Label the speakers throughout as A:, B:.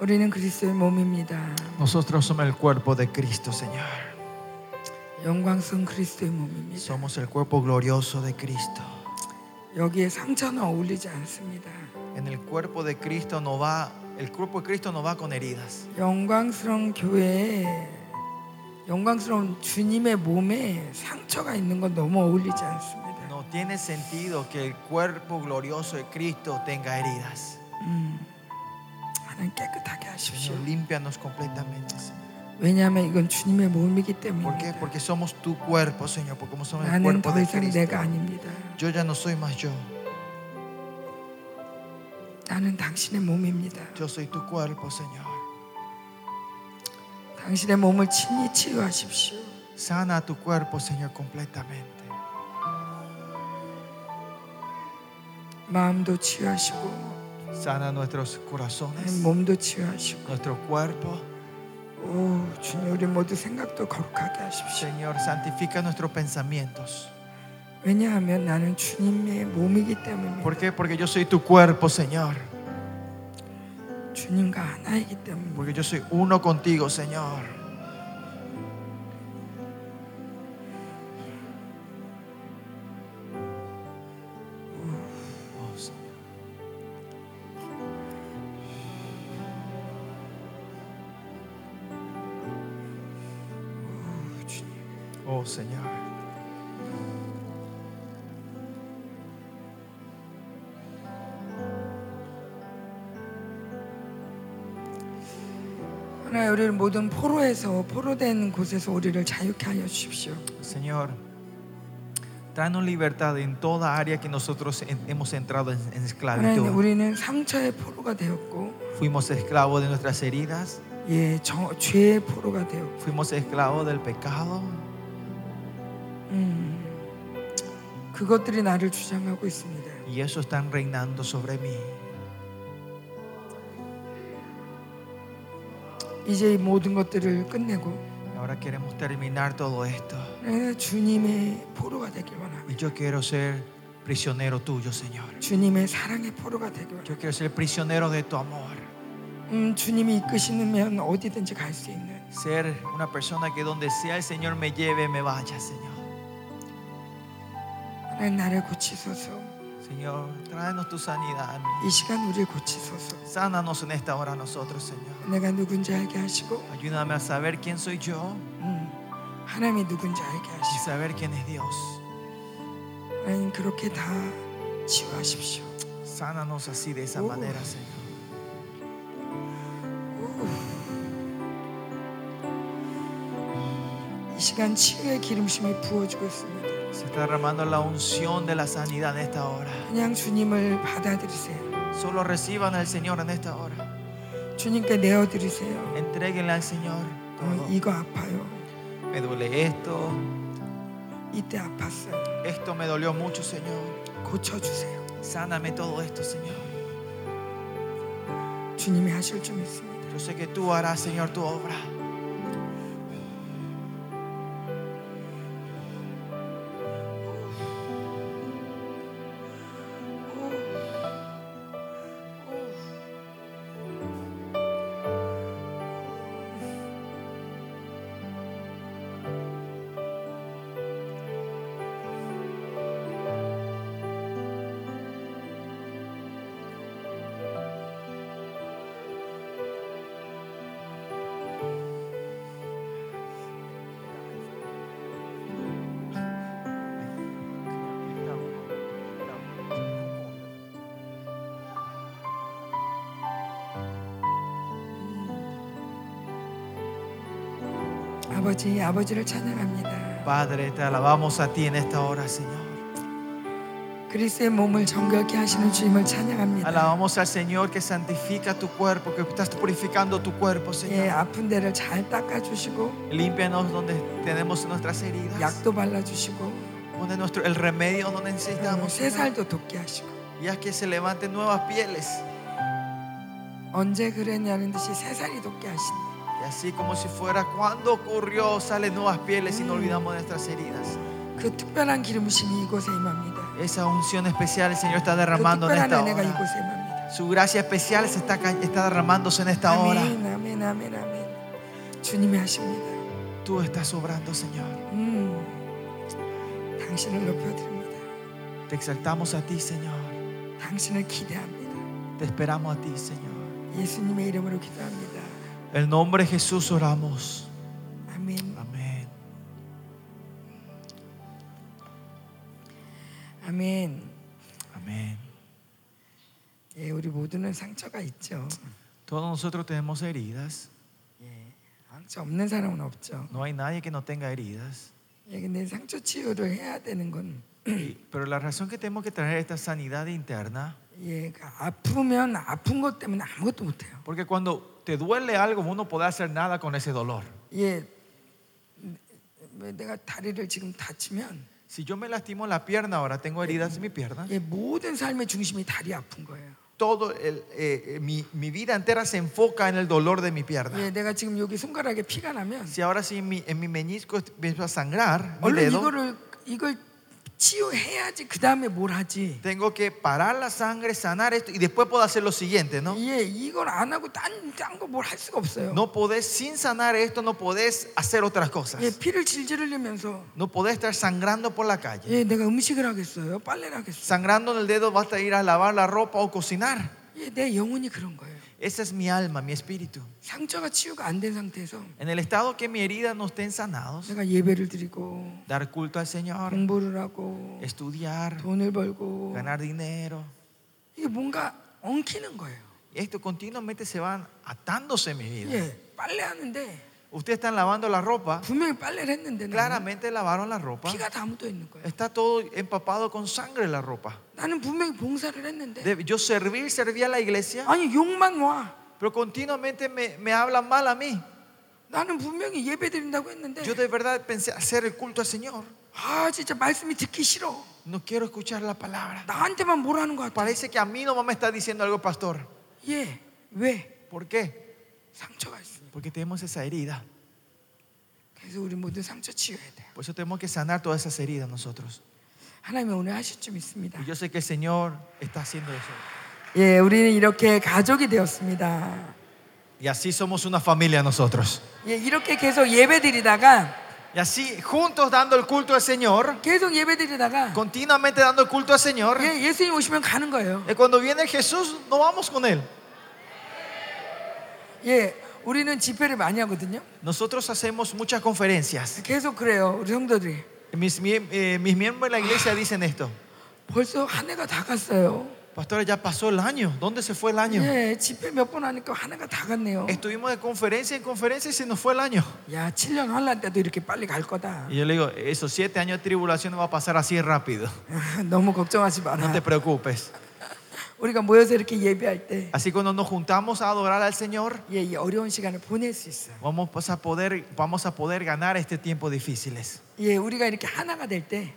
A: 우리는 그리스도의 몸입니다.
B: Nosotros somos el cuerpo de Cristo, Señor.
A: 영광성 그리스도의 몸입니다.
B: Somos el cuerpo glorioso de Cristo.
A: 여기에 상처는 어울리지 않습니다.
B: En el cuerpo de Cristo no va, el cuerpo de Cristo no va con heridas.
A: 영광스러운 교회에 영광스러운 주님의 몸에 상처가 있는 건 너무 어울리지 않습니다.
B: No tiene sentido que el cuerpo glorioso de Cristo tenga heridas.
A: 하나님 깨끗하게 하십시오.
B: Señor, límpianos completamente, Señor.
A: 왜냐하면 이건 주님의 몸이기
B: ¿Por qué?
A: 때문입니다.
B: Porque somos tu cuerpo, Señor, porque como somos el
A: 나는
B: cuerpo
A: 더
B: de
A: 이상 내가
B: Cristo.
A: 아닙니다.
B: Yo ya no soy más yo,
A: 나는 당신의 몸입니다.
B: yo soy tu cuerpo, Señor.
A: 당신의 몸을 친히 치유하십시오.
B: Sana tu cuerpo, Señor, completamente.
A: 마음도 치유하시고
B: Sana nuestros corazones,
A: 하나님 몸도 치유하시고
B: nuestro cuerpo.
A: 오 주님 우리 모두 생각도 거룩하게 하십시오.
B: Señor, santifica nuestros pensamientos.
A: 왜냐하면 나는 주님의 몸이기 때문입니다.
B: ¿Por qué? Porque yo soy tu cuerpo, Señor.
A: 주님과 하나이기 때문입니다.
B: Porque yo soy uno contigo, Señor. Oh, Señor. Oh, Señor.
A: 하나님 우리를 모든 포로에서 포로된 곳에서 우리를 자유케 하여 주십시오.
B: Señor, tráenos libertad en toda área que nosotros en- hemos entrado en, en
A: 하나님
B: esclavitud.
A: 우리는 상처의 포로가 되었고
B: Fuimos esclavos de nuestras heridas,
A: 예 저- 죄의 포로가 되었고
B: fuimos esclavos del pecado.
A: 그것들이 나를 주장하고 있습니다.
B: Y eso están reinando sobre mí.
A: 이제 이 모든 것들을 끝내고
B: Ahora queremos terminar todo esto.
A: 하나님, 주님의 포로가 되길 원합니다.
B: Y yo quiero ser prisionero tuyo, Señor.
A: 주님의 사랑의 포로가 되길 원합니다.
B: Yo quiero ser prisionero de tu amor.
A: 음, 주님이 이끄시면 어디든지 갈 수 있는
B: Ser una persona que donde sea el Señor me lleve, me vaya, Señor.
A: 하나님 나를 고치소서
B: Señor, tráenos tu sanidad a mí.
A: 이 시간 우리를 고치소서
B: Sánanos en esta hora a nosotros, Señor.
A: 내가 누군지 알게 하시고
B: Ayúdame a saber quién soy yo
A: 음, 하나님이 누군지 알게
B: y
A: 하시고
B: saber quién es Dios.
A: 하나님 그렇게 다 치유하십시오
B: Sánanos así de esa
A: Uh.
B: manera, Señor.
A: 이 시간 치유의 기름심이 부어지고 있습니다
B: Se está derramando la unción de la sanidad en esta hora.
A: 그냥 주님을 받아들이세요
B: Solo reciban al Señor en esta hora.
A: 주님께 내어드리세요
B: Entréguenle al Señor.
A: 어,
B: todo.
A: 이거 아파요
B: Me duele esto.
A: 이때 아팠어요
B: Esto me dolió mucho, Señor.
A: 고쳐주세요
B: Sáname todo esto, Señor.
A: 주님이 하실 줄 믿습니다
B: Yo sé que tú harás, Señor, tu obra.
A: 아버지 아버지를 찬양합니다
B: Padre, te alabamos a ti en esta hora, Señor.
A: 그리스의 몸을 정결케 하시는 주님을 찬양합니다
B: Alabamos al Señor que santifica tu cuerpo, que estás purificando tu cuerpo,
A: 예,
B: Señor.
A: 아픈 데를 잘 닦아주시고
B: Límpianos donde tenemos nuestras heridas.
A: 약도 발라주시고
B: Pone nuestro, el remedio donde necesitamos.
A: 새
B: Señor.
A: 살도 돋게 하시고
B: Y haz que se levanten nuevas pieles.
A: 언제 그랬냐는 듯이 새 살이 돋게 하시니
B: Y así como si fuera cuando ocurrió, salen nuevas pieles y no olvidamos nuestras heridas.
A: 그 특별한 기름심이 이곳에 임합니다
B: Esa unción especial el Señor está
A: 그
B: derramando en
A: 특별한
B: esta
A: 은혜가
B: hora.
A: 이곳에 임합니다
B: Su gracia especial se está, ca- está derramándose en esta hora.
A: 아멘, 아멘, 아멘, 아멘. 주님이 하십니다.
B: Tú estás obrando, Señor.
A: 음, 당신을 높여드립니다.
B: Te exaltamos a ti, Señor.
A: 당신을 기대합니다.
B: Te esperamos a ti, Señor.
A: 예수님의 이름으로 기도합니다.
B: En el nombre de Jesús oramos.
A: 아멘,
B: Amén.
A: 아멘.
B: Amén.
A: 예, 우리 모두는 상처가 있죠.
B: Todos nosotros tenemos heridas.
A: 예, 상처 없는 사람은 없죠.
B: No hay nadie que no tenga heridas.
A: 예, 근데 상처 치유를 해야 되는 건
B: Y- Pero la razón que tenemos que traer esta sanidad interna,
A: 예, 그 아프면 아픈 것 때문에 아무것도 못해요.
B: porque cuando te duele algo, vos no podés hacer nada con ese dolor.
A: 예, 뭐 내가 다리를 지금 다치면
B: Si yo me lastimo la pierna ahora, tengo heridas en mi pierna,
A: 예, 모든 삶의 중심이 다리 아픈 거예요.
B: todo el- eh, eh, mi, mi vida entera se enfoca en el dolor de mi pierna.
A: 예, 내가 지금 여기 손가락에 피가 나면
B: Si ahora sí en mi, en mi meñisco empiezo a sangrar, mi
A: 얼른
B: dedo,
A: 이거를 이걸 치유해야지 그 다음에 뭘 하지.
B: tengo que parar la sangre, sanar esto y después puedo hacer lo siguiente, ¿no?
A: 예, 이걸 안 하고 딴딴거뭘 할 수가 없어요.
B: No podés, sin sanar esto, no podés hacer otras cosas.
A: 예, 피를 질질 흘리면서
B: No podés estar sangrando por la calle.
A: 예, 내가 음식을 하겠어요, 빨래를 하겠어요.
B: Sangrando en el dedo vas a ir a lavar la ropa o cocinar.
A: 예, 내 영혼이 그런 거예요.
B: Esa es mi alma, mi espíritu.
A: 상처가 치유가 안 된 상태에서
B: En el estado que mi herida no estén sanados,
A: 내가 예배를 드리고
B: dar culto al Señor,
A: 공부를 하고
B: estudiar,
A: 돈을 벌고
B: ganar dinero.
A: 이게 뭔가 엉키는 거예요.
B: Esto continuamente se van atándose en mi vida.
A: 예, 빨래하는데
B: Ustedes están lavando la ropa,
A: 분명히 빨래를 했는데 나는
B: claramente lavaron la ropa.
A: 피가 다 묻어 있는 거예요.
B: Está todo empapado con sangre la ropa.
A: 나는 분명히 봉사를 했는데
B: De- Yo serví, serví a la iglesia,
A: 아니 욕만 와.
B: pero continuamente me, me hablan mal a mí.
A: 나는 분명히 예배 드린다고 했는데
B: Yo de verdad pensé hacer el culto al Señor.
A: 아 진짜 말씀이 듣기 싫어.
B: No quiero escuchar la palabra.
A: 나한테만 뭐라는 것 같아.
B: Parece que a mí nomás me está diciendo algo, pastor.
A: 예, 왜
B: ¿Por qué?
A: 상처가 있으니까.
B: Porque tenemos esa herida.
A: 그래서 우리 모두 상처 치유해야 돼요.
B: Por eso tenemos que sanar todas esas heridas nosotros.
A: 하나님이 오늘 하실 줄 믿습니다.
B: Y yo sé que el Señor está haciendo eso.
A: 예, 우리는 이렇게 가족이 되었습니다.
B: Y así somos una familia nosotros.
A: 예, 이렇게 계속 예배 드리다가
B: Y así, juntos dando el culto al Señor,
A: 계속 예배 드리다가
B: continuamente dando el culto al Señor.
A: 예, 예수님 오시면 가는 거예요.
B: Y cuando viene Jesús, no vamos con Él.
A: 예, 우리는 집회를 많이 하거든요.
B: Nosotros hacemos muchas conferencias.
A: 계속 그래요, 우리 성도들이.
B: Mis, mie- eh, mis miembros de la iglesia dicen esto.
A: 벌써 한 해가 다 갔어요.
B: Pastor, ya pasó el año. ¿Dónde se fue el año?
A: 예, 집회 몇 번 하니까 한 해가 다 갔네요.
B: Estuvimos de conferencia en conferencia y se nos fue el año.
A: 야, 7년 할란 때도 이렇게 빨리 갈 거다.
B: Y yo le digo, esos siete años de tribulación va a pasar así rápido.
A: 아, 너무 걱정하지
B: No te
A: 마라.
B: preocupes.
A: 우리가 모여서 이렇게 예배할 때
B: Así cuando nos juntamos a adorar al Señor,
A: 예, 이 어려운 시간을 보낼 수 있어요.
B: vamos pues, a poder, vamos a poder ganar este tiempo difíciles.
A: 예, 우리가 이렇게 하나가 될 때,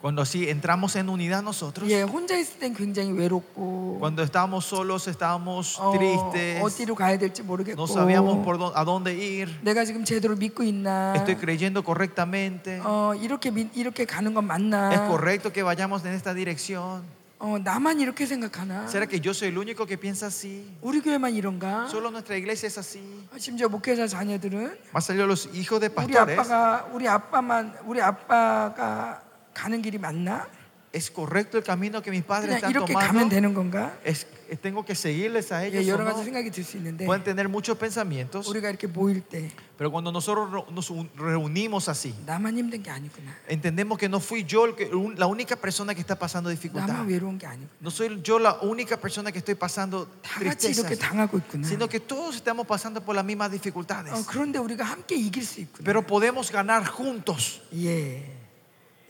B: Cuando así entramos en unidad nosotros,
A: 예, 혼자 있을 땐 굉장히 외롭고,
B: cuando estábamos solos, estábamos
A: 어,
B: tristes,
A: 어디로 가야 될지 모르겠고,
B: no sabíamos por dó- a dónde ir,
A: 내가 지금 제대로 믿고 있나,
B: estoy creyendo correctamente,
A: 어, 이렇게 믿- 이렇게 가는 건 맞나,
B: es correcto que vayamos en esta dirección.
A: 어, 나만 이렇게 생각하나,
B: ¿Será que yo soy el único que piensa así?
A: 우리 교회만 이런가, 아,
B: Solo nuestra iglesia es así.
A: 심지어 목회자 자녀들은
B: Más allá los hijos de
A: 우리
B: pastores.
A: 아빠가 우리 아빠만 우리 아빠가 가는 길이 맞나?
B: ¿Es correcto el camino que mis padres
A: 그냥
B: están
A: 이렇게 가면
B: tomando?
A: 되는 건가?
B: ¿Es, eh, ¿Tengo que seguirles a ellos?
A: 예,
B: o
A: 여러
B: no?
A: 가지 생각이 들 수 있는데
B: Pueden tener muchos pensamientos,
A: 우리가 이렇게 모일 때
B: pero cuando nosotros ro- nos un- reunimos así,
A: 나만 힘든 게 아니구나.
B: entendemos que no fui yo el que- un- la única persona que está pasando dificultad.
A: 뭐 나만 외로운 게 아니구나.
B: No soy yo la única persona que estoy pasando
A: 다 같이 이렇게
B: tristezas,
A: 당하고 있구나.
B: sino que todos estamos pasando por las mismas
A: 어,
B: dificultades.
A: 그런데 우리가 함께 이길 수 있구나.
B: Pero podemos ganar juntos.
A: 예.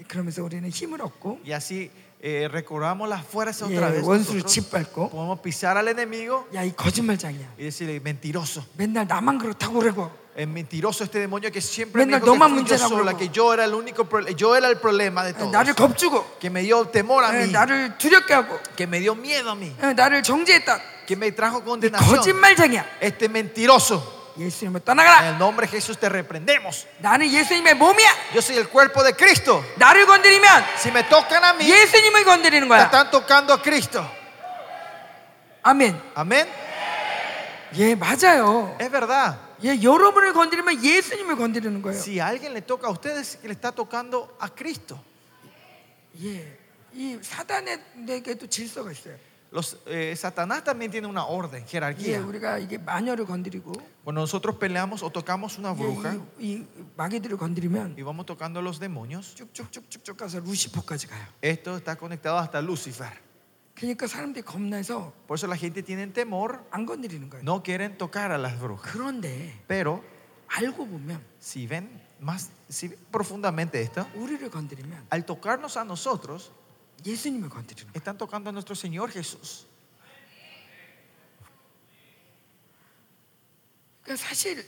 A: 그러면서 우리는 힘을 얻고
B: Y así eh, recobramos las fuerzas
A: 예,
B: otra vez.
A: 원수를
B: nosotros.
A: 짓밟고
B: Podemos pisar al enemigo
A: 야, 이 거짓말장이야.
B: y decirle, mentiroso.
A: 맨날 나만 그렇다고 그러고
B: Es mentiroso este demonio que siempre me
A: Venga,
B: dijo que
A: toma Eh,
B: fui yo
A: muchacha,
B: sola,
A: boludo.
B: que yo era el único, pro- yo era el problema de
A: 예,
B: todo.
A: 나를 겁주고
B: Que me dio temor a
A: 예,
B: mí,
A: 나를 두렵게 하고
B: que me dio miedo a mí,
A: 예, 나를 정죄했다.
B: que me trajo condenación.
A: 거짓말장이야.
B: Este mentiroso,
A: 예수님을
B: en
A: 떠나가라.
B: el nombre de Jesús te reprendemos.
A: 나는 예수님의 몸이야.
B: Yo soy el cuerpo de Cristo.
A: 나를 건드리면
B: Si me tocan a mí,
A: 예수님을 건드리는
B: me
A: 거야.
B: están tocando a Cristo.
A: 아멘.
B: Amén.
A: 예, 맞아요.
B: Es verdad.
A: 예, 여러분을 건드리면 예수님을 건드리는 거예요.
B: Si a alguien le toca a ustedes, le está tocando a Cristo.
A: 예. 이 사단에게도 질서가 있어요.
B: Los, eh, Satanás también tiene una orden,
A: 예,
B: jerarquía.
A: 우리가 이게 마녀를 건드리고
B: Cuando nosotros peleamos o tocamos una
A: 예,
B: bruja
A: 이, 이 마귀들을 건드리면
B: y vamos tocando a los demonios,
A: 쭉쭉쭉쭉쭉 가서 루시퍼까지 가요.
B: esto está conectado hasta Lucifer.
A: 그러니까 사람들이 겁나서
B: Por eso la gente tiene temor,
A: 안 건드리는 거예요.
B: no quieren tocar a las brujas.
A: 그런데
B: Pero
A: 알고 보면
B: si ven más si ven profundamente esto,
A: 우리를 건드리면
B: al tocarnos a nosotros,
A: 예수님을 건드리는 거예요.
B: están tocando a nuestro Señor Jesús.
A: 그러니까 사실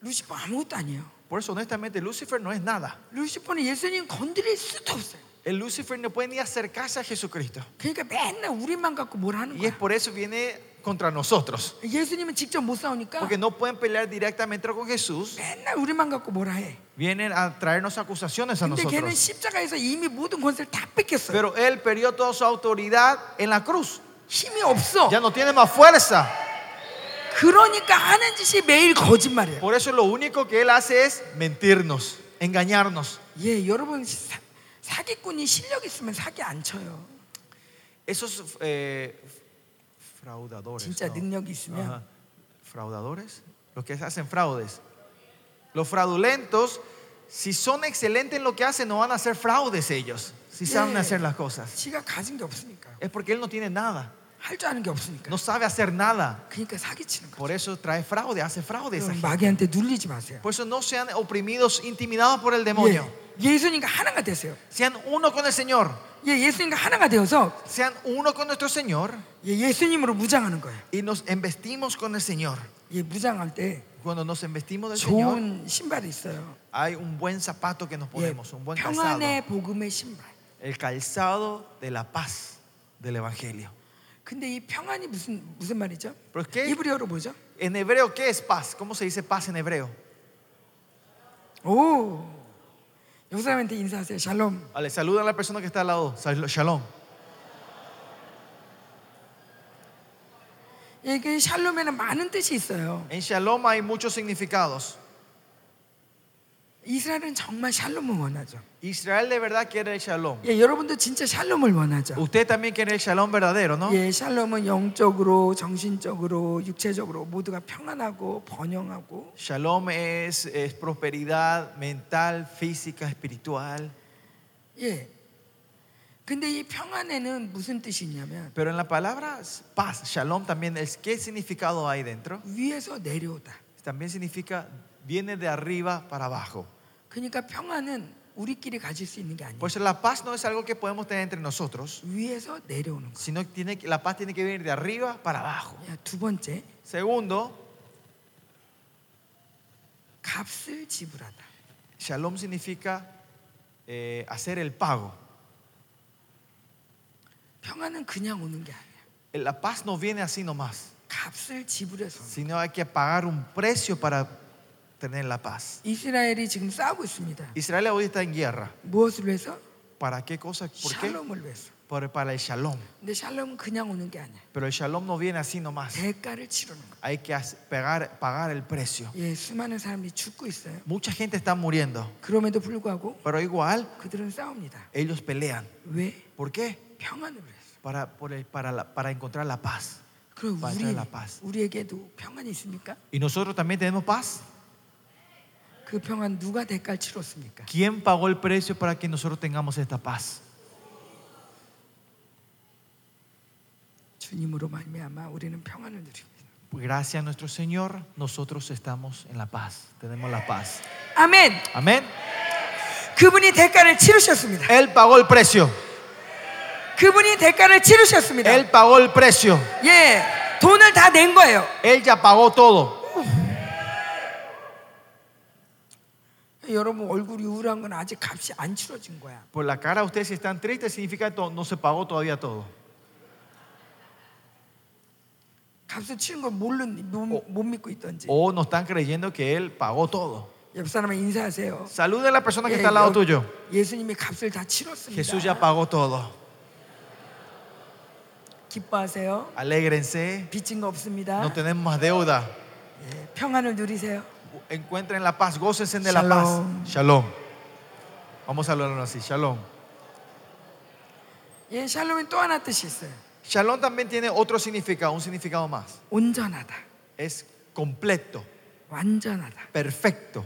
A: 루시퍼 아무것도 아니에요.
B: Por eso honestamente Lucifer no es nada.
A: 루시퍼는 예수님 건드릴 수도 없어요.
B: El Lucifer no puede ni acercarse a Jesucristo.
A: 그러니까 맨날 우리만 갖고 뭘 하는
B: Y es
A: 거야.
B: por eso viene contra nosotros.
A: 예수님은 직접 못 싸우니까
B: Porque no pueden pelear directamente con Jesús.
A: 맨날 우리만 갖고 뭐라 해.
B: Vienen a traernos acusaciones a
A: 근데 걔는
B: nosotros.
A: 십자가에서 이미 모든 권세를 다 뺏겼어요.
B: Pero Él perdió toda su autoridad en la cruz.
A: 힘이 없어.
B: Ya no tiene más fuerza.
A: 그러니까 하는 짓이 매일 거짓말이에요.
B: Por eso lo único que Él hace es mentirnos, engañarnos.
A: 예, 여러분 사, 사기꾼이 실력 있으면 사기 안 쳐요.
B: Esos eh, fraudadores.
A: 진짜
B: no.
A: 능력이 있으면
B: Ajá. ¿Fraudadores? Los que hacen fraudes. Los fraudulentos, si son excelentes en lo que hacen, no van a hacer fraudes ellos. Si saben
A: Yeah.
B: hacer las cosas.
A: 지가 가진 게 없으니까요.
B: Es porque él no tiene nada.
A: 할 줄 아는 게 없으니까.
B: No sabe hacer nada.
A: 그러니까 사기치는 거예요.
B: Por eso trae fraude, hace fraude esa gente.
A: 마귀한테 눌리지 마세요.
B: Por eso no sean oprimidos, intimidados por el demonio.
A: 예, 예수님과 하나가 되세요.
B: Sean uno con el Señor.
A: 예, 예수님과 하나가 되어서
B: Sean uno con nuestro Señor.
A: 예, 예수님으로 무장하는 거예요.
B: Y nos embestimos con el Señor.
A: 예, 무장할 때
B: Cuando nos embestimos del Señor,
A: 좋은 신발이 있어요.
B: hay un buen zapato que nos
A: 예,
B: ponemos, un buen calzado.
A: 평안의 복음의 신발.
B: El calzado de la paz del Evangelio.
A: 근데 이 평안이 무슨 무슨 말이죠?
B: 그렇게?
A: 이브리어로 뭐죠?
B: En hebreo, ¿qué es paz? ¿Cómo se dice paz en hebreo?
A: 오, 요 사람한테 인사하세요. 샬롬.
B: Vale, saluda a la persona que está al lado. Sal- Shalom.
A: 예, 그 샬롬에는 많은 뜻이 있어요.
B: En shalom hay muchos significados.
A: 이스라엘은 정말 샬롬을 원하죠.
B: Israel de verdad quiere el shalom.
A: 예, 여러분도 진짜 샬롬을 원하죠.
B: Usted también quiere el shalom verdadero, ¿no?
A: 예, 샬롬은 영적으로, 정신적으로, 육체적으로 모두가 평안하고 번영하고
B: Shalom es, es prosperidad mental, física, espiritual.
A: 예. 근데 이 평안에는 무슨 뜻이냐면
B: Pero en la palabra paz, shalom también, es, ¿qué significado hay dentro?
A: 위에서 내려오다.
B: También significa viene de arriba para abajo.
A: 그러니까 평안은 우리끼리 가질 수 있는 게 아니에요.
B: Por eso la paz no es algo que podemos tener entre nosotros,
A: 위에서 내려오는 거.
B: sino que tiene, que- la paz tiene que venir de arriba para abajo.
A: 야, 두 번째,
B: Segundo,
A: 값을 지불하다.
B: shalom significa eh, hacer el pago.
A: 평안은 그냥 오는 게 아니야.
B: La paz no viene así nomás,
A: 값을 지불해서. 오는 거야.
B: sino hay que pagar un precio para tener la paz.
A: 이스라엘이 지금 싸우고 있습니다.
B: Israel hoy está en guerra.
A: 무엇을 위해서?
B: ¿Para qué cosa? ¿Por qué?
A: 샬롬을 위해서.
B: Por- para el shalom.
A: 근데 샬롬은 그냥 오는 게 아니야.
B: Pero el shalom no viene así nomás.
A: 대가를 치르는 거야.
B: Hay que hace- pagar, pagar el precio.
A: 예, 수많은 사람들이 죽고 있어요.
B: Mucha gente está muriendo,
A: 그럼에도 불구하고
B: pero igual
A: 그들은 싸웁니다.
B: ellos pelean.
A: 왜?
B: ¿Por qué?
A: 평안을 위해서.
B: Para, por el- para, la- para encontrar la paz.
A: 그럼
B: Para
A: 우리
B: traer la paz.
A: 우리에게도 평안이 있습니까?
B: ¿Y nosotros también tenemos paz?
A: 그 평안 누가 대가를 치렀습니까?
B: ¿Quién pagó el precio para que nosotros tengamos esta paz?
A: 주님으로 말미암아 우리는 평안을 누립니다.
B: Gracias a nuestro Señor, nosotros estamos en la paz. Tenemos la paz.
A: 아멘.
B: Amén.
A: 그분이 대가를 치르셨습니다.
B: Él pagó el precio.
A: 그분이 대가를 치르셨습니다.
B: Él pagó el precio.
A: 예, 돈을 다 낸 거예요.
B: Él ya pagó todo.
A: 여러분 얼굴이 우울한 건 아직 값이 안 치러진 거야.
B: Por la cara de ustedes si están tristes significa que no se pagó todavía todo.
A: 값을 치른 걸 모르는 못, 못 믿고 있던지.
B: O no están creyendo que Él pagó todo.
A: 옆 사람을 인사하세요.
B: Saluden a la persona que
A: 예,
B: está al lado
A: 여-
B: tuyo.
A: 예수님이 값을 다 치렀습니다.
B: Jesús ya pagó todo.
A: 기뻐하세요.
B: Alégrense.
A: 빚진 거 없습니다. 예,
B: No tenemos más deuda.
A: 평안을 누리세요.
B: Encuentren la paz. Gócense de la paz.
A: Shalom.
B: Shalom. Vamos a hablarlo así. Shalom.
A: 예, 샬롬이 또 하나 뜻이 있어요.
B: Shalom también tiene otro significado, un significado más.
A: 온전하다,
B: Es completo,
A: 완전하다,
B: perfecto.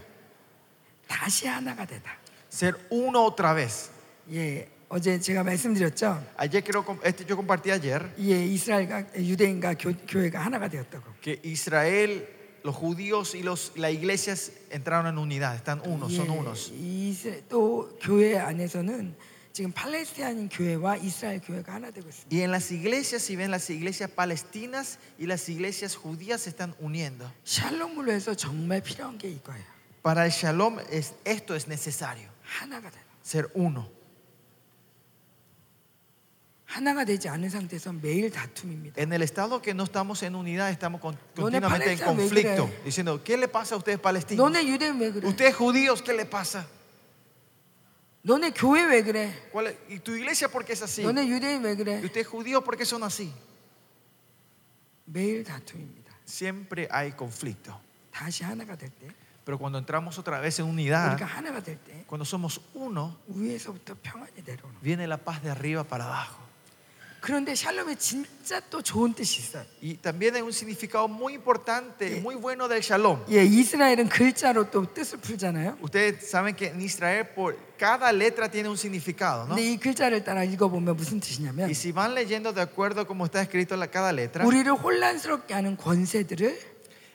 A: 다시 하나가 되다.
B: Ser uno otra vez.
A: 예, 어제 제가 말씀드렸죠.
B: Ayer creo, com- este yo compartí ayer
A: 예, 이스라엘과 유대인과 교, 교회가 하나가 되었다고.
B: que Israel, los judíos y los, las iglesias entraron en unidad, están unos, son
A: 예,
B: unos.
A: 이스라엘, 또 교회 안에서는 지금 팔레스타인 교회와 이스라엘 교회가 하나 되고 있습니다.
B: Y en las iglesias, si ven las iglesias palestinas y las iglesias judías se están uniendo.
A: 샬롬으로 해서 정말 필요한 게 이거예요.
B: Para el shalom es, esto es necesario,
A: 하나가 되는.
B: ser uno.
A: 하나가 되지 않은 상태에서 매일 다툼입니다.
B: En el estado que no estamos en unidad, estamos con-
A: ¿Dónde
B: continuamente en
A: Palestina me
B: conflicto,
A: cree?
B: diciendo, ¿qué le pasa a ustedes palestinos?
A: 너네 유대인 왜 그래?
B: Ustedes judíos, ¿qué le pasa?
A: 너네 교회 왜 그래?
B: ¿Cuál es- ¿Y tu iglesia por qué es así?
A: 너네 유대인 왜
B: ¿Y
A: 그래?
B: ustedes judíos por qué son así?
A: 매일 다툼입니다.
B: Siempre hay conflicto.
A: 다시 하나가 될 때,
B: Pero cuando entramos otra vez en
A: 우리가
B: unidad,
A: 하나가 될 때,
B: cuando somos uno,
A: 위에서부터 평안이 내려오는. 거예요.
B: viene la paz de arriba para abajo.
A: 그런데 샬롬에 진짜 또 좋은 뜻이 있어요.
B: Y también hay un significado muy importante, muy bueno del shalom.
A: 예, 이스라엘은 글자로 또 뜻을 풀잖아요.
B: Ustedes saben que en Israel por cada letra tiene un significado, ¿no?
A: 근데 이 글자를 따라 읽어보면 무슨 어? 뜻이냐면
B: Y si van leyendo de acuerdo como está escrito la, cada letra,
A: 우리를 혼란스럽게 하는 권세들을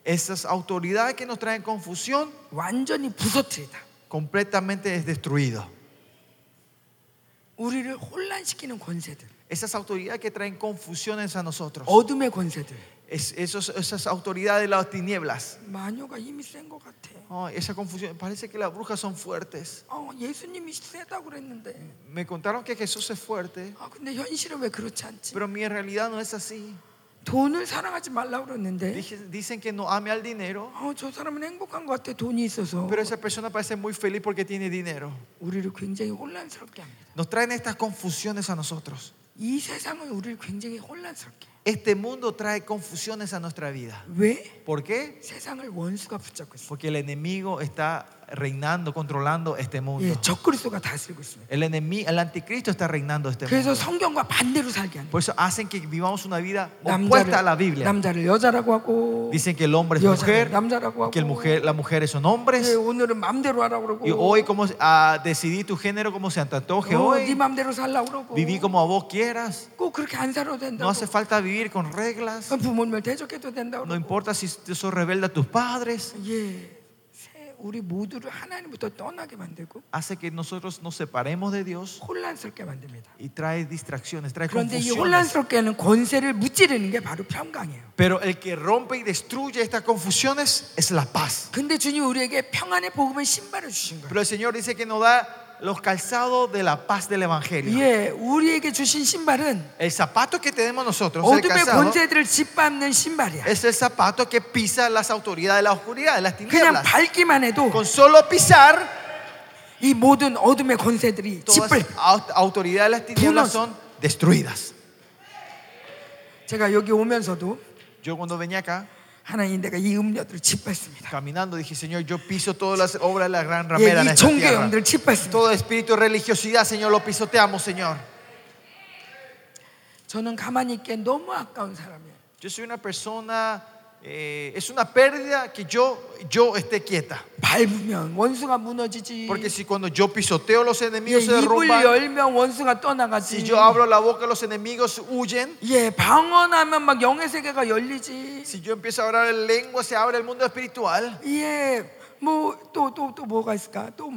B: esas autoridades que nos traen confusión
A: 완전히 부서뜨리다.
B: completamente es destruido.
A: 우리를 혼란시키는 권세들,
B: Esas autoridades que traen confusiones a nosotros.
A: 어둠의 권세들.
B: Es- esos- esas autoridades de las tinieblas.
A: 마녀가 힘이 센 것 같아.
B: Oh, esa confusión. Parece que las brujas son fuertes.
A: 어, 예수님이 세다고 그랬는데.
B: Me contaron que Jesús es fuerte,
A: 아, 근데 현실은 왜 그렇지 않지?
B: pero mi realidad no es así.
A: 돈을 사랑하지 말라고 그랬는데.
B: Dije- dicen que no ame al dinero,
A: 어, 저 사람은 행복한 것 같아. 돈이 있어서.
B: pero esa persona parece muy feliz porque tiene dinero.
A: 우리를 굉장히 혼란스럽게 합니다.
B: Nos traen estas confusiones a nosotros.
A: 이 세상은 우리를 굉장히 혼란스럽게. 해요.
B: Este mundo trae confusiones a nuestra vida.
A: 왜?
B: ¿Por qué?
A: 세상을 원수가 붙잡고 있어요.
B: Porque el enemigo está reinando, controlando este mundo.
A: 예, 적그리스도가 다스리고 있습니다.
B: El, enemigo, el anticristo está reinando este mundo.
A: 그래서 성경과 반대로 살게 하는
B: Por eso hacen que vivamos una vida
A: 남자를,
B: opuesta a la Biblia.
A: 남자를 여자라고 하고
B: Dicen que el hombre es
A: Dios,
B: mujer,
A: 남자라고 하고.
B: que el mujer, las mujeres son
A: 예,
B: hombres.
A: 오늘은 맘대로 하라고 그러고
B: Y hoy, como ah, decidí tu género como se te antoje
A: 어, 네
B: hoy,
A: 맘대로 살라고 그러고
B: viví como a vos quieras.
A: 꼭 그렇게 안 살아도
B: No
A: 된다고
B: hace falta vivir con reglas.
A: 그럼 부모님을 대적해도 된다고
B: No
A: 그러고
B: importa si te sos rebelde a tus padres.
A: 예, 세- 우리 모두를 하나님부터 떠나게 만들고
B: Hace que nosotros nos separemos de Dios
A: 혼란스럽게 만듭니다.
B: y trae distracciones, trae
A: 그런데 이
B: confusiones.
A: 혼란스럽게 하는 권세를 무찌르는 게 바로 평강이에요.
B: Pero el que rompe y destruye estas confusiones es la paz.
A: 근데 주님 우리에게 평안의 복음을 신발을 주신 거예요.
B: Pero el Señor dice que nos da los calzados de la paz del Evangelio.
A: 예, 우리에게 주신 신발은
B: El zapato que tenemos nosotros, el
A: 어둠의
B: calzado,
A: 권세들을 짓밟는 신발이야.
B: es el zapato que pisa las autoridades de la oscuridad, de las
A: 그냥
B: tinieblas.
A: 밟기만 해도
B: Con solo pisar,
A: 이 mo든 어둠의 권세들이
B: todas
A: 짓밟.
B: las au- autoridades de las tinieblas son destruidas.
A: 제가 여기 오면서도
B: Yo cuando venía acá
A: 하나님 내가 이 음료들을 짓밟습니다.
B: caminando dije, Señor, yo piso todas las obras de la gran ramera en
A: 예, 이
B: esta tierra.
A: 종교형들을 짓밟습니다.
B: Todo espíritu de religiosidad, Señor, lo pisoteamos, Señor.
A: 저는 가만히 있기엔 너무 아까운 사람이에요.
B: Yo soy una persona, eh, es una pérdida que yo, yo esté quieta.
A: 밟으면 원수가 무너지지.
B: Porque si cuando yo pisoteo los
A: 예,
B: enemigos se
A: 입을
B: derrumban,
A: 열면 원수가 떠나가지.
B: si yo abro la boca los enemigos huyen,
A: 예, 방언하면 막 영의 세계가 열리지.
B: si yo empiezo a hablar en lengua se abre el mundo espiritual.
A: 예, 뭐 또 또 또 뭐가 있을까? 또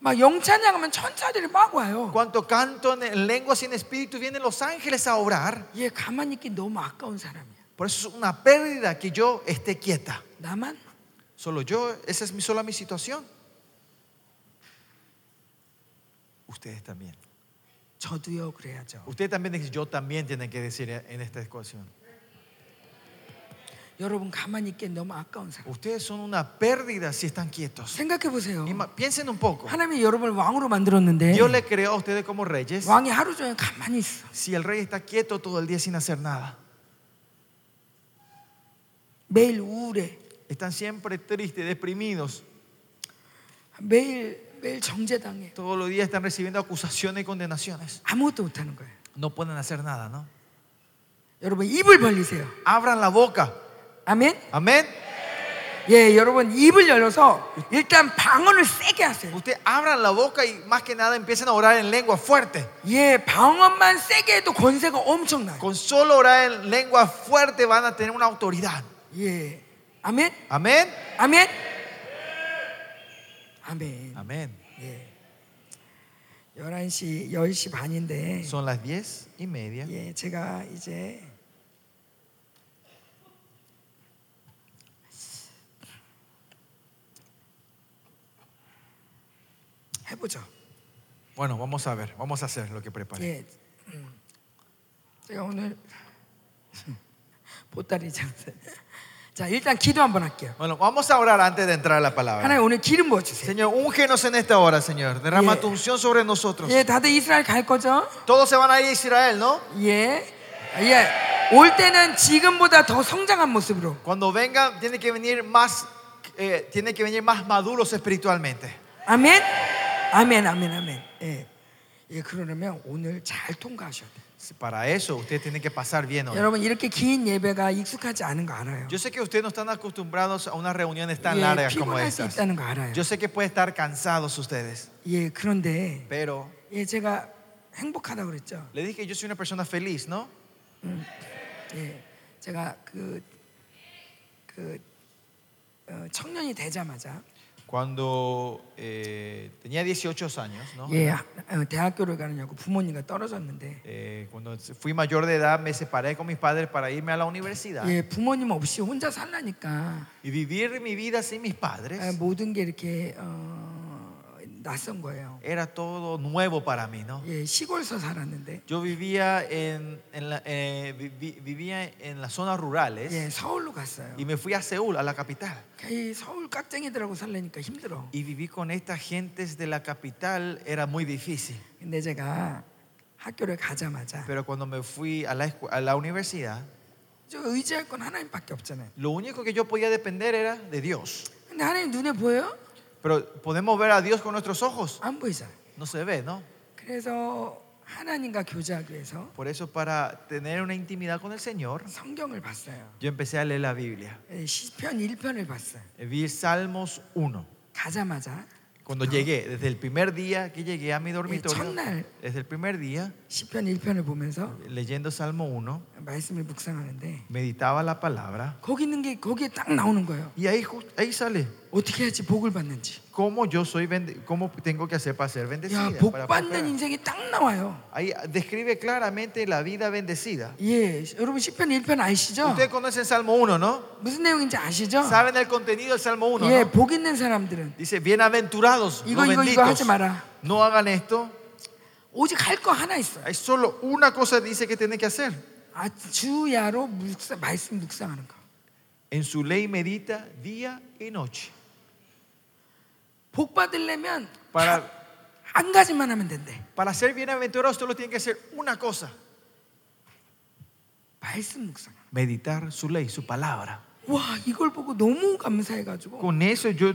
A: 막 영찬양하면 천사들이 막 와요.
B: Cuando canto en, en lengua sin espíritu vienen los ángeles a orar.
A: 예, 가만히 있기 너무 아까운 사람이야.
B: Por eso es una pérdida que yo esté quieta.
A: 나만
B: Solo yo, esa es mi, sola mi situación. Ustedes también.
A: 저도요 그래야죠.
B: Ustedes también, yo también tienen que decir en esta ecuación.
A: 여러분 가만히 있기엔 너무 아까운 사람.
B: Ustedes son una pérdida si están quietos.
A: 생각해 보세요.
B: Ima- Piensen un poco.
A: 하나님이 여러분을 왕으로 만들었는데
B: Dios le creó a ustedes como reyes.
A: 왕이 하루 종일 가만히 있어.
B: Si el rey está quieto todo el día sin hacer nada,
A: 매일 우울해.
B: están siempre tristes, deprimidos.
A: 매일 매일 정죄당해.
B: Todos los días están recibiendo acusaciones y condenaciones.
A: 아무것도 못 하는 거예요.
B: No pueden hacer nada, ¿no?
A: 여러분 입을 벌리세요.
B: Abran la boca.
A: 아멘.
B: Amén.
A: 예, 여러분 입을 열어서 일단 방언을 세게 하세요.
B: Usted abran la boca y más que nada empiecen a orar en lengua fuerte.
A: 예, 방언만 세게 해도 권세가 엄청나요.
B: Con solo orar en lengua fuerte van a tener una autoridad.
A: 예. 아멘.
B: Amén.
A: 아멘. 아멘.
B: Amén.
A: 예. 11시 10시 반인데
B: Son las diez y media.
A: 예, 제가 이제 해보죠.
B: Bueno, vamos a ver, vamos a hacer lo que preparé.
A: 예, 음. 제가 오늘 보따리 장사. 자, 일단 기도 한번 할게요.
B: Bueno, vamos a orar antes de entrar a la palabra.
A: 하나님 오늘 기름 부어 주세요.
B: Señor, úngenos en esta hora, Señor. Derrama
A: Yeah.
B: tu unción sobre nosotros.
A: 예, 다들 이스라엘 갈 거죠?
B: Todos se van a ir a Israel, ¿no?
A: 예, 예. 올 때는 지금보다 더 성장한 모습으로.
B: Cuando vengan, tienen que venir más, eh, tienen que venir más maduros espiritualmente.
A: 아멘, 아멘, 아멘, 아멘. 예, 예 그러려면 오늘 잘 통과하셔야 돼요.
B: Para eso, ustedes tienen que pasar bien hoy.
A: 여러분 이렇게 긴 예배가 익숙하지 않은 거 알아요.
B: Yo sé que ustedes no están acostumbrados a unas reuniones tan
A: 예,
B: largas como
A: 피곤할 수
B: estas.
A: 있다는 거 알아요.
B: Yo sé que pueden estar cansados ustedes,
A: 예, 그런데
B: pero
A: 예, 제가 행복하다 그랬죠.
B: le dije que yo soy una persona feliz, ¿no?
A: 예, 제가 그, 그 어, 청년이 되자마자
B: Cuando eh, tenía 18 años, ¿no?
A: 예, 하- 어, 대학교를 가느냐고 부모님과 떨어졌는데
B: Eh, cuando fui mayor de edad, me separé con mis padres para irme a la universidad
A: 예, 부모님 없이 혼자 살라니까
B: y vivir mi vida sin mis
A: 아,
B: padres.
A: 모든 게 이렇게 어, 낯선 거예요.
B: Era todo nuevo para mí, ¿no?
A: 예, 시골서 살았는데
B: Yo vivía en, en la, eh, vivi- vivía en las zonas
A: 예,
B: rurales
A: 서울로 갔어요.
B: y me fui a Seúl, a la capital.
A: 이 서울 깍쟁이들하고 살려니까 힘들어.
B: Y vivir con estas gentes de la capital era muy difícil.
A: 근데 제가 학교를 가자마자
B: Pero cuando me fui a la, escu- a la universidad,
A: 저 의지할 건 하나님밖에 없잖아요.
B: lo único que yo podía depender era de Dios.
A: 근데 하나님 눈에 보여요?
B: Pero podemos ver a Dios con nuestros ojos.
A: 안 보이잖아요.
B: No se ve, ¿no?
A: 그래서 하나님과 교제하기 위해서
B: Por eso para tener una intimidad con el Señor,
A: 성경을 봤어요.
B: yo empecé a leer la Biblia.
A: 예, 시편 1편을 봤어요.
B: Vi Salmos 1.
A: 가자마자
B: Cuando llegué, desde el primer día que llegué a mi dormitorio,
A: 첫날.
B: desde el primer día,
A: 시편 1편을 보면서
B: leyendo Salmo 1,
A: 말씀을 묵상하는데
B: meditaba la palabra.
A: 거기 있는 게 거기에 딱 나오는 거예요.
B: Y ahí, ju- ahí sale
A: 어떻게 해야지 복을 받는지.
B: cómo yo soy, bende- cómo tengo que hacer para ser
A: 야,
B: bendecida.
A: 복
B: para
A: 받는
B: prosperar.
A: 인생이 딱 나와요.
B: Ahí describe claramente la vida bendecida.
A: 예, 여러분 시편 1편 아시죠?
B: Ustedes conocen Salmo 1, ¿no?
A: 무슨 내용인지 아시죠?
B: Saben el contenido del Salmo 1,
A: 예,
B: ¿no?
A: 복 있는 사람들은
B: Dice, bienaventurados
A: 이거
B: los
A: 이거 이거
B: benditos.
A: 하지 마라.
B: No hagan esto.
A: 오직 할 거 하나 있어요.
B: Hay solo una cosa dice que tienen que hacer.
A: 아, 주야로 묵상, 말씀 묵상하는 거.
B: En su ley medita día y noche.
A: 복 받으려면
B: Para,
A: 한 가지만 하면 된대.
B: para ser bienaventurados solo tienen que hacer una cosa.
A: 말씀 묵상.
B: Meditar su ley, su palabra.
A: 와, 이걸 보고 너무 감사해가지고
B: Con eso yo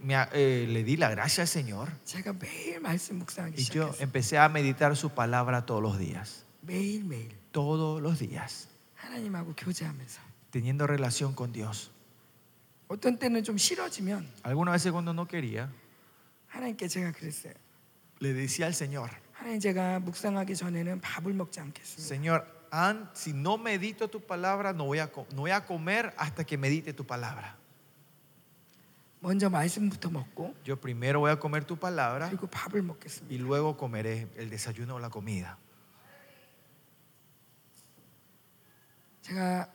B: me, eh, le di la gracia al Señor
A: 제가 매일 말씀 묵상하기
B: y yo
A: 시작했어요.
B: empecé a meditar su palabra todos los días.
A: 매일 매일
B: Todos los días.
A: 하나님하고 교제하면서
B: Teniendo relación con Dios.
A: 어떤 때는 좀 싫어지면
B: Algunas veces cuando no quería,
A: 하나님께 제가 그랬어요.
B: le decía al Señor,
A: 하나님 제가 묵상하기 전에는 밥을 먹지 않겠습니다.
B: Señor, an- si no medito tu palabra, no voy, a, co- no voy a comer hasta que medite tu palabra.
A: 먼저 말씀부터 먹고
B: Yo primero voy a comer tu palabra
A: 그리고 밥을 먹겠습니다.
B: y luego comeré el desayuno o la comida.
A: 제가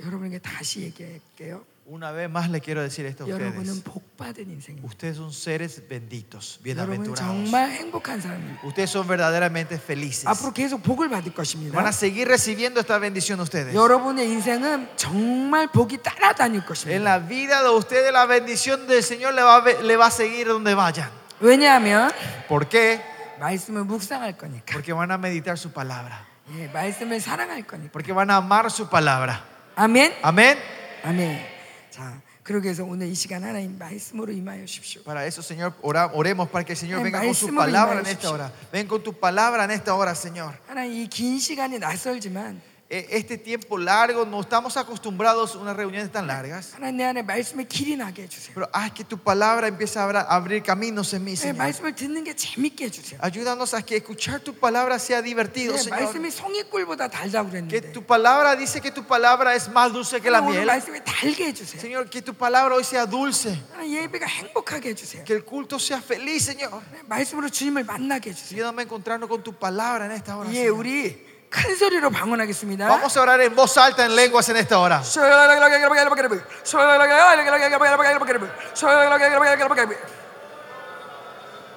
A: 여러분에게 다시 얘기할게요.
B: Una vez más le quiero decir esto a
A: 여러분은
B: ustedes.
A: 복받은 인생입니다.
B: Ustedes son seres benditos,
A: 여러분은
B: bienaventurados.
A: 정말 행복한 사람입니다.
B: Ustedes son verdaderamente felices.
A: 앞으로 계속 복을 받을
B: Van
A: 것입니다.
B: a seguir recibiendo esta bendición ustedes.
A: 여러분의 인생은 정말 복이 따라다닐
B: En
A: 것입니다.
B: la vida de ustedes la bendición del Señor le va a, ve- le va a seguir donde vayan.
A: 왜냐하면
B: ¿Por qué?
A: 말씀을 묵상할 거니까,
B: Porque van a meditar su palabra.
A: 예, 말씀을 사랑할 거니까.
B: Porque van a amar su palabra.
A: 아멘,
B: Amén.
A: 아멘. 자, 그러기 위해서 오늘 이 시간 하나님 말씀으로 임하여 주십시오.
B: Para eso, Señor, ora- oremos para que el Señor
A: Ay,
B: venga con su
A: maestro,
B: palabra en
A: maestro.
B: esta hora. Ven con tu palabra en esta hora, Señor.
A: 하나님 이 긴 시간이 낯설지만
B: E- Este tiempo largo, no estamos acostumbrados a unas reuniones tan largas.
A: 하나님 내 안에 말씀의 길이 나게 해주세요.
B: Pero haz que tu palabra empiece a abra- abrir caminos en mí,
A: 예,
B: Señor.
A: 말씀을 듣는 게 재밌게 해주세요.
B: Ayúdanos a que escuchar tu palabra sea divertido,
A: 예,
B: Señor.
A: 말씀이 송이꿀보다 달다고
B: Que
A: 그랬는데
B: tu palabra dice que tu palabra es más dulce que la
A: 오늘
B: miel.
A: 말씀이 달게 해주세요.
B: Señor, que tu palabra hoy sea dulce.
A: 하나님 예배가 행복하게 해주세요.
B: Que el culto sea feliz, Señor.
A: 하나님 말씀으로 주님을 만나게 해주세요.
B: Ayúdame a encontrarnos con tu palabra en esta hora.
A: 예,
B: Señor.
A: 우리 큰 소리로 방언하겠습니다.
B: Vamos a orar en voz alta en lenguas en esta hora.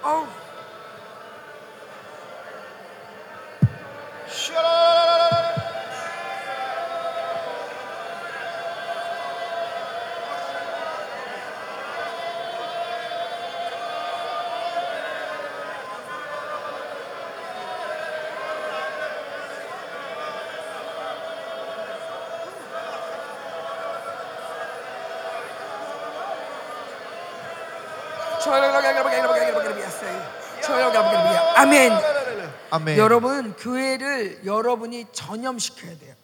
A: 어우, 아멘.
B: Amén.
A: 여러분 교회를 여러분이 전염시켜야 돼요.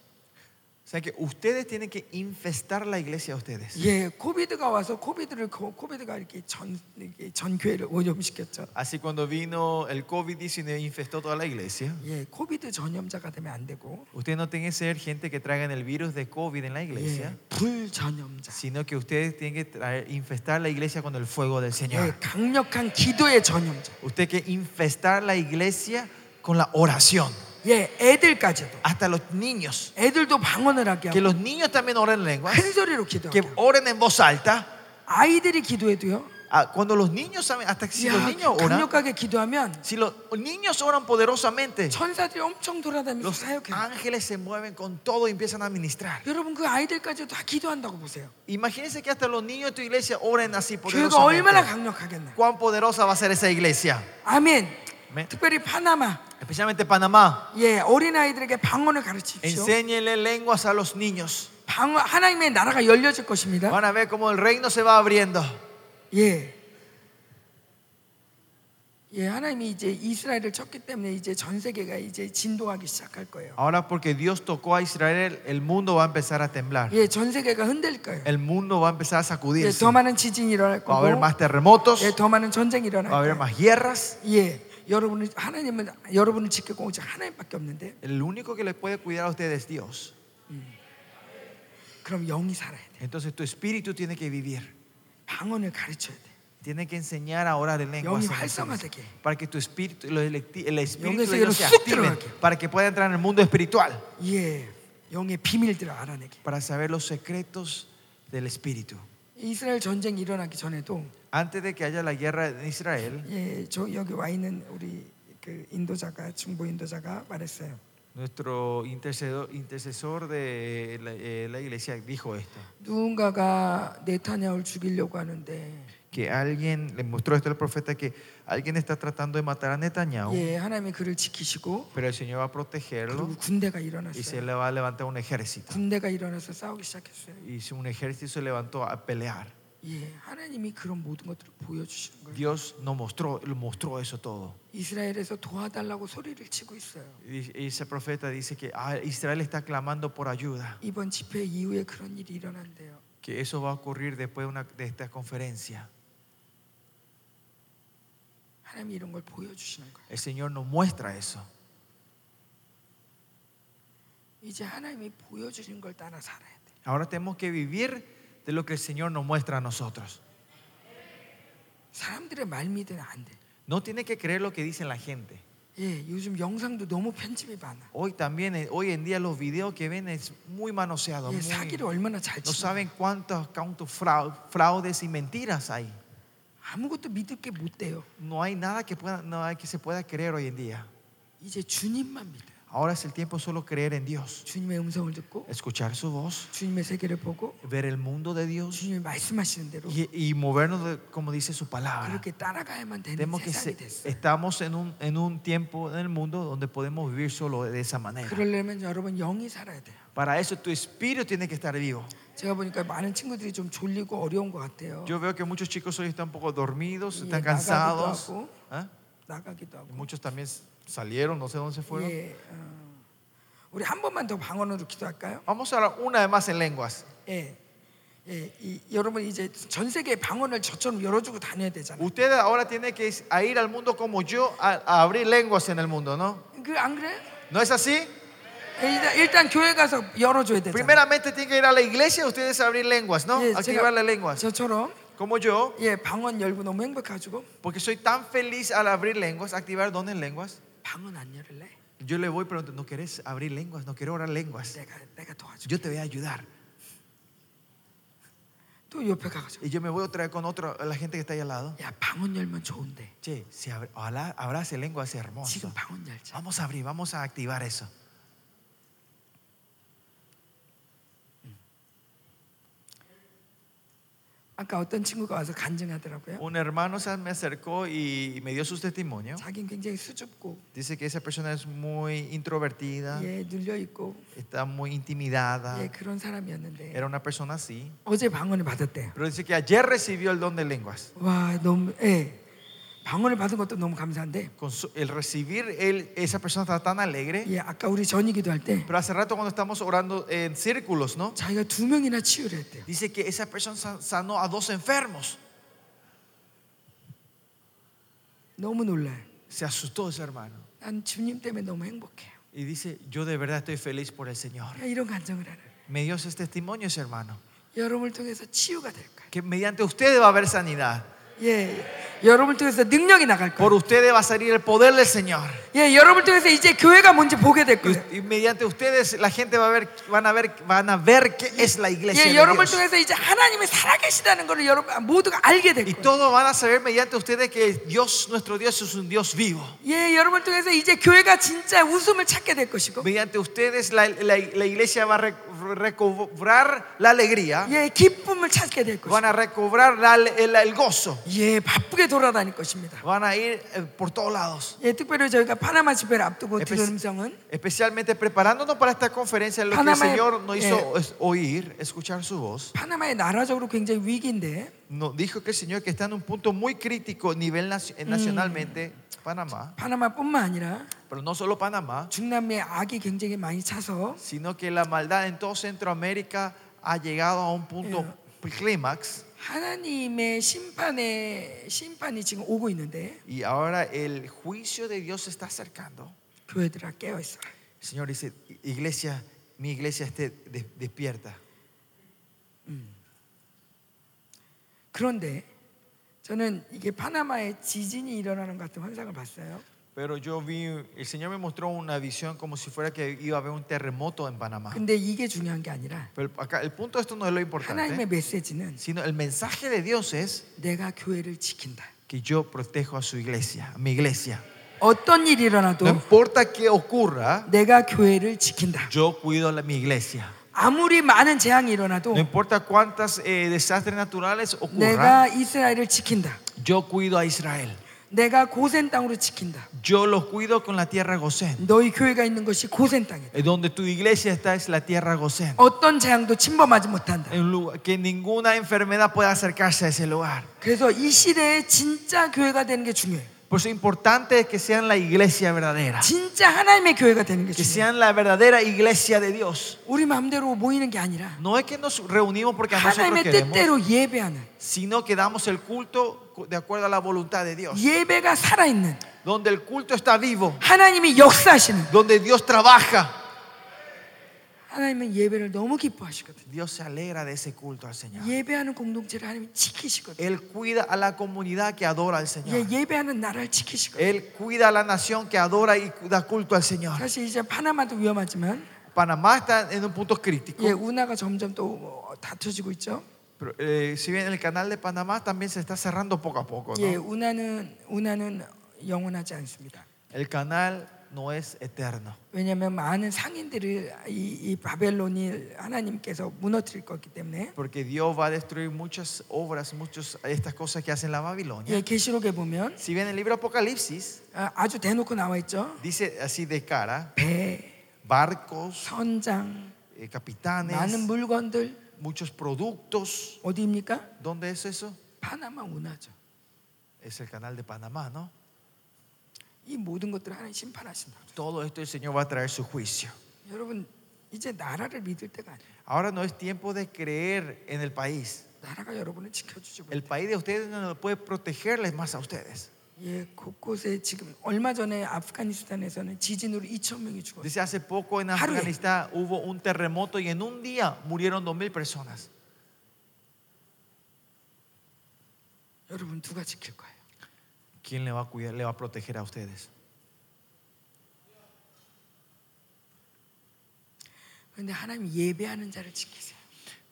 B: O sea que ustedes tienen que infestar la iglesia a ustedes.
A: 예, 코비드가 와서 코비드를 코- 코비드가 이렇게 전 이렇게 전 교회를 오염시켰죠.
B: Así cuando vino el COVID-19 infestó toda la iglesia.
A: 예, 코비드 전염자가 되면 안 되고
B: Ustedes no tienen que ser gente que traigan el virus de COVID en la iglesia,
A: 예, 불전염자.
B: sino que ustedes tienen que traer- infestar la iglesia con el fuego del
A: 예,
B: Señor.
A: 강력한 기도의 전염자.
B: Usted que infestar la iglesia con la oración,
A: 예, 애들까지도.
B: hasta los niños.
A: 애들도 방언을 하게
B: Que
A: 하고
B: los niños también oren en lenguas,
A: 큰 소리로 기도하게
B: que
A: 하고
B: oren en voz alta.
A: 아이들이 기도해도요.
B: Ah, Cuando los niños saben, hasta si los
A: 야, 예.
B: niños oran,
A: 강력하게 기도하면
B: si los niños oran poderosamente,
A: 천사들이 엄청 돌아다니면서
B: Los
A: 사역해요.
B: ángeles se mueven con todo y empiezan a ministrar.
A: 여러분 그 아이들까지도 다 gido한다고 보세요.
B: Imagínense que hasta los niños de tu iglesia oren así
A: 교회가 얼마나
B: poderosamente.
A: 강력하겠나.
B: Cuán poderosa va a ser esa iglesia.
A: 아멘.
B: Amén.
A: 특별히 파나마.
B: Especialmente Panamá.
A: 예, 어린 아이들에게 방언을 가르치십시오.
B: Enséñenle lenguas a los niños.
A: 방언 하나님의 나라가 열려질 것입니다.
B: Van a ver cómo el reino se va abriendo.
A: 예. 예, 하나님이 이제 이스라엘을 쳤기 때문에 이제 전 세계가 이제 진동하기 시작할 거예요.
B: Ahora porque Dios tocó a Israel, el mundo va a empezar a temblar.
A: 예, 전 세계가 흔들 거예요.
B: El mundo va a empezar a
A: 예,
B: sacudirse.
A: 더 많은 지진이 일어날
B: Va a haber
A: 거고,
B: más terremotos,
A: 예, 더 많은 전쟁이
B: va a
A: 일어날
B: haber
A: 거예요.
B: más guerras.
A: 예, 여러분은 하나님은 여러분을 지키고 오직 하나님밖에 없는데,
B: El único que les puede cuidar a ustedes es Dios.
A: 그럼 영이 살아야 돼.
B: Entonces tu espíritu tiene que vivir.
A: 방언을 가르쳐야 돼.
B: Tiene que enseñar a orar en
A: 영이
B: lenguas en los hombres,
A: 활성화되게.
B: para que tu espíritu, lo electi- el espíritu
A: 영의
B: de
A: 세계로
B: Dios se
A: 쑥
B: active,
A: 들어가게.
B: para que pueda entrar en el mundo espiritual,
A: 예, 영의 비밀들을 알아내게.
B: para saber los secretos del espíritu.
A: 이스라엘 전쟁이 일어나기 전에도
B: Antes de que haya la guerra en Israel,
A: 예, 저 여기 와 있는 우리 그 인도자가 중보 인도자가 말했어요.
B: nuestro intercedor, intercesor de la, eh, la iglesia dijo esto,
A: 누군가가 네타냐를 죽이려고 하는데,
B: que alguien le mostró esto al profeta que alguien está tratando de matar a Netanyahu,
A: 예, 하나님이 그를 지키시고
B: pero el Señor va a
A: 그리고
B: protegerlo
A: 군대가
B: y se
A: 일어났어요.
B: le va a levantar un ejército.
A: 군대가 일어나서 싸우기 시작했어요.
B: Y si un ejército se levantó a pelear.
A: 예, 하나님이 그런 모든 것들을 보여주시는 거예요.
B: Dios nos mostró, él mostró eso todo.
A: 이스라엘에서 도와달라고 so리를 치고 있어요.
B: Y y ese profeta dice que ah, Israel está clamando por ayuda,
A: 이번 집회 이후에 그런 일이 일어난대요.
B: que eso va a ocurrir después de, una- de esta conferencia.
A: 하나님이 이런 걸 보여주시는 거예요.
B: El Señor nos muestra eso.
A: 이제 하나님이 보여주신 걸 따라 살아야 돼.
B: Ahora tenemos que vivir de lo que el Señor nos muestra a nosotros.
A: 사람들의 말 믿으면 안 돼.
B: No tiene que creer lo que dice la gente.
A: 예, 요즘 영상도 너무 편집이 많아.
B: Hoy también, eh, hoy en día los videos que ven es muy manoseado.
A: 예,
B: muy-
A: 사기를 얼마나 잘
B: no
A: 치나.
B: saben cuántos, cuántos frau- fraudes y mentiras hay.
A: 아무것도 믿을 게 못 돼요.
B: No hay nada que, pueda, no hay que se pueda creer hoy en día.
A: 이제 주님만 믿어.
B: Ahora es el tiempo solo creer en Dios,
A: 주님의 음성을 듣고
B: escuchar su voz,
A: 주님의 세계를 보고
B: ver el mundo de Dios
A: 주님이 말씀하시는 대로
B: y, y movernos de- como dice su palabra.
A: 그렇게 따라가야만 되는
B: Tenemos que
A: 세상이
B: se-
A: 됐어. 요
B: estamos en un, en un tiempo en el mundo donde podemos vivir solo de esa
A: 네.
B: manera.
A: 그러려면 여러분 영이 살아야 돼요.
B: Para eso tu espíritu tiene que estar vivo.
A: 제가 보니까 많은 친구들이 좀 졸리고 어려운 것 같아요.
B: Yo veo que muchos chicos hoy están un poco dormidos,
A: Y
B: están
A: el
B: cansados.
A: vagabundo
B: ¿Ah?
A: 나가기도 하고.
B: Muchos también salieron, no sé dónde se fueron.
A: 예, 어, 우리 한 번만 더 방언으로 기도할까요?
B: Vamos a hablar una vez más en lenguas.
A: 예, 예, 이, 여러분 이제 전 세계 방언을 저처럼 열어주고 다녀야 되잖아요.
B: Ustedes ahora tienen que is- a ir al mundo como yo a, a abrir lenguas en el mundo, ¿no?
A: 그 안 그래요?
B: ¿No es así?
A: 예, 일단, 일단 교회 가서 열어줘야 되잖아요.
B: Primeramente tienen que ir a la iglesia ustedes a abrir lenguas, ¿no?
A: 예,
B: Activar las lenguas.
A: 저처럼
B: Como yo,
A: 예 방언 열고 너무 행복해가지고
B: porque soy tan feliz al abrir lenguas, activar dones lenguas.
A: 방언 안 열을래?
B: Yo le voy preguntando, ¿no querés abrir lenguas? No quiero orar lenguas.
A: 내가 내가 도와줄게.
B: Yo te voy a ayudar.
A: 또 옆에 가가지고
B: Y yo me voy otra vez con otro, la gente que está ahí al lado.
A: 야 방언 열면 좋은데
B: Che, si abre, ojalá abrase lenguas, es hermoso.
A: 지금 방언 열자.
B: Vamos a abrir, vamos a activar eso.
A: 아까 어떤 친구가 와서 간증하더라고요.
B: Un hermano se me acercó y me dio su testimonio.
A: 자기는 굉장히 수줍고
B: Dice que esa persona es muy introvertida,
A: 예 눌려 있고
B: está muy intimidada.
A: 예 그런 사람이었는데
B: Era una persona así.
A: 어제 방언을 받았대요.
B: Pero dice que ayer recibió el don de lenguas.
A: 와 너무 예 방언을 받은 것도 너무 감사한데
B: Con su- el recibir, él- esa persona está tan alegre.
A: 예 아까 우리 전이기도 할 때
B: Pero hace rato cuando estamos orando en círculos, ¿no?
A: 자기가 두 명이나 치유를 했대요.
B: Dice que esa persona san- sanó a dos enfermos.
A: 너무 놀라요.
B: Se asustó ese hermano.
A: 난 주님 때문에 너무 행복해요.
B: Y dice, yo de verdad estoy feliz por el Señor.
A: 야, 이런 간증을 하는
B: Me dio ese testimonio ese hermano.
A: 여러분을 통해서 치유가 될까요?
B: Que mediante ustedes va a haber sanidad.
A: 예, 예. 여러분을 통해서 능력이 나갈
B: Por
A: 거예요.
B: ustedes va a salir el poder del Señor.
A: 예, 여러분을 통해서 이제 교회가 뭔지 보게 될
B: Y,
A: 거예요.
B: y mediante ustedes la gente va a ver, van a ver, van a ver qué es la iglesia.
A: 예,
B: de
A: 여러분을
B: Dios.
A: 통해서 이제 하나님이 살아계시다는 것을 여러분 모두가 알게 될
B: Y
A: 거예요.
B: todos van a saber mediante ustedes que Dios, nuestro Dios, es un Dios vivo.
A: 예, 여러분을 통해서 이제 교회가 진짜 웃음을 찾게 될 것이고,
B: Mediante ustedes la, la- la iglesia va a re- recobrar la alegría.
A: 예, 기쁨을 찾게 될 것이고,
B: Van a recobrar la- el, el gozo.
A: 예, 바쁘게 돌아다닐 것입니다.
B: Van a ir eh, por todos lados.
A: 예, 특별히 저희가 파나마 집회를 앞두고
B: Espe-
A: 들은 음성은
B: Especialmente preparándonos para esta conferencia, lo que el
A: Panamá-
B: Señor nos hizo
A: eh.
B: es oír, escuchar su voz.
A: 파나마의 나라적으로 굉장히 위기인데
B: Nos dijo que el Señor que está en un punto muy crítico nivel naci- eh, nacionalmente, Panamá,
A: 파나마뿐만 아니라
B: pero no solo Panamá,
A: 중남미에 악이 굉장히 많이 차서
B: sino que la maldad en todo Centroamérica ha llegado a un punto clímax
A: 하나님의 심판의 심판이 지금 오고 있는데
B: y ahora el juicio de Dios se está acercando.
A: 교회들아 깨어 있어.
B: El Señor dice, iglesia, mi iglesia esté de- despierta.
A: 그런데 저는 이게 파나마에 지진이 일어나는 것 같은 환상을 봤어요.
B: Pero yo vi, el Señor me mostró una visión como si fuera que iba a haber un terremoto en Panamá.
A: 근데 이게 중요한 게 아니라
B: Pero acá, el punto de esto no es lo
A: 하나님의
B: importante, ¿eh?
A: 메시지는
B: sino el mensaje de Dios es
A: 내가 교회를 지킨다.
B: que yo protejo a su iglesia, a mi iglesia.
A: 어떤 일이
B: No
A: 일어나도
B: importa qué ocurra,
A: 내가 교회를 지킨다.
B: yo cuido a la- mi iglesia.
A: 아무리 많은 재앙이
B: No
A: 일어나도
B: importa cuántos desastres naturales ocurran,
A: 내가 이스라엘을 지킨다.
B: yo cuido a Israel.
A: 내가 고센 땅으로 지킨다.
B: Yo los cuido con la tierra Gosén.
A: 너희 교회가 있는 것이 고센 땅이다.
B: Eh, Donde tu iglesia está es la tierra Gosén.
A: 어떤 재앙도 침범하지 못한다.
B: En lugar- que ninguna enfermedad pueda acercarse a ese lugar.
A: 그래서 이 시대에 진짜 교회가 되는 게 중요해요.
B: Por eso es importante que sean la iglesia verdadera.
A: 진짜 하나님의 교회가 되는 게
B: Que
A: 중요해요.
B: sean la verdadera iglesia de Dios.
A: 우리 마음대로 모이는 게 아니라
B: No es que nos reunimos porque a nosotros
A: 하나님의
B: queremos,
A: 뜻대로 예배하는
B: 어. sino que damos el culto de acuerdo a la voluntad de Dios.
A: 예배가 살아있는
B: Donde el culto está vivo,
A: 하나님이 역사하시는
B: donde Dios trabaja.
A: 하나님은 예배를 너무 기뻐하시거든요.
B: Dios se alegra de ese culto al Señor.
A: 예배하는 공동체를 하나님이 지키시거든요.
B: Él cuida a la comunidad que adora al
A: 예,
B: Señor.
A: 예배하는 나라를 지키시거든요.
B: Él cuida a la nación que adora y da culto al Señor.
A: 사실 이제 파나마도 위험하지만
B: Panamá está en un punto crítico.
A: 예, 운하가 점점 또 어, 다쳐지고 있죠.
B: Pero, eh, si bien el canal de Panamá también se está cerrando poco a poco. ¿no?
A: 예, 운하는 운하는 영원하지 않습니다.
B: El canal no es eterno.
A: 왜냐하면 많은 상인들을 이, 이 바벨론이 하나님께서 무너뜨릴 거기 때문에
B: Porque Dios va a destruir muchas obras, muchas estas cosas que hace la Babilonia.
A: 예, 계시록에 보면
B: Si bien el libro Apocalipsis
A: 아, 아주 대놓고 나와 있죠.
B: dice así de cara,
A: 배,
B: barcos,
A: 선장,
B: eh, capitanes,
A: 많은 물건들
B: muchos productos.
A: 어디입니까?
B: ¿Dónde es eso?
A: 파나마 운하죠.
B: Es el canal de Panamá, ¿no?
A: 이 모든 것들을 하나님 심판하신다.
B: Todo esto el Señor va a traer su juicio.
A: 여러분 이제 나라를 믿을 때가 아니에요.
B: Ahora no es tiempo de creer en el país.
A: 나라가 여러분을 지켜주지 못.
B: El país de ustedes no puede protegerles más a ustedes.
A: 예, 곳곳에 지금 얼마 전에 아프가니스탄에서는 지진으로 2천 명이 죽었어요.
B: Dice hace poco en
A: Haruye.
B: Afganistán hubo un terremoto y en un día murieron 2.000 personas.
A: 여러분 누가 지킬 거예요?
B: ¿Quién le va a cuidar, le va a proteger a ustedes?
A: 그런데 하나님 예배하는 자를 지키세요.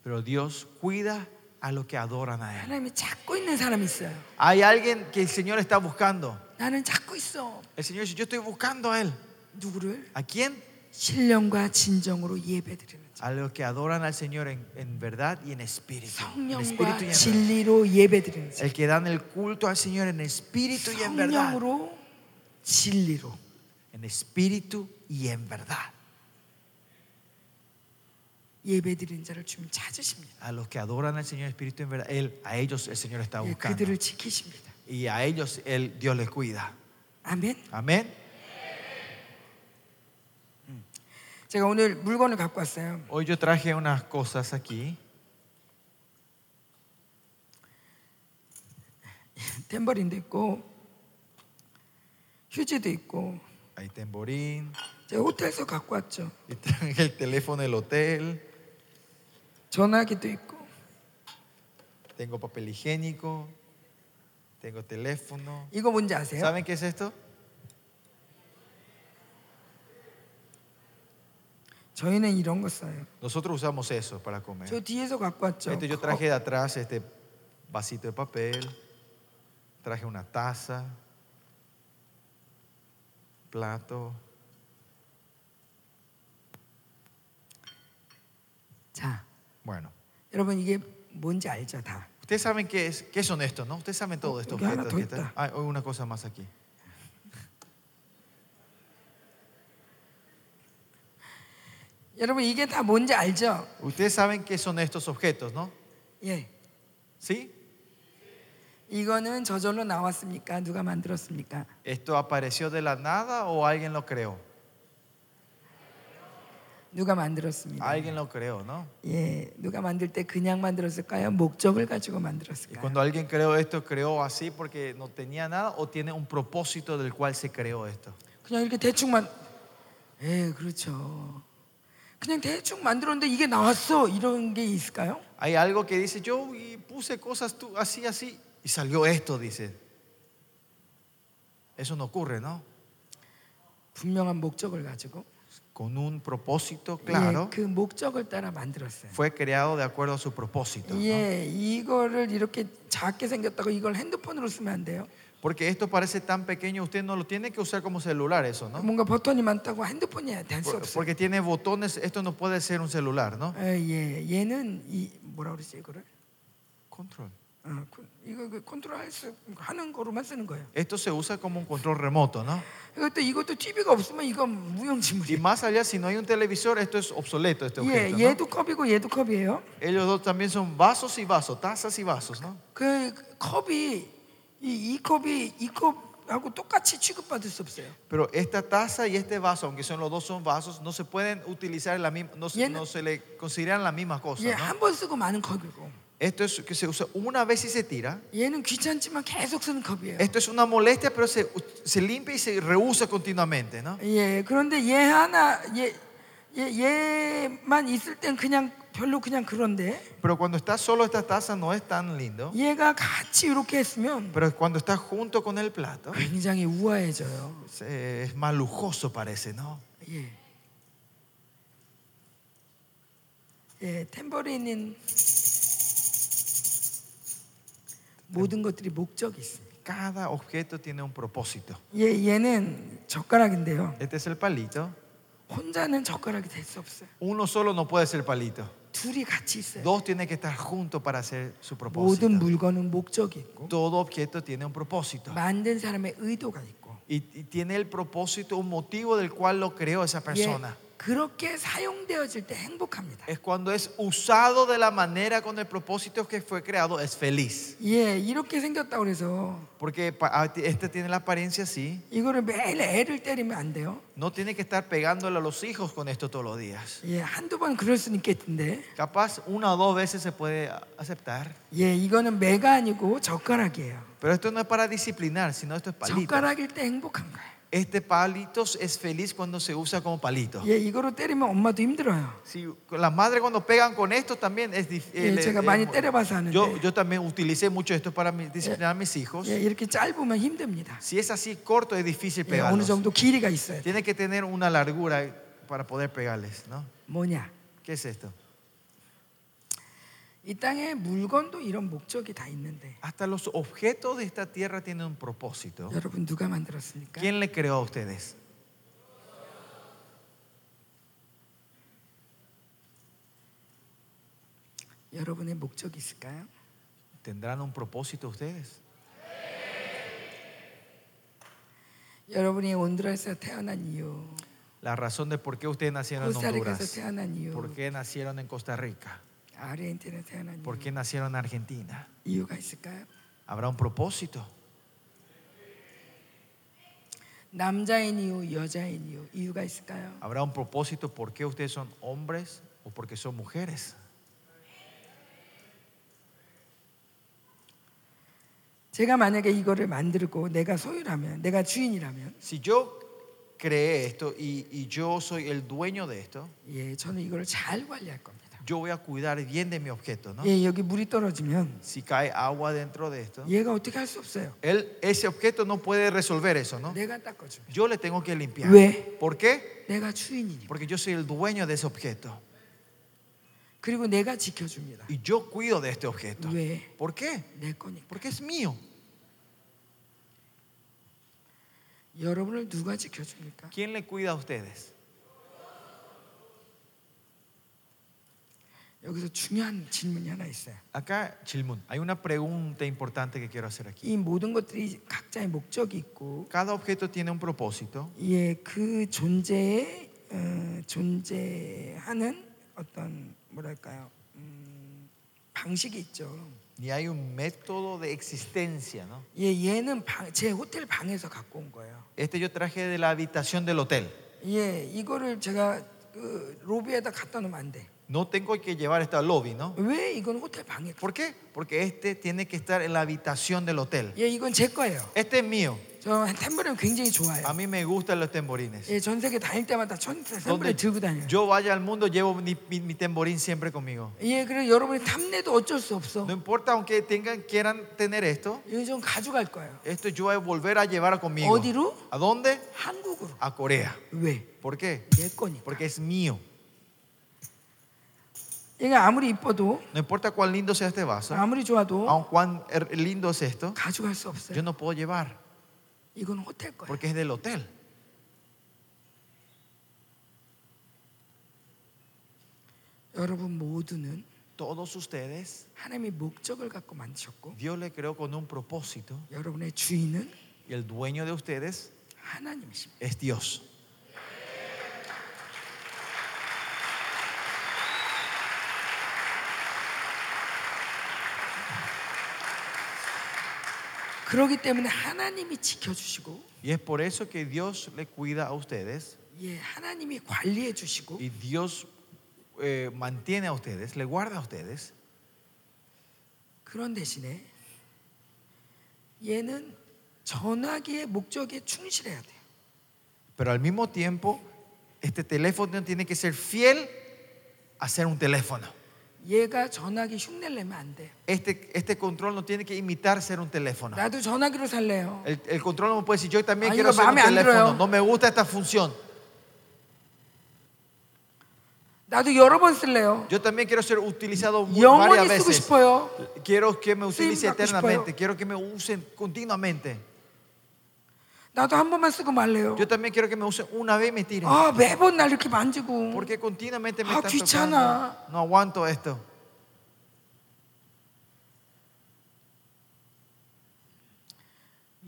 B: Pero Dios cuida a los que adoran a Él.
A: 하나님이 찾고 있는 사람이 있어요.
B: Hay alguien que el Señor está buscando.
A: 나는 찾고 있어.
B: El Señor dice, yo estoy buscando a Él.
A: 누구를
B: ¿A quién?
A: 신령과 진정으로 예배드리는 자.
B: A los que adoran al Señor en, en verdad y en espíritu. En
A: 성령과
B: espíritu y en verdad.
A: 진리로 예배드리는 자.
B: El que dan el culto al Señor en espíritu y en verdad.
A: 성령으로 진리로.
B: En espíritu y en verdad.
A: 예배드리는 자를 주님 찾으십니다.
B: A los que adoran al Señor en espíritu y en verdad. Él, a ellos el Señor está
A: 예,
B: buscando.
A: 그들을 지키십니다.
B: Y a ellos él, Dios les cuida.
A: 아멘.
B: Amén.
A: 제가 오늘 물건을 갖고 왔어요.
B: Hoy yo traje unas cosas aquí.
A: 탬버린도 있고 휴지도 있고
B: Hay tamborín.
A: 제가 호텔에서 갖고 왔죠.
B: Y traje el teléfono del hotel.
A: 전화기도 있고
B: Tengo papel higiénico. Tengo teléfono.
A: 이거 뭔지 아세요?
B: ¿Saben qué es esto?
A: 저희는 이런 거 써요.
B: Nosotros usamos eso para comer.
A: 저 네. 뒤에서 갖고 왔죠.
B: Esto yo
A: 컵.
B: traje de atrás este vasito de papel, traje una taza, plato.
A: 자,
B: Bueno,
A: 여러분 이게 뭔지 알죠 다.
B: ustedes saben qué es, qué son estos, ¿no? Ustedes saben todo esto.
A: Porque ahora
B: objetos que
A: todo está.
B: están- Hay una cosa más aquí.
A: 여러분 이게 다 뭔지 알죠?
B: Ustedes saben qué son estos objetos, ¿no?
A: 예.
B: ¿Sí?
A: 이거는 저절로 나왔습니까? 누가 만들었습니까?
B: ¿Esto apareció de la nada o alguien lo creó?
A: 누가 만들었습니다.
B: Alguien lo creó, ¿no?
A: 예, 누가 만들 때 그냥 만들었을까요? 목적을 가지고
B: Y
A: 만들었을까요?
B: cuando alguien creó esto, creó así porque no tenía nada o tiene un propósito del cual se creó esto.
A: 그냥 이렇게 대충만 예, 그렇죠. 그냥 대충 만들었는데 이게 나왔어. 이런 게 있을까요?
B: Hay algo que dice, yo y puse cosas tú, así, así, y salió esto, dice. Eso no ocurre, ¿no?
A: 분명한 목적을 가지고
B: Con un propósito claro,
A: 예, 그 목적을 따라 만들었어요.
B: fue creado de acuerdo a su propósito. ¿no?
A: 예, 이거를 이렇게 작게 생겼다고 이걸 핸드폰으로 쓰면 안 돼요.
B: Porque esto parece tan pequeño, usted no lo tiene que usar como celular, eso, ¿no?
A: 뭔가 버튼이 많다고 핸드폰이 될수
B: Por-
A: 없어요.
B: Porque tiene botones, esto no puede ser un celular, ¿no?
A: 예, 예, 얘는 이 뭐라 그러지 이거를?
B: Control.
A: 어, 그- 이거 그 컨트롤할 수 하는 거로만 쓰는 거예요.
B: Esto se usa como un control remoto, ¿no?
A: 이것도 이것도 TV가 없으면 이건
B: Y
A: 무용지물이에요.
B: más allá, si no hay un televisor, esto es obsoleto, este
A: 예,
B: objeto. ¿no?
A: 얘도 컵이고 얘도 컵이에요.
B: Ellos dos también son vasos y vasos, tazas y vasos, ¿no?
A: 그 컵이 이, 이 컵이 이 컵하고 똑같이 취급받을 수 없어요.
B: Pero esta taza y este vaso, aunque son los dos son vasos, no se pueden utilizar en la misma, no, se-
A: Bien.
B: no se le consideran la misma cosa.
A: 얘
B: ¿no?
A: 한 번 쓰고 많은 컵이고
B: Esto es que se usa una vez y se tira.
A: 얘는 귀찮지만 계속 쓰는 컵이에요.
B: Esto es una molestia, pero se, se limpia y se reusa continuamente, ¿no?
A: 예, 그런데 얘 하나 얘 얘, 만 있을 땐 그냥 별로 그냥 그런데
B: Pero cuando estás solo esta taza no es tan lindo.
A: 얘가 같이 이렇게 했으면
B: Pero cuando estás junto con el plato
A: 굉장히 우아해져요.
B: es, eh, es más lujoso parece, ¿no?
A: 예. 예, 탬버린인 모든 것들이 목적이 있습니다. 예,
B: Cada objeto tiene un propósito.
A: 얘, 얘는 젓가락인데요.
B: Este es el palito.
A: 혼자는 젓가락이 될 수 없어요.
B: Uno solo no puede ser palito.
A: 둘이 같이 있어요.
B: Dos tienen que estar juntos para hacer su
A: 모든
B: propósito.
A: 물건은 목적이 있고
B: Todo objeto tiene un propósito.
A: 만든 사람의 의도가 있고
B: Y, y tiene el propósito, un motivo del cual lo creó esa
A: 예,
B: persona.
A: 그렇게 사용되어질 때 행복합니다.
B: Es cuando es usado de la manera con el propósito que fue creado, es feliz.
A: 예, 이렇게 생겼다고 그래서
B: Porque pa- a- este tiene la apariencia así.
A: 이거를 매일 애를 때리면 안 돼요.
B: No tiene que estar pegándole a los hijos con esto todos los días.
A: 예, 한두 번 그럴 수는 있겠는데.
B: Capaz una o dos veces se puede a- aceptar.
A: 예, 이거는 매가 아니고 젓가락이에요.
B: Pero esto no es para disciplinar, sino esto es palito.
A: 젓가락일 때 행복한 거예요.
B: Este palito es feliz cuando se usa como palito.
A: 예, 이거로 때리면 엄마도 힘들어요.
B: Si las madres cuando pegan con esto también es difícil.
A: 예, 제가 많이 때려봐서 하는데.
B: yo, yo también utilicé mucho esto para mi- disciplinar a mis hijos.
A: 예, 이렇게 짧으면 힘듭니다.
B: Si es así corto es difícil
A: 예, 어느
B: pegarlos.
A: 정도 길이가 있어야 돼.
B: Tiene que tener una largura para poder pegarles, ¿no?
A: 뭐냐?
B: ¿Qué es esto?
A: 이 땅에 물건도 이런 목적이 다 있는데
B: Hasta los objetos de esta tierra tienen un propósito.
A: 여러분 누가 만들었습니까?
B: ¿Quién le creó a ustedes?
A: 여러분의 목적이 있을까요?
B: ¿Tendrán un propósito ustedes?
A: 여러분이 온두라스에서 태어난 이유,
B: La razón de por qué ustedes nacieron en
A: 코스타리카에서
B: Honduras,
A: 태어난 이유,
B: por qué nacieron en Costa Rica,
A: 아르헨티나에서 태어난 이유,
B: por qué nacieron en Argentina.
A: 이유가 있을까요?
B: Habrá un propósito.
A: 남자인 이유, 여자인 이유, 이유가 있을까요?
B: Habrá un propósito por qué ustedes son hombres o porque son mujeres.
A: 제가 만약에 이거를 만들고 내가 소유라면, 내가 주인이라면,
B: Si yo creé esto y, y yo soy el dueño de esto,
A: 예, 저는 이걸 잘 관리할 겁니다.
B: yo voy a cuidar bien de mi objeto, ¿no?
A: 예, 여기 물이 떨어지면
B: Si cae agua dentro de esto,
A: 얘가 어떻게 할 수 없어요.
B: él, ese objeto no puede resolver eso, ¿no?
A: 내가 닦아줘.
B: Yo le tengo que limpiar.
A: Ve.
B: ¿Por qué?
A: 내가 주인이니까.
B: Porque yo soy el dueño de ese objeto
A: 그리고 내가 지켜줍니다.
B: y yo cuido de este objeto.
A: 왜?
B: ¿Por qué?
A: 내 거니까.
B: Porque es mío.
A: 여러분을 누가 지켜줍니까?
B: ¿Quién le cuida a ustedes?
A: 여기서 중요한 질문이 하나 있어요.
B: Acá, Chilmun, hay una pregunta importante que quiero hacer aquí.
A: 이 모든 것들이 각자의 목적이 있고
B: Cada objeto tiene un propósito
A: 예, 그 존재에 어, 존재하는 어떤 뭐랄까요 음, 방식이 있죠.
B: y hay un método de existencia, ¿no?
A: 예, 얘는 방, 제 호텔 방에서 갖고 온 거예요.
B: Este yo traje de la habitación del hotel.
A: 예, 이거를 제가 그 로비에다 갖다 놓으면 안 돼.
B: No tengo que llevar esto al lobby, ¿no?
A: 왜? 이건 호텔 방에.
B: ¿Por qué? Porque este tiene que estar en la habitación del hotel.
A: 예, 이건 제 거예요.
B: Este es mío.
A: 저 탬버린 굉장히 좋아해요.
B: A mí me gustan los tamborines.
A: 예, 전 세계 다닐 때마다 천 탬버린
B: Donde
A: 들고 다녀요.
B: yo vaya al mundo, llevo mi, mi- mi tamborín siempre conmigo.
A: 예, 그래 여러분이 탐내도 어쩔 수 없어.
B: No importa, aunque tengan, quieran tener esto,
A: 이거 좀 가져갈 거예요.
B: esto yo voy a volver a llevar conmigo.
A: ¿Odiro?
B: ¿A dónde?
A: 한국으로.
B: A Corea.
A: 왜?
B: ¿Por qué?
A: 내 거니까.
B: Porque es mío.
A: 얘가 아무리 이뻐도
B: No importa cuán lindo sea este vaso,
A: 아무리 좋아도
B: aun cuán er- lindo es esto,
A: 가져갈 수
B: yo
A: 없어요.
B: no puedo llevar
A: 이건 호텔 거예요.
B: porque es del hotel.
A: 여러분 모두는
B: Todos ustedes,
A: 하나님이 목적을 갖고 만드셨고
B: Dios le creó con un propósito
A: 여러분의 주인은
B: y el dueño de ustedes
A: 하나님이십니다.
B: es Dios.
A: 그러기 때문에 하나님이 지켜주시고
B: Y es por eso que Dios le cuida a ustedes
A: 예, 하나님이 관리해 주시고
B: y Dios eh, mantiene a ustedes, le guarda a ustedes.
A: 그런 대신에 얘는 전화기의 목적에 충실해야 돼요.
B: Pero al mismo tiempo, Este teléfono tiene que ser fiel a ser un teléfono.
A: 얘가 전화기 흉내를 내면 안 돼.
B: Este, este control no tiene que imitar ser un teléfono.
A: 나도 전화기로 살래요.
B: El, el control no puede decir, yo también
A: Ay,
B: quiero
A: no,
B: ser un
A: mames, Android.
B: teléfono. No me gusta esta función.
A: 나도 여러 번 쓸래요.
B: Yo también quiero ser utilizado
A: 뭐
B: mu- varias
A: 영원히 쓰고
B: veces.
A: 싶어요.
B: Quiero que me utilice
A: 받고
B: eternamente.
A: 싶어요.
B: Quiero que me usen continuamente.
A: 나도 한 번만 쓰고 말래요.
B: Yo también quiero que me usen una vez y me tiren.
A: 아 매번 날 이렇게 만지고
B: Porque continuamente me
A: Ah,
B: están tocando.
A: 귀찮아.
B: No aguanto esto.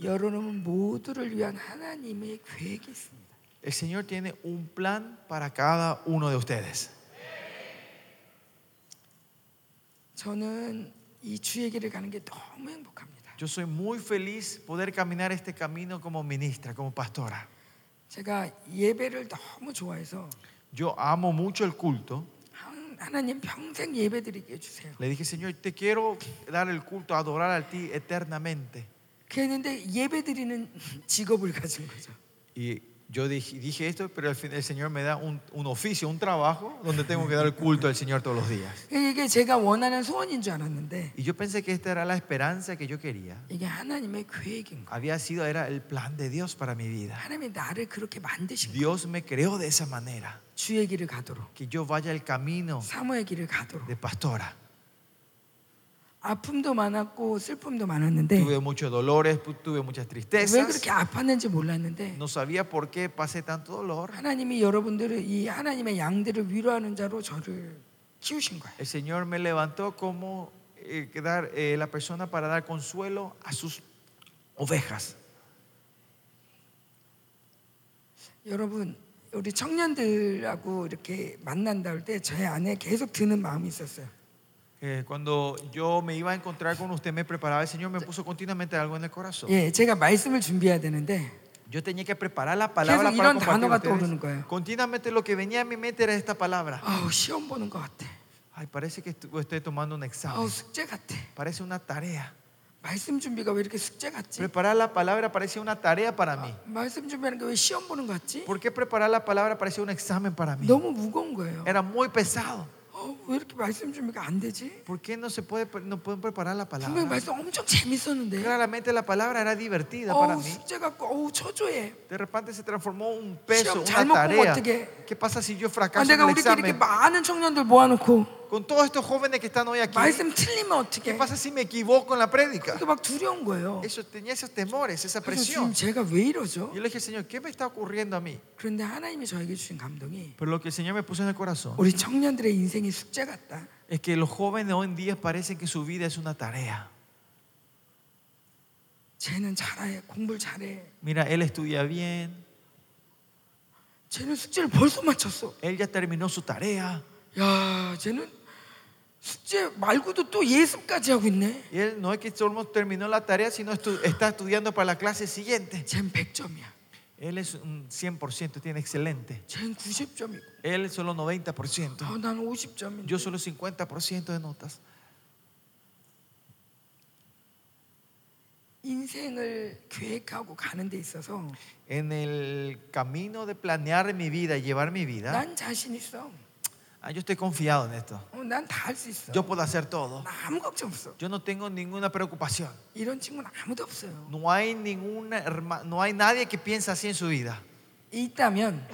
A: 여러분 모두를 위한 하나님의 계획이 있습니다.
B: El Señor tiene un plan para cada uno de ustedes.
A: 저는 이 주의 길을 가는 게 너무 행복합니다.
B: Yo soy muy feliz poder caminar este camino como ministra, como pastora.
A: 제가 예배를 너무 좋아해서
B: Yo amo mucho el culto.
A: 하- 하나님 평생 예배드리게 해주세요.
B: Le dije, Señor, te quiero dar el culto, adorar a ti eternamente.
A: 그랬는데 예배드리는 직업을 가진 거죠.
B: Y yo dije, dije esto, pero al fin el Señor me da un, un oficio, un trabajo donde tengo que dar el culto al Señor todos los días.
A: 그러니까 이게 제가 원하는 소원인 줄 알았는데
B: Y yo pensé que esta era la esperanza que yo quería.
A: 이게 하나님의 계획인 거.
B: Había sido, era el plan de Dios para mi vida.
A: 하나님이 나를 그렇게 만드신 거.
B: Dios me creó de esa manera,
A: 주의 길을 가도록,
B: que yo vaya el camino
A: 사모의 길을 가도록.
B: de pastora.
A: 아픔도 많았고 슬픔도 많았는데
B: Tuve muchos dolores, pu- tuve muchas
A: 왜
B: tristezas.
A: 그렇게 아팠는지 몰랐는데
B: No sabía por qué pasé tanto dolor.
A: 하나님이 여러분들을 이 하나님의 양들을 위로하는 자로 저를 키우신 거예요.
B: El Señor me levantó como eh, que dar, eh, la persona para dar consuelo a sus ovejas.
A: 여러분 우리 청년들하고 이렇게 만난다 할 때 제 안에 계속 드는 마음이 있었어요.
B: Eh, cuando yo me iba a encontrar con usted, me preparaba, el Señor me puso continuamente algo en el corazón.
A: 예, 제가 말씀을 준비해야 되는데
B: Yo tenía que preparar la palabra
A: 계속
B: para
A: 이런
B: compartir
A: 단어가
B: ustedes.
A: 떠오르는 거예요.
B: Continuamente lo que venía a mi mente era esta palabra.
A: 아우 시험 보는 것 같아.
B: Ay, parece que estu- estoy tomando un examen.
A: 아우 숙제 같아.
B: Parece una tarea.
A: 말씀 준비가 왜 이렇게 숙제 같지?
B: Preparar la palabra parece una tarea para mí.
A: 말씀 준비하는 게 왜 시험 보는 것 같지?
B: ¿Por qué preparar la palabra parece un examen para mí?
A: 너무 무거운 거예요.
B: Era muy pesado.
A: 어, 왜 이렇게 말씀 준비가 안 되지?
B: ¿Por qué no se puede pre- no pueden preparar la
A: 분명히
B: palabra?
A: 말씀 엄청 재밌었는데
B: Claramente la palabra era divertida para
A: 어우
B: mí.
A: 숙제 같고 어우 초조해.
B: De repente se transformó un peso,
A: 시험
B: una
A: 잘못 보면
B: tarea.
A: 어떡해?
B: ¿Qué pasa si yo
A: 아,
B: fracaso en
A: 내가
B: el
A: 우리끼리 이렇게
B: examen?
A: 많은 청년들 모아놓고
B: Con todos estos jóvenes que están hoy aquí,
A: 말씀 틀리면 어떻게?
B: ¿qué pasa si me equivoco en la prédica?
A: 그게 막 두려운 거예요.
B: Eso tenía esos temores, esa
A: 그래서 지금
B: presión.
A: 제가 왜 이러죠?
B: Yo le dije, Señor, ¿qué me está ocurriendo a mí?
A: 그런데 하나님이 저에게 주신 감동이
B: Pero lo que el Señor me puso en el corazón
A: 우리 청년들의 인생이 숙제 같다.
B: es que los jóvenes hoy en día parecen que su vida es una tarea.
A: 쟤는 잘해, 공부를 잘해.
B: Mira, él estudia bien,
A: 쟤는 숙제를 벌써 마쳤어.
B: él ya terminó su tarea,
A: 야, 쟤는 숙제 말고도 또 예습까지 하고 있네.
B: y él no es que solo terminó la tarea, sino estu- está estudiando para la clase siguiente.
A: 쟤는 100점이야.
B: Él es un 100%, tiene excelente.
A: 쟤는 90점이고.
B: Él solo 90%.
A: 아, 나는 50점인데.
B: Yo solo 50% de notas.
A: 인생을 계획하고 가는 데 있어서
B: En el camino de planear mi vida, y llevar mi vida,
A: 난 자신 있어.
B: ah, yo estoy confiado en esto.
A: 난 다 할 수 있어.
B: Yo puedo hacer todo.
A: 나 아무 걱정 없어.
B: Yo no tengo ninguna preocupación.
A: 이런 친구는 아무도 없어요.
B: No hay, ninguna, herma- no hay nadie que piensa así en su vida.
A: 있다면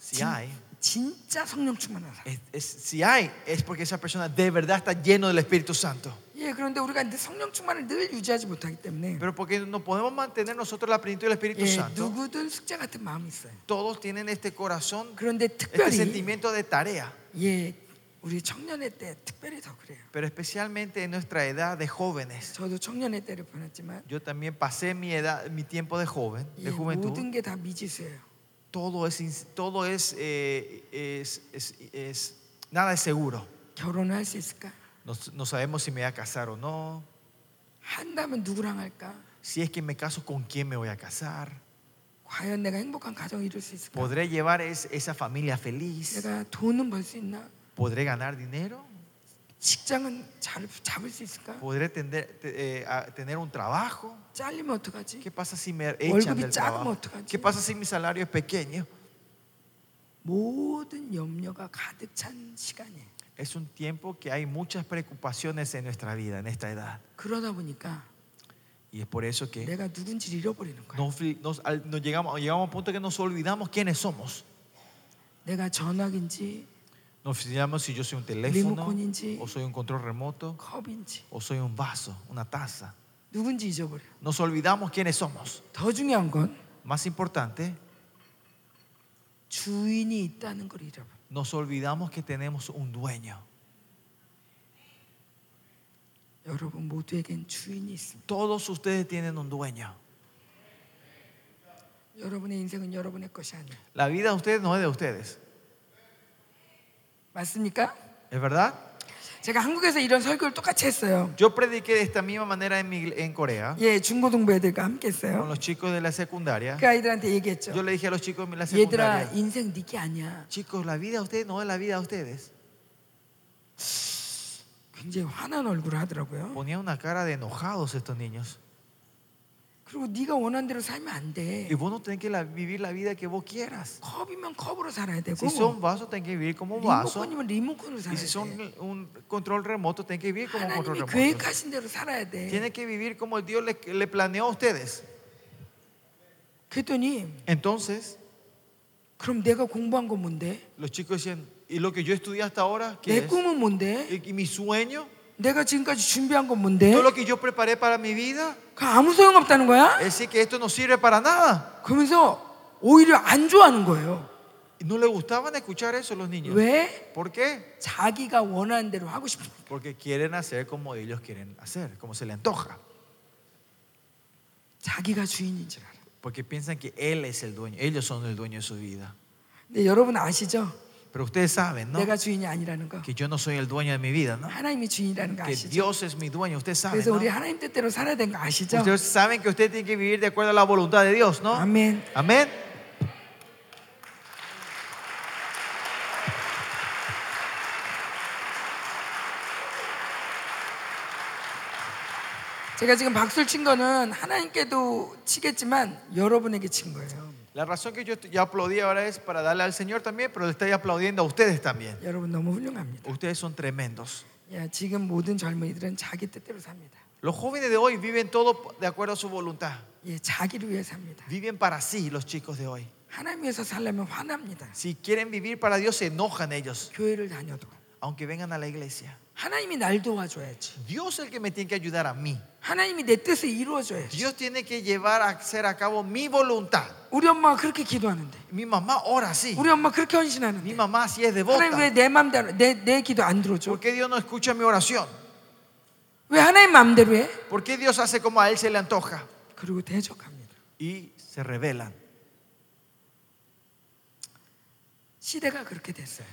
B: Si hay,
A: 진짜 성령 충만한 사람.
B: es- es- si hay, es porque esa persona de verdad está lleno del Espíritu Santo.
A: 예, 그런데 우리가 이제 성령 충만을 늘 유지하지 못하기 때문에
B: Pero porque no podemos mantener nosotros la plenitud del Espíritu
A: 예,
B: Santo.
A: 누구든 숙제 같은 마음이 있어요.
B: Todos tienen este corazón,
A: 그런데
B: este
A: 특별히
B: sentimiento de tarea.
A: 예, 우리 청년의 때 특별히 더 그래요.
B: Pero especialmente en nuestra edad de jóvenes.
A: 저도 청년의 때를 보냈지만
B: Yo también pasé mi edad, mi tiempo de joven,
A: 예,
B: de juventud.
A: 모든 게 다 미지수예요.
B: Todo es, ins- todo es, eh, es, es- es- nada es seguro.
A: 결혼할 수 있을까?
B: No, no sabemos si me voy a casar o no.
A: 한다면 누구랑 할까?
B: Si es que me caso, ¿con quién me voy a casar?
A: 과연 내가 행복한 가정 이룰 수 있을까?
B: ¿Podré llevar es- esa familia feliz?
A: 내가 돈은 벌 수 있나?
B: ¿Podré ganar dinero?
A: 직장은 잘 잡을 수 있을까?
B: ¿Podré tender- te- eh, a- tener un trabajo?
A: 잘리면 어떡하지?
B: ¿Qué pasa si me
A: Olgu
B: echan del
A: bichak mo
B: trabajo?
A: otokachi.
B: ¿Qué pasa si mi salario es pequeño?
A: 모든 염려가 가득 찬 시간이에요.
B: Es un tiempo que hay muchas preocupaciones en nuestra vida, en esta edad.
A: 그러다 보니까
B: Y es por eso que
A: 내가 누군지를 잃어버리는 거야.
B: nos, nos- al- nos llegamos, llegamos a un punto que nos olvidamos quiénes somos.
A: 내가 전화기인지
B: Nos olvidamos si yo soy un teléfono,
A: Remote인지.
B: o soy un control remoto,
A: 컵인지
B: o soy un vaso, una taza.
A: 누군지 잊어버려.
B: Nos olvidamos quiénes somos.
A: 더 중요한 건
B: Más importante,
A: 주인이 있다는 걸 잃어버려.
B: nos olvidamos que tenemos un dueño.
A: 여러분 모두에겐 주인이 있습니다.
B: Todos ustedes tienen un dueño.
A: 여러분의 인생은 여러분의 것이 아니에요.
B: La vida de ustedes no es de ustedes.
A: 맞습니까?
B: ¿Es verdad?
A: 제가 한국에서 이런 설교를 똑같이 했어요.
B: Yo prediqué de esta misma manera en, mi igle- en Corea
A: 예, 중고등부 애들과 함께
B: con
A: 했어요.
B: los chicos de la secundaria.
A: 그 아이들한테 얘기했죠.
B: Yo le dije a los chicos de la
A: 얘들아,
B: secundaria,
A: 인생 니게 아니야.
B: chicos, la vida de ustedes no es la vida de ustedes.
A: 굉장히 화난 얼굴을 하더라고요.
B: Ponían una cara de enojados estos niños.
A: 그리고 네가 원하는 대로 살면 안 돼.
B: Y vos no tenés que la- vivir la vida que vos quieras.
A: 컵이면 컵으로 살아야 되고
B: Si son vasos, tenés que vivir como vaso.
A: 리모컨이면 리모컨으로
B: Y
A: 살아야
B: si son
A: 돼.
B: un control remoto, tenés que vivir como un control
A: 하나님이
B: remoto.
A: 계획하신 대로 살아야 돼.
B: Tienen que vivir como el Dios le, le planeó a ustedes.
A: 그랬더니
B: Entonces,
A: 그럼 내가 공부한 건 뭔데?
B: los chicos decían, ¿y lo que yo estudié hasta ahora? ¿Qué
A: 내
B: es?
A: 꿈은 뭔데?
B: ¿Y, y mi sueño?
A: 내가 지금까지 준비한 건 뭔데?
B: ¿Todo lo que yo preparé para mi vida?
A: 그 아무 소용 없다는 거야?
B: Es decir, que esto no sirve para nada.
A: 그러면서 오히려 안 좋아하는 거예요.
B: Y No le gustaban escuchar eso los niños.
A: 왜?
B: ¿Por qué?
A: 자기가 원하는 대로 하고 싶어.
B: Porque quieren hacer como ellos quieren hacer, como se le antoja.
A: 자기가 주인인 줄 알아.
B: Porque piensan que él es el dueño, ellos son el dueño de su vida.
A: 근데 여러분 아시죠?
B: Pero ustedes saben, ¿no?
A: 내가 주인이 아니라는 거.
B: Que yo no soy el dueño de mi vida, ¿no?
A: 하나님이 주인이라는 거
B: Que
A: 아시죠?
B: Dios es mi dueño, ustedes saben.
A: 그래서
B: ¿no?
A: 우리 하나님 뜻대로 살아야 되는 거 아시죠?
B: Ustedes saben que ustedes tienen que vivir de acuerdo a la voluntad de Dios, ¿no?
A: 아멘.
B: Amén.
A: 제가 지금 박수를 친 거는 하나님께도 치겠지만 여러분에게 친 거예요.
B: La razón que yo estoy- ya aplaudí ahora es para darle al Señor también, pero le estoy aplaudiendo a ustedes también.
A: 여러분 너무 훌륭합니다.
B: Ustedes son tremendos.
A: 야, 지금 모든 젊은이들은 자기 뜻대로 삽니다.
B: Los jóvenes de hoy viven todo de acuerdo a su voluntad.
A: 예, 자기를 위해 삽니다.
B: Viven para sí los chicos de hoy.
A: 하나님 위해서 살려면 화납니다.
B: Si quieren vivir para Dios, se enojan ellos,
A: 교회를 다녀도
B: aunque vengan a la iglesia.
A: 하나님이 날 도와줘야지.
B: Dios es el que me tiene que ayudar a mí.
A: 하나님이 내 뜻을 이루어줘야지.
B: Dios tiene que llevar a hacer a cabo mi voluntad.
A: 우리 엄마가 그렇게 기도하는데,
B: Mi mamá ora así.
A: 우리 엄마 그렇게
B: Mi
A: 헌신하는데,
B: mamá sí es
A: 하나님
B: devota.
A: 왜 내 맘대로 내 내 기도 안 들어줘?
B: ¿Por qué Dios no escucha mi oración?
A: 왜 하나님 맘대로 해?
B: ¿Por qué Dios hace como a él se le antoja?
A: 그리고 대적합니다.
B: Y se rebelan.
A: 시대가 그렇게 됐어요.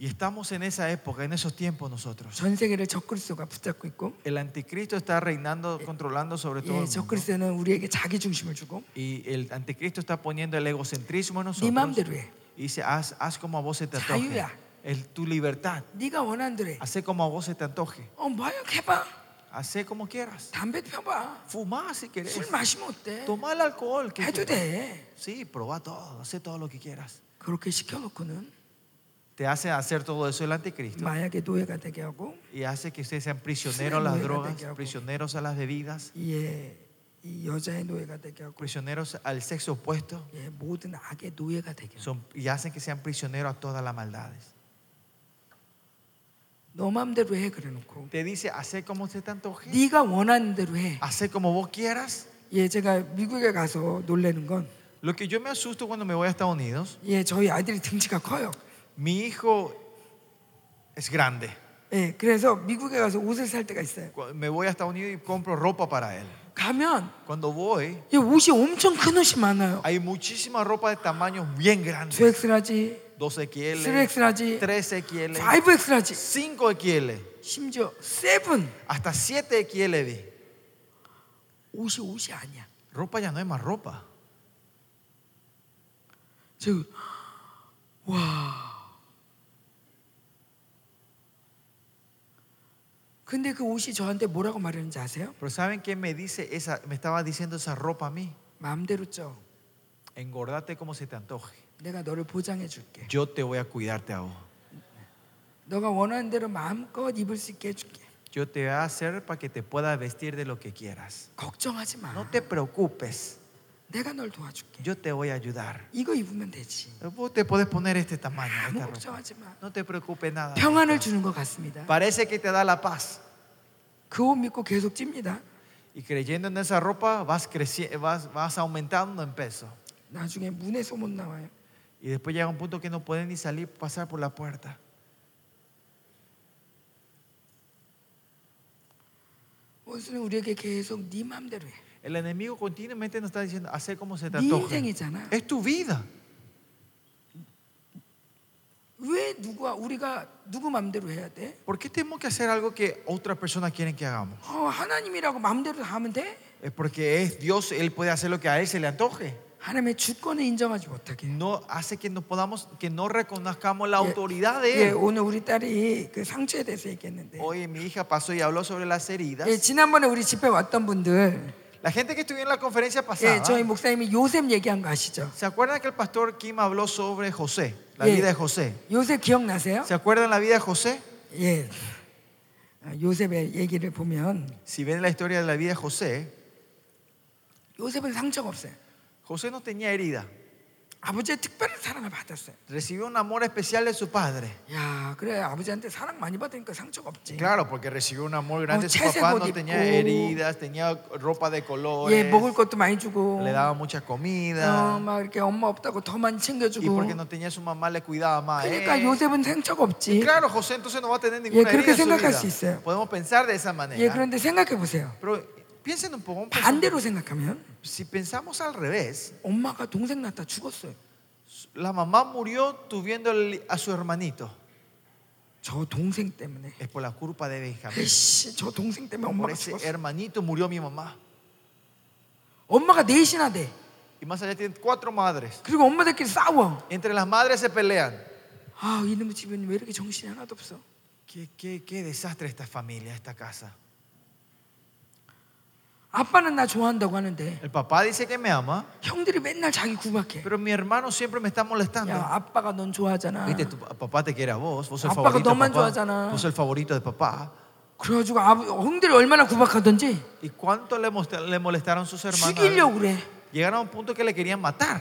B: Y estamos en esa época, en esos tiempos nosotros.
A: 전 세계를 적그리스도가 붙잡고 있고,
B: El anticristo está reinando, controlando sobre todo.
A: 예,
B: el mundo.
A: 적그리스도는 우리에게 자기 중심을 주고,
B: Y el anticristo está poniendo el egocentrismo
A: 네
B: en nosotros.
A: 맘대로 해.
B: Y dice, haz, haz como a vos se te antoje.
A: Ayuda.
B: El, tu libertad.
A: 네가 원하는 대로 해.
B: Hacé como a vos se te antoje.
A: 어, 뭐야, 해봐.
B: Hacé como quieras.
A: 담배 펴봐.
B: Fumá si querés.
A: 술 마시면 어때?
B: Tomá el alcohol. Que
A: 해도
B: quieras.
A: 돼.
B: Sí, probá todo. Hacé todo lo que quieras.
A: 그렇게 시켜놓고는
B: Te hace hacer todo eso el anticristo.
A: 마약의 노예가 되게 하고,
B: Y hace que ustedes sean prisioneros a las
A: Fumá,
B: drogas,
A: fíjate que hago.
B: prisioneros a las bebidas,
A: 예, 이 여자의 노예가 되게 하고,
B: prisioneros al sexo opuesto.
A: 예, 모든 악의 노예가 되게 하고.
B: Son- y hacen que sean prisioneros a todas las maldades.
A: 너 맘대로 해 그래놓고
B: Te dice, hacé como se te antoje.
A: 네가 원하는 대로 해.
B: Hacé como vos quieras.
A: 예, 제가 미국에 가서 놀라는 건
B: Lo que yo me asusto cuando me voy a Estados Unidos,
A: 예, 저희 아이들이 등치가 커요.
B: mi hijo es grande.
A: 예, 그래서 미국에 가서 옷을 살 때가 있어요.
B: Cu- Me voy a Estados Unidos y compro ropa para él.
A: 가면
B: Cuando voy,
A: 예, 옷이 엄청 큰 옷이 많아요.
B: hay muchísima ropa de tamaños bien grandes.
A: 2X라지,
B: 2XL,
A: 3X라지,
B: 3XL,
A: 5X라지,
B: 5XL,
A: 심지어 7
B: hasta 7XL vi.
A: 옷이 옷이 아니야.
B: Ropa ya no es más ropa.
A: 저 와. 근데 그 옷이 저한테 뭐라고 말하는지 아세요?
B: Pero ¿saben qué me dice esa? Me estaba diciendo esa ropa a mí.
A: 마음대로 쪄.
B: Engordate como se te antoje.
A: 내가 너를 보장해 줄게.
B: Yo te voy a cuidarte a vos.
A: 너가 원하는 대로 마음껏 입을 수 있게 해줄게.
B: Yo te voy a hacer para que te puedas vestir de lo que quieras.
A: 걱정하지 마.
B: No te preocupes,
A: 내가 널 도와줄게.
B: yo te voy a ayudar.
A: 이거 입으면 되지.
B: Vos te podés poner este tamaño.
A: 아무
B: esta ropa.
A: 걱정하지 마.
B: No te preocupes nada.
A: 평안을 주는 것 같습니다.
B: Parece que te da la paz.
A: 그 옷 믿고 계속 찝니다.
B: Y creyendo en esa ropa vas, creci- vas, vas aumentando en peso.
A: 나중에 문에 소문 나와요.
B: Y después llega un punto que no puedes ni salir, pasar por la puerta.
A: 원수는 우리에게 계속 네 맘대로 해.
B: El enemigo continuamente nos está diciendo, hacer como se te
A: 네
B: antoje.
A: 인생이잖아.
B: Es tu vida.
A: 왜 누가 우리가 누구 맘대로 해야 돼?
B: ¿Por qué tenemos que hacer algo que otras personas quieren que hagamos?
A: 어, 하나님이라고 맘대로 다 하면 돼?
B: Es porque es Dios, Él puede hacer lo que a Él se le antoje.
A: 하나님의 주권을 인정하지 못하게. 해요.
B: No hace que no podamos, que no reconozcamos la
A: 예,
B: autoridad
A: 예,
B: de Él.
A: 오늘 우리 딸이 그 상처에 대해서 얘기했는데.
B: Hoy mi hija pasó y habló sobre las heridas.
A: 예, 지난번에 우리 집회 왔던 분들,
B: La gente que estuvo en la conferencia
A: 예,
B: pasada,
A: 저희 목사님이 요셉 얘기한 거 아시죠?
B: ¿se acuerdan que el pastor Kim habló sobre José? La
A: 예.
B: vida de José.
A: 요셉 기억나세요?
B: ¿Se acuerdan la vida de José?
A: 예. 아, 요셉의 얘기를 보면
B: Si ven la historia de la vida de José,
A: 요셉은 상처가 없어요.
B: José no tenía herida.
A: 아버지의 특별한 사랑을 받았어요.
B: Recibió un amor especial de su padre.
A: 야, 그래 아버지한테 사랑 많이 받으니까 상처가 없지.
B: Claro, porque recibió un amor grande.
A: Oh,
B: su papá
A: chasegot
B: no tenía
A: 입고.
B: heridas, tenía ropa de
A: 예,
B: colores,
A: 먹을 것도 많이 주고,
B: le daba mucha comida.
A: 어, 막 이렇게 엄마 없다고 더 많이
B: y
A: 챙겨주고.
B: porque no tenía su mamá, le cuidaba más. a
A: 그러니까
B: él.
A: 요셉은 상처가 없지.
B: Claro, José entonces no va a tener ninguna
A: 그렇게
B: herida en su
A: 생각할
B: vida.
A: 수 있어요.
B: Podemos pensar de esa manera.
A: 예, 그런데 생각해 보세요.
B: Pero piensen un poco. un poco.
A: 반대로 생각하면
B: Si pensamos al revés,
A: 엄마가 동생 낳다 죽었어요.
B: la mamá murió tuviendo el- a su hermanito.
A: 저 동생 때문에.
B: Es por la culpa de Benjamín.
A: 에이씨, 저 동생 때문에
B: Por
A: 엄마가
B: ese
A: 죽었어.
B: hermanito murió mi mamá.
A: 엄마가 넷이나 돼.
B: Y más allá tienen cuatro madres.
A: 그리고 엄마들끼리 싸워.
B: Entre las madres se pelean.
A: 아, 이놈의 집은 왜 이렇게 정신이 하나도 없어?
B: Qué, qué- qué desastre esta familia, esta casa.
A: 아빠는 나 좋아한다고 하는데
B: El papá dice que me ama,
A: 형들이 맨날 자기 구박해.
B: pero mi hermano siempre me está molestando.
A: 야, 아빠가 넌 좋아하잖아.
B: Viste, tu pa- papá te quiere a vos, vos sos el
A: Papá,
B: favorito de
A: dos man
B: papá.
A: 좋아하잖아.
B: Vos sos el favorito de papá.
A: 그래가지고 아버, 형들이 얼마나 구박하던지
B: ¿Y cuánto le, most- le molestaron sus hermanos? a él?
A: 죽이려고 그래.
B: Llegaron a un punto que le querían matar.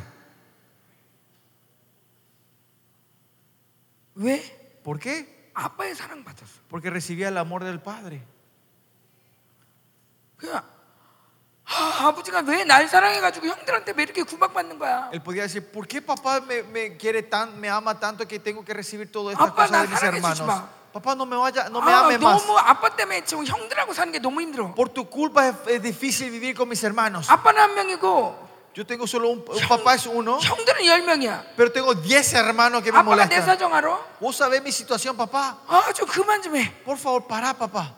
A: 왜?
B: ¿Por qué?
A: 아빠의 사랑 받았어.
B: Porque recibía el amor del padre.
A: 그냥 아, 아버지가 왜 날 사랑해가지고 형들한테 왜 이렇게 구박받는 거야?
B: Él podía decir, ¿por qué papá me, me quiere tan, me ama tanto que tengo que recibir todo esta
A: Papá,
B: cosa de
A: na-
B: mis
A: sabe que Ah,
B: hermanos?
A: chupa.
B: Papá, no me vaya, no me
A: 아,
B: ame más.
A: 너무 아빠 때문에 지금 형들하고 사는 게 너무 힘들어.
B: Por tu culpa es, es difícil vivir con mis hermanos.
A: 아빠는 한 명이고
B: Yo tengo solo un, un papá es uno,
A: 형들은 열 명이야.
B: pero tengo 10 hermanos que me
A: 아빠가 내
B: molestan.
A: 사정 알아?
B: Vos sabés mi situación, papá.
A: 아, 좀 그만 좀 해.
B: Por favor, pará, papá.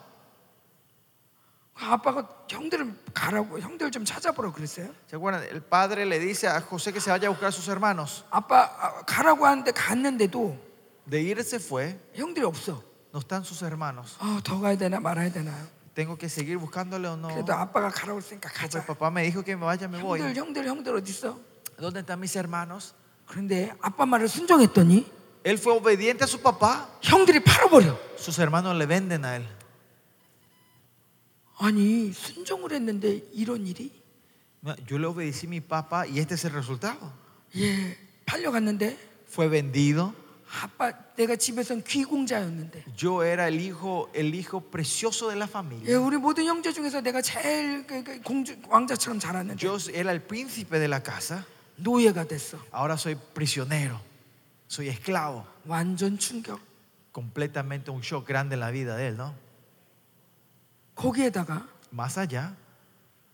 A: 아빠가 형들을 가라고 형들 좀 찾아보라 그랬어요.
B: ¿Se acuerdan? El padre le dice a José que se vaya a buscar a sus hermanos.
A: 아빠 아, 가라고 하는데 갔는데도
B: De irse fue,
A: 형들이 없어.
B: no están sus hermanos.
A: 아, 더 가야 되나 말아야 되나.
B: Tengo que seguir buscándole o no.
A: 그래도 아빠가 가라고 했으니까
B: Pues
A: 가자.
B: papá me dijo que me vaya, me
A: 형들
B: voy.
A: 형들 형들 어디 있어?
B: ¿Dónde están mis hermanos?
A: 그런데 아빠 말을 순종했더니
B: Él fue obediente a su papá.
A: 형들이 팔아버려.
B: Sus hermanos le venden a él.
A: 아니 순종을 했는데 이런 일이?
B: No, Yo le obedecí a mi papá y este es el resultado.
A: 예, 팔려갔는데
B: Fue vendido.
A: 아빠 내가 집에선 귀공자였는데.
B: Yo era el hijo, el hijo precioso de la
A: 예,
B: familia.
A: 우리 모든 형제 중에서 내가 제일 그- 그 공주 왕자처럼 자랐는데
B: Yo era el príncipe de la casa.
A: 노예가 됐어.
B: Ahora soy prisionero. Soy esclavo.
A: 완전 충격.
B: Completamente un shock grande en la vida de él, ¿no?
A: 거기에다가
B: Más allá,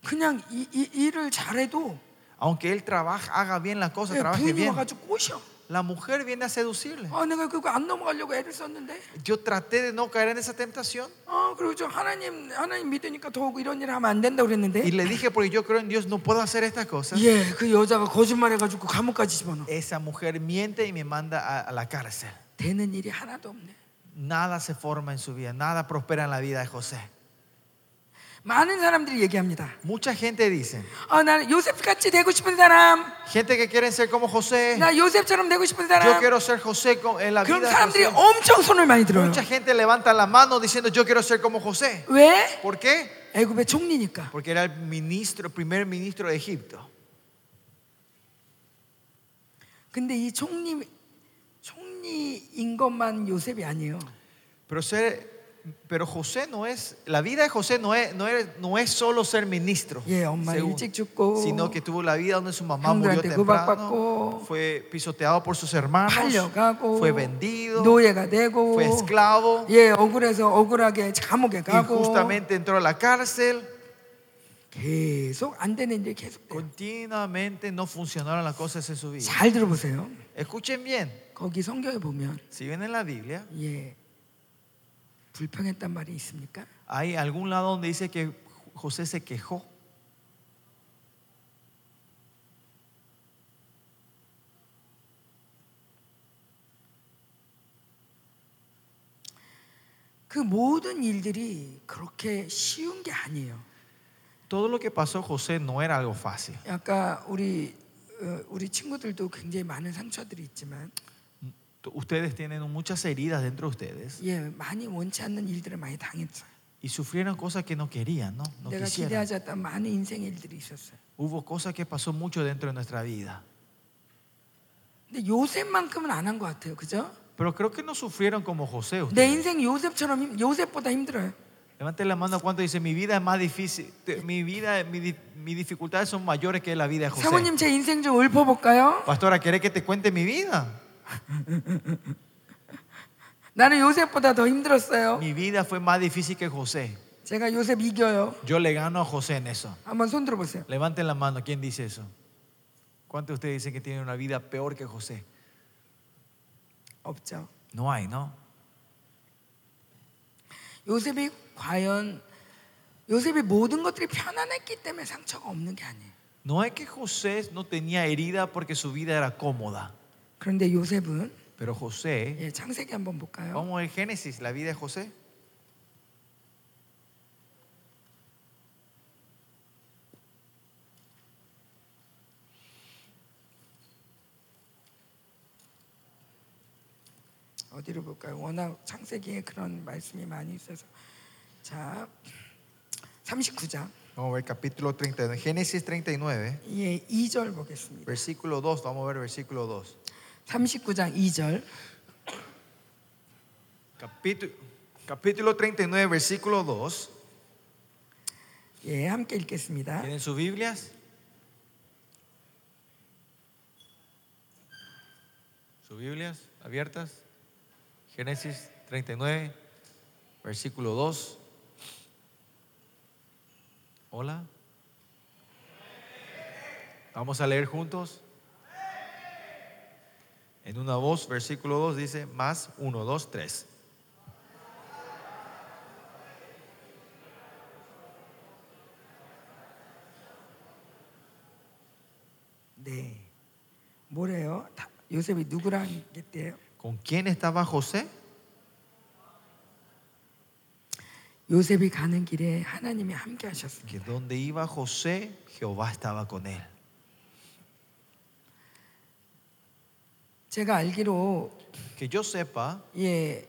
A: 그냥 이, 이 일을 잘해도
B: aunque él trabaja, haga bien la cosa,
A: 예,
B: trabaje
A: 부인이
B: bien,
A: 와가지고 꼬셔.
B: la mujer viene a seducirle.
A: 아, 내가 그거 안 넘어가려고 애를 썼는데.
B: Yo traté de no caer en esa tentación
A: 아, 그리고 좀 하나님 하나님 믿으니까 더욱 이런 일 하면 안 된다
B: y
A: 그랬는데.
B: le dije, porque yo creo en Dios, no puedo hacer estas cosas.
A: 예, 그 여자가 거짓말해가지고 감옥까지 집어넣어.
B: Esa mujer miente y me manda a, a la cárcel.
A: 되는 일이 하나도 없네.
B: Nada se forma en su vida, nada prospera en la vida de José.
A: 많은 사람들이 얘기합니다.
B: Mucha gente dice,
A: 아, 나는 요셉 같이 되고 싶은 사람.
B: gente que quieren ser como José,
A: 나 요셉처럼 되고 싶은
B: yo
A: 사람.
B: quiero ser José co- en la
A: 그런
B: vida. de
A: 사람들이
B: José.
A: 엄청 손을 많이 들어요.
B: Mucha gente levanta la mano diciendo, yo quiero ser como José.
A: 왜?
B: ¿Por qué?
A: 애굽의 총리니까.
B: Porque era el ministro, primer ministro de Egipto.
A: 근데 이 총리 총리인 것만 요셉이 아니에요.
B: Pero, ser, pero José no es, la vida de José no es, no es, no es solo ser ministro,
A: 예, 엄마
B: según,
A: 일찍 죽고
B: sino que tuvo la vida donde su mamá murió
A: 형들한테
B: temprano,
A: 구박받고,
B: fue pisoteado por sus
A: 아,
B: hermanos,
A: 팔려가고
B: fue vendido,
A: 노예가 되고
B: fue esclavo,
A: 예, 억울해서 억울하게 감옥에 가고
B: injustamente entró a la cárcel,
A: 계속 안 되는 일이 계속 돼요.
B: 네. continuamente no funcionaron las cosas en su vida.
A: 잘 들어보세요.
B: Escuchen bien,
A: 거기 성경에 보면
B: si ven en la Biblia,
A: 예. 불평했단 말이 있습니까?
B: hay algún lado donde dice que José se quejó.
A: 그 모든 일들이 그렇게 쉬운 게 아니에요.
B: Todo lo que pasó José no era algo fácil.
A: 아까 우리 어, 우리 친구들도 굉장히 많은 상처들이 있지만
B: Ustedes tienen muchas heridas dentro de ustedes
A: 예 많이 원치 않는 일들을 많이 당했어요.
B: y sufrieron cosas que no querían, ¿no? No
A: 내가
B: quisieran.
A: 기대하지 않던 많은 인생 일들이 있었어요.
B: Hubo cosas que pasó mucho dentro de nuestra vida.
A: 근데 요셉만큼은 안 한 것 같아요, 그죠?
B: Pero creo que no sufrieron como José.
A: 내
B: ustedes.
A: 인생 요셉처럼 힘- 요셉보다 힘들어요.
B: Levanten la mano cuando dice, mi vida es más difícil, te- mi vida, mi, di- mis dificultades son mayores que la vida de José.
A: 사모님 제 인생 좀 읊어볼까요?
B: Pastora, ¿querés que te cuente mi vida?
A: 나는 요셉보다 더 힘들었어요.
B: Mi vida fue más difícil que José.
A: 제가 요셉 이겨요.
B: Yo le gano a José en eso.
A: 한번 손 들어보세요.
B: Levanten la mano, ¿quién dice eso? ¿Cuántos de ustedes dicen que tienen una vida peor que José?
A: 없죠.
B: No hay, ¿no?
A: 요셉이 과연 요셉이 모든 것들이 편안했기 때문에 상처가 없는 게 아니에요.
B: No es que José no tenía herida porque su vida era cómoda,
A: 그런데 요셉은
B: pero José,
A: 예, 창세기 한번 볼까요?
B: vamos en Génesis, la vida de José.
A: 어디로 볼까요? 워낙 창세기에 그런 말씀이 많이 있어서 자 39장
B: Vamos a ver capítulo 39, Génesis 39,
A: 예 2절 보겠습니다.
B: versículo 2, vamos a ver versículo 2.
A: 39장 2절
B: Capítulo, capítulo 39, versículo 2.
A: 예 함께 읽겠습니다.
B: ¿Tienen sus Biblias? ¿Sus Biblias abiertas? Génesis 39, versículo 2. Hola. Vamos a leer juntos. En una voz, versículo 2 dice, más 1, 2, 3.
A: 네 뭐래요? 다- 요셉이 누구랑 했대요?
B: ¿Con quién estaba José?
A: 요셉이 가는 길에 하나님이 함께 하셨습니다.
B: Que donde iba José, Jehová estaba con él.
A: 제가 알기로
B: Que yo sepa,
A: 예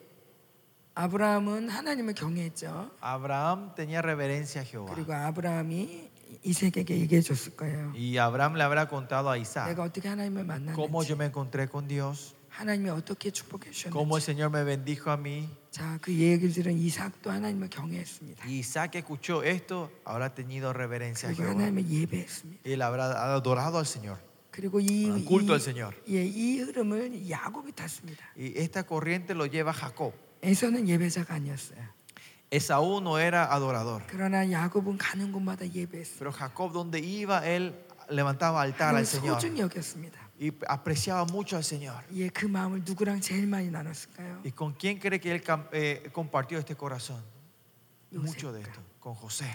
A: 아브라함은 하나님을 경외했죠.
B: Abraham tenía reverencia a Jehová.
A: 그리고 아브라함이 이색에게 얘기해 줬을 거예요.
B: Y Abraham le habrá contado a Isaac
A: 내가 그 어떻게 하나님을
B: cómo
A: 만났는지
B: yo me encontré con Dios,
A: 하나님이 그 어떻게 축복해 주셨는지
B: cómo el Señor me bendijo a mí.
A: 자, 그 얘기를 들은 이삭도 하나님을 경외했습니다.
B: Y Isaac escuchó esto, habrá tenido reverencia a
A: 그리고
B: Jehová.
A: 하나님을 예배했습니다.
B: Él habrá adorado al Señor.
A: 그리고 이,
B: 아,
A: 이,
B: culto al Señor.
A: 예, 이 흐름을 야곱이 탔습니다.
B: Y esta corriente lo lleva Jacob.
A: 에서는 예배자가 아니었어요.
B: Esaú no era adorador,
A: 그러나 야곱은 가는 곳마다 예배했습니다.
B: pero Jacob donde iba, él levantaba altar
A: 하나님
B: al Señor
A: 소중히 여겼습니다.
B: y apreciaba mucho al Señor.
A: 예, 그 마음을 누구랑 제일 많이 나눴을까요?
B: ¿Y con quién cree que él cam- eh, compartió este corazón? Mucho de
A: Yosefka.
B: esto, con José.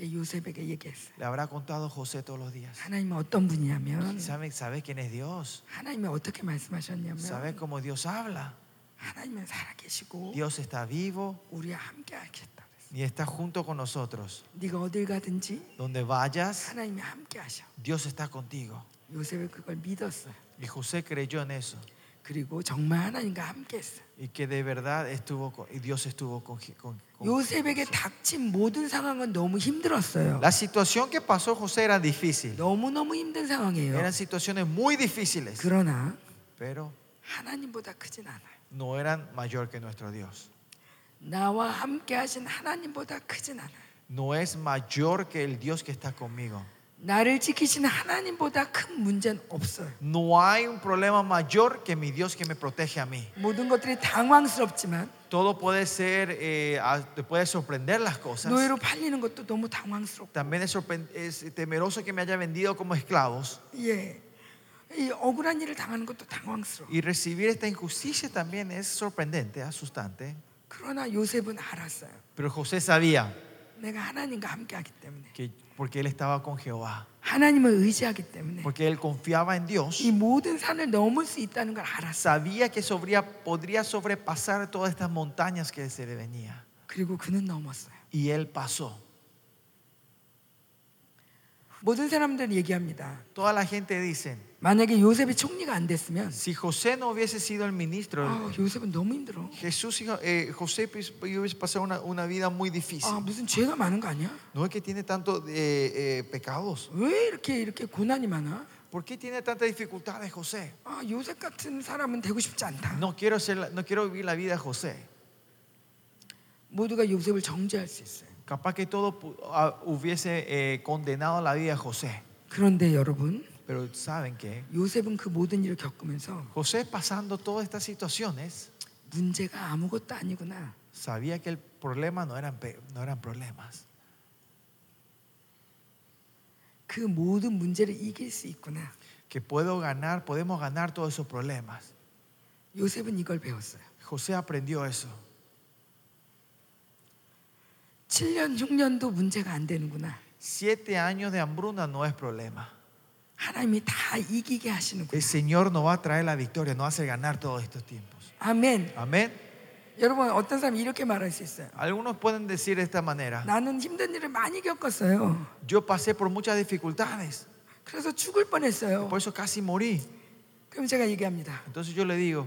A: 예, 요셉에게 얘기했어요.
B: Le habrá contado José todos los días.
A: 하나님은 어떤 분이냐면
B: ¿Sabe, sabe quién es Dios?
A: 하나님이 어떻게 말씀하셨냐면
B: ¿Sabe cómo Dios habla?
A: 하나님은 살아계시고
B: Dios está vivo
A: 우리와 함께 하겠다. 그랬어요.
B: ni está junto con nosotros.
A: 네가 어딜 가든지
B: Donde vayas,
A: 하나님이 함께 하셔.
B: Dios está contigo.
A: 요셉은 그걸 믿었어요.
B: Y José creyó en eso.
A: 그리고 정말 하나님과 함께 했어요.
B: Y que de verdad estuvo con- y Dios estuvo con, con- con-
A: 요셉에게 닥친 모든 상황은 너무 힘들었어요.
B: La situación que pasó José era difícil.
A: 너무너무 힘든 상황이에요.
B: Eran situaciones muy difíciles.
A: 그러나
B: Pero
A: 하나님보다 크진 않아요.
B: no eran mayor que nuestro Dios.
A: 나와 함께 하신 하나님보다 크진 않아요.
B: No es mayor que el Dios que está conmigo.
A: 나를 지키신 하나님보다 큰 문제는 없어요.
B: No hay un problema mayor que mi Dios que me protege a mí.
A: 모든 것들이 당황스럽지만
B: Todo puede ser, eh, a- te puede sorprender las cosas.
A: 노예로 팔리는 것도 너무 당황스럽고
B: También es, sorpren- es temeroso que me haya vendido como esclavos.
A: 예. 이 억울한 일을 당하는 것도 당황스러워.
B: Y recibir esta injusticia también es sorprendente, asustante.
A: 그러나 요셉은 알았어요.
B: Pero José sabía
A: 내가 하나님과 함께 하기 때문에
B: que porque él estaba con Jehová,
A: 하나님을 의지하기 때문에
B: porque él confiaba en Dios,
A: 이 모든 산을 넘을 수 있다는 걸 알았어.
B: sabía que sobría- podría sobrepasar todas estas montañas que se le venía.
A: 그리고 그는 넘었어요.
B: Y él pasó.
A: 모든 사람들은 얘기합니다.
B: Toda la gente dice,
A: 만약에 요셉이 총리가 안 됐으면
B: si José no hubiese sido el ministro,
A: 아, 요셉은 너무 힘들어.
B: Jesús y Jo- eh, José pues, hubiese pasado una, una vida muy
A: 아,
B: difícil.
A: 무슨 죄가 많은 거 아니야?
B: No es que tiene tantos eh, eh, pecados.
A: 왜 이렇게 이렇게 고난이 많아?
B: ¿Por qué tiene tantas dificultades José?
A: 아, 요셉 같은 사람은 되고 싶지 않다.
B: No quiero, ser la- no quiero vivir la vida de José.
A: 모두가 요셉을 정죄할 수 있어요.
B: Capaz que todo pu- ah, hubiese eh, condenado la vida de José.
A: 그런데 여러분,
B: Pero saben que
A: 요셉은 그 모든 일을 겪으면서
B: José pasando todas estas situaciones,
A: 문제가 아무것도 아니구나.
B: sabía que el problema no eran, pe- no eran problemas.
A: 그 moden 문제를 이길 수 있구나.
B: Que puedo ganar, podemos ganar todos esos problemas.
A: 요셉은 이걸 배웠어요.
B: José aprendió eso.
A: 7년, 6년도 문제가 안 되는구나.
B: Siete años de hambruna no es problema.
A: 하나님이 다 이기게 하시는구나.
B: El Señor nos va a traer la victoria, nos hace ganar todos estos tiempos.
A: 아멘.
B: Amén.
A: 여러분, 어떤 사람이 이렇게 말할 수 있어요.
B: Algunos pueden decir de esta manera,
A: 나는 힘든 일을 많이 겪었어요.
B: yo pasé por muchas dificultades,
A: 그래서 죽을 뻔했어요.
B: por eso casi morí.
A: 그럼 제가 얘기합니다.
B: Entonces yo le digo,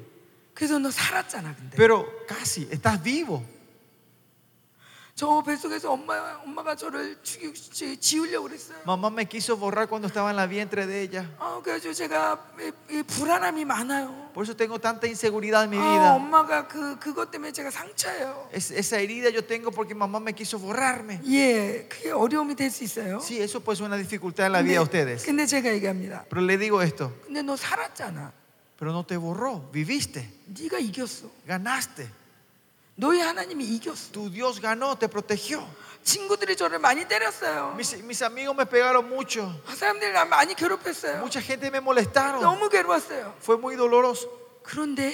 A: 그래서 너 살았잖아, 근데.
B: pero casi, estás vivo.
A: 저 뱃속에서 엄마, 엄마가 저를 죽이, 지- 지우려고 그랬어요.
B: Mamá me quiso borrar cuando estaba en la vientre de ella.
A: 아, 그래서 제가 이, 이 불안함이 많아요.
B: Por eso tengo tanta inseguridad en mi
A: 아,
B: vida.
A: 엄마가 그, 그것 때문에 제가 상처예요.
B: Es- esa herida yo tengo porque mamá me quiso borrarme.
A: 예, 그게 어려움이 될 수 있어요.
B: Sí, eso pues es una dificultad en la vida de ustedes.
A: 근데 제가 얘기합니다.
B: Pero le digo esto,
A: 근데 너 살았잖아.
B: pero no te borró, viviste,
A: 네가 이겼어.
B: ganaste.
A: 너희 하나님이 이겼어.
B: Tu Dios ganó, te protegió.
A: 친구들이 저를 많이 때렸어요. 아,
B: Mis, mis amigos me pegaron mucho.
A: 사람들이 나 많이 괴롭혔어요.
B: Mucha gente me molestaron.
A: 너무 괴로웠어요.
B: Fue muy doloroso.
A: 그런데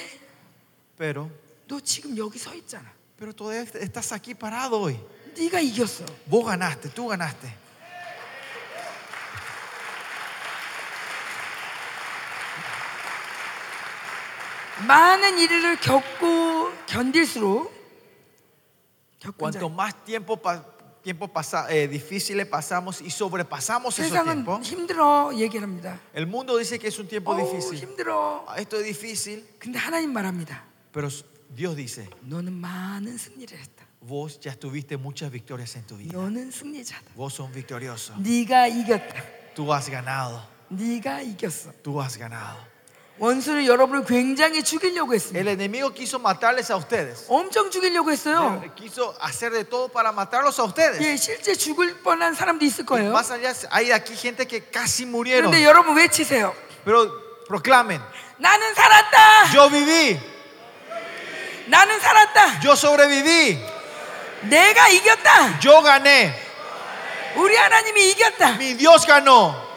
B: Pero,
A: 너 지금 여기 서 있잖아.
B: pero todavía est- estás aquí parado hoy.
A: 네가 이겼어.
B: Vos ganaste, tú ganaste.
A: 많은 일을 겪고 견딜수록 겪은 자,
B: Cuanto más tiempo, pa- tiempo pasa, eh, difíciles pasamos y sobrepasamos esos
A: 세상은
B: tiempos,
A: 힘들어 얘기를 합니다.
B: el mundo dice que es un tiempo
A: 어우,
B: difícil.
A: 힘들어.
B: Ah, Esto es difícil,
A: 근데 하나님 말합니다.
B: pero s- Dios dice,
A: 너는 많은 승리를 했다.
B: vos ya tuviste muchas victorias en tu vida.
A: 너는 승리자다.
B: Vos sos victorioso.
A: 네가 이겼다.
B: Tú has ganado.
A: 네가 이겼어.
B: Tú has ganado.
A: 원수는 여러분을 굉장히 죽이려고
B: El
A: 했습니다.
B: enemigo quiso matarles a ustedes.
A: 엄청 죽이려고 했어요.
B: Quiso hacer de todo para matarlos a ustedes.
A: 예, 실제 죽을 뻔한 사람도 있을
B: Y
A: 거예요.
B: Más allá hay aquí gente que casi murieron.
A: 그런데 여러분 외치세요.
B: Pero proclamen,
A: 나는 살았다.
B: yo viví,
A: 나는 살았다.
B: yo sobreviví,
A: 내가 이겼다.
B: yo gané,
A: 우리 하나님이 이겼다.
B: mi Dios ganó.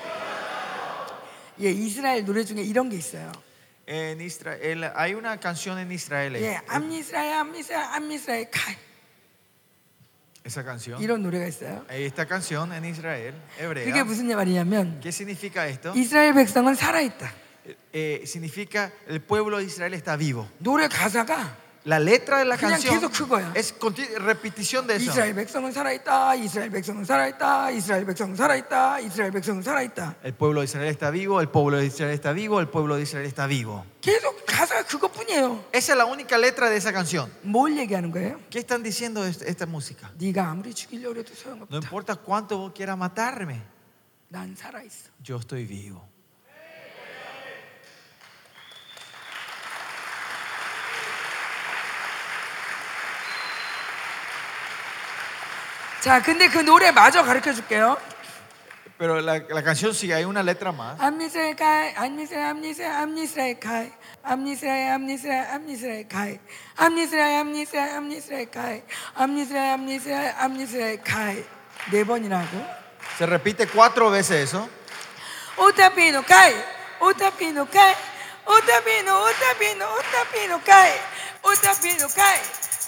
A: 예, 이스라엘 노래 중에 이런 게 있어요.
B: En Israel, hay una canción en Israel.
A: 예, 암미스라엘, 암미스라엘, 암미스라엘 칼
B: Esa canción.
A: 이런 노래가 있어요.
B: Esta canción en Israel,
A: 그게
B: hebrea.
A: 무슨 말이냐면
B: ¿Qué significa esto?
A: 이스라엘 백성은 살아 있다.
B: Eh, significa el pueblo de Israel está vivo.
A: 노래 가사가
B: La letra de la
A: 그냥
B: canción
A: 계속 그거야.
B: es conti- repetición de eso.
A: 이스라엘 백성은 살아있다. 이스라엘 백성은 살아있다. 이스라엘 백성은 살아있다. 이스라엘 백성은 살아있다.
B: El pueblo de Israel está vivo, el pueblo de Israel está vivo, el pueblo de Israel está vivo.
A: 계속 가사가 그것뿐이에요.
B: Esa es la única letra de esa canción.
A: 뭘 얘기하는 거예요?
B: ¿Qué están diciendo est- esta música?
A: 네가 아무리 죽이려고 해도
B: No
A: 소용없다.
B: importa cuánto vos quieras matarme,
A: 난 살아있어.
B: yo estoy vivo.
A: 자, 근데 그 노래 마저 가르쳐 줄게요.
B: Pero la, la canción sigue, hay una letra más.
A: 암니스라엘 가이, 암니스라엘, 암니스라엘, 암니스라엘 가이, 암니스라엘, 암니스라엘, 암니스라엘 가이, 암니스라엘, 암니스라엘, 암니스라엘 가이, 암니스라엘, 암니스라엘, 암니스라엘 가이. 네 번이나 하고.
B: Se repite cuatro veces eso.
A: 오타피노 가이, 오타피노 가이, 오타피노, 오타피노, 오타피노 가이, 오타피노 가이,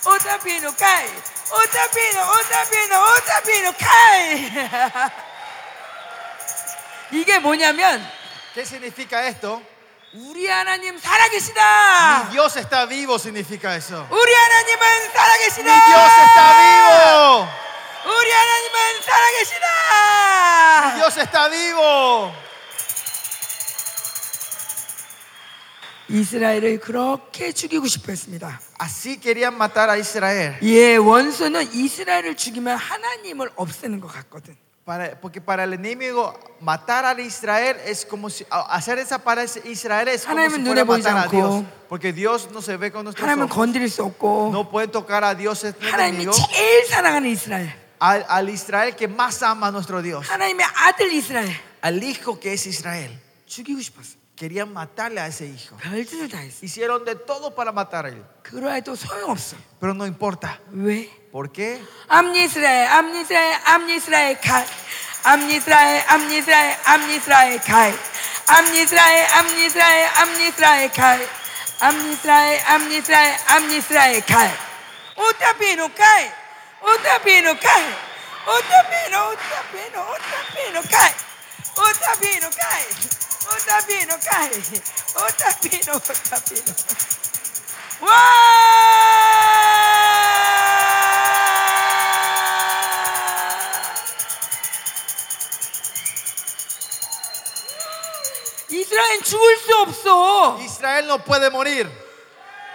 A: 오타피노 가이, 오타피노, 오타피노, 오타피노 가이. 이게 뭐냐면
B: ¿Qué significa esto?
A: 우리 하나님 살아계시다.
B: Mi Dios está vivo significa eso.
A: 우리 하나님은
B: Mi Dios
A: 살아계시다.
B: está vivo.
A: 우리 하나님은
B: Mi
A: 살아계시다.
B: Dios está vivo.
A: 이스라엘을 그렇게 죽이고 싶어 했습니다.
B: Así querían matar a Israel.
A: 예, 원수는 이스라엘을 죽이면 하나님을 없애는 것 같거든.
B: Para- porque para el enemigo matar a Israel es como si a- hacer desaparecer a Israel es como
A: 하나님은
B: si fuera a
A: 눈에 보이지
B: matar a Dios.
A: 않고,
B: Porque Dios no se ve con nuestros
A: 하나님은
B: ojos.
A: 건드릴 수 없고
B: No puede tocar a Dios este
A: 하나님이
B: enemigo.
A: 뭐 제일 사랑하는 이스라엘,
B: Al, al Israel que más ama a nuestro Dios.
A: 하나님의 아들 이스라엘
B: Al hijo que es Israel.
A: 죽이고 싶었어.
B: Querían matarle a ese hijo.
A: 별짓을 다 했어.
B: Hicieron de todo para matarle.
A: 그러해도 소용없어.
B: Pero no importa.
A: 왜?
B: ¿Por qué?
A: 암니스라엘, 암니스라엘, 암니스라엘 가. 암니스라엘, 암니스라엘, 암니스라엘 가. 암니스라엘, 암니스라엘, 암니스라엘 가. 암니스라엘, 암니스라엘, 암니스라엘 가. 오타피노 가. 오타피노 가. 오타피노, 오타피노, 오타피노 가. 오타피노 가. 오타피노 가. 오타피노, 오타피노. 와! 이스라엘 죽을 수 없어.
B: Israel no puede morir.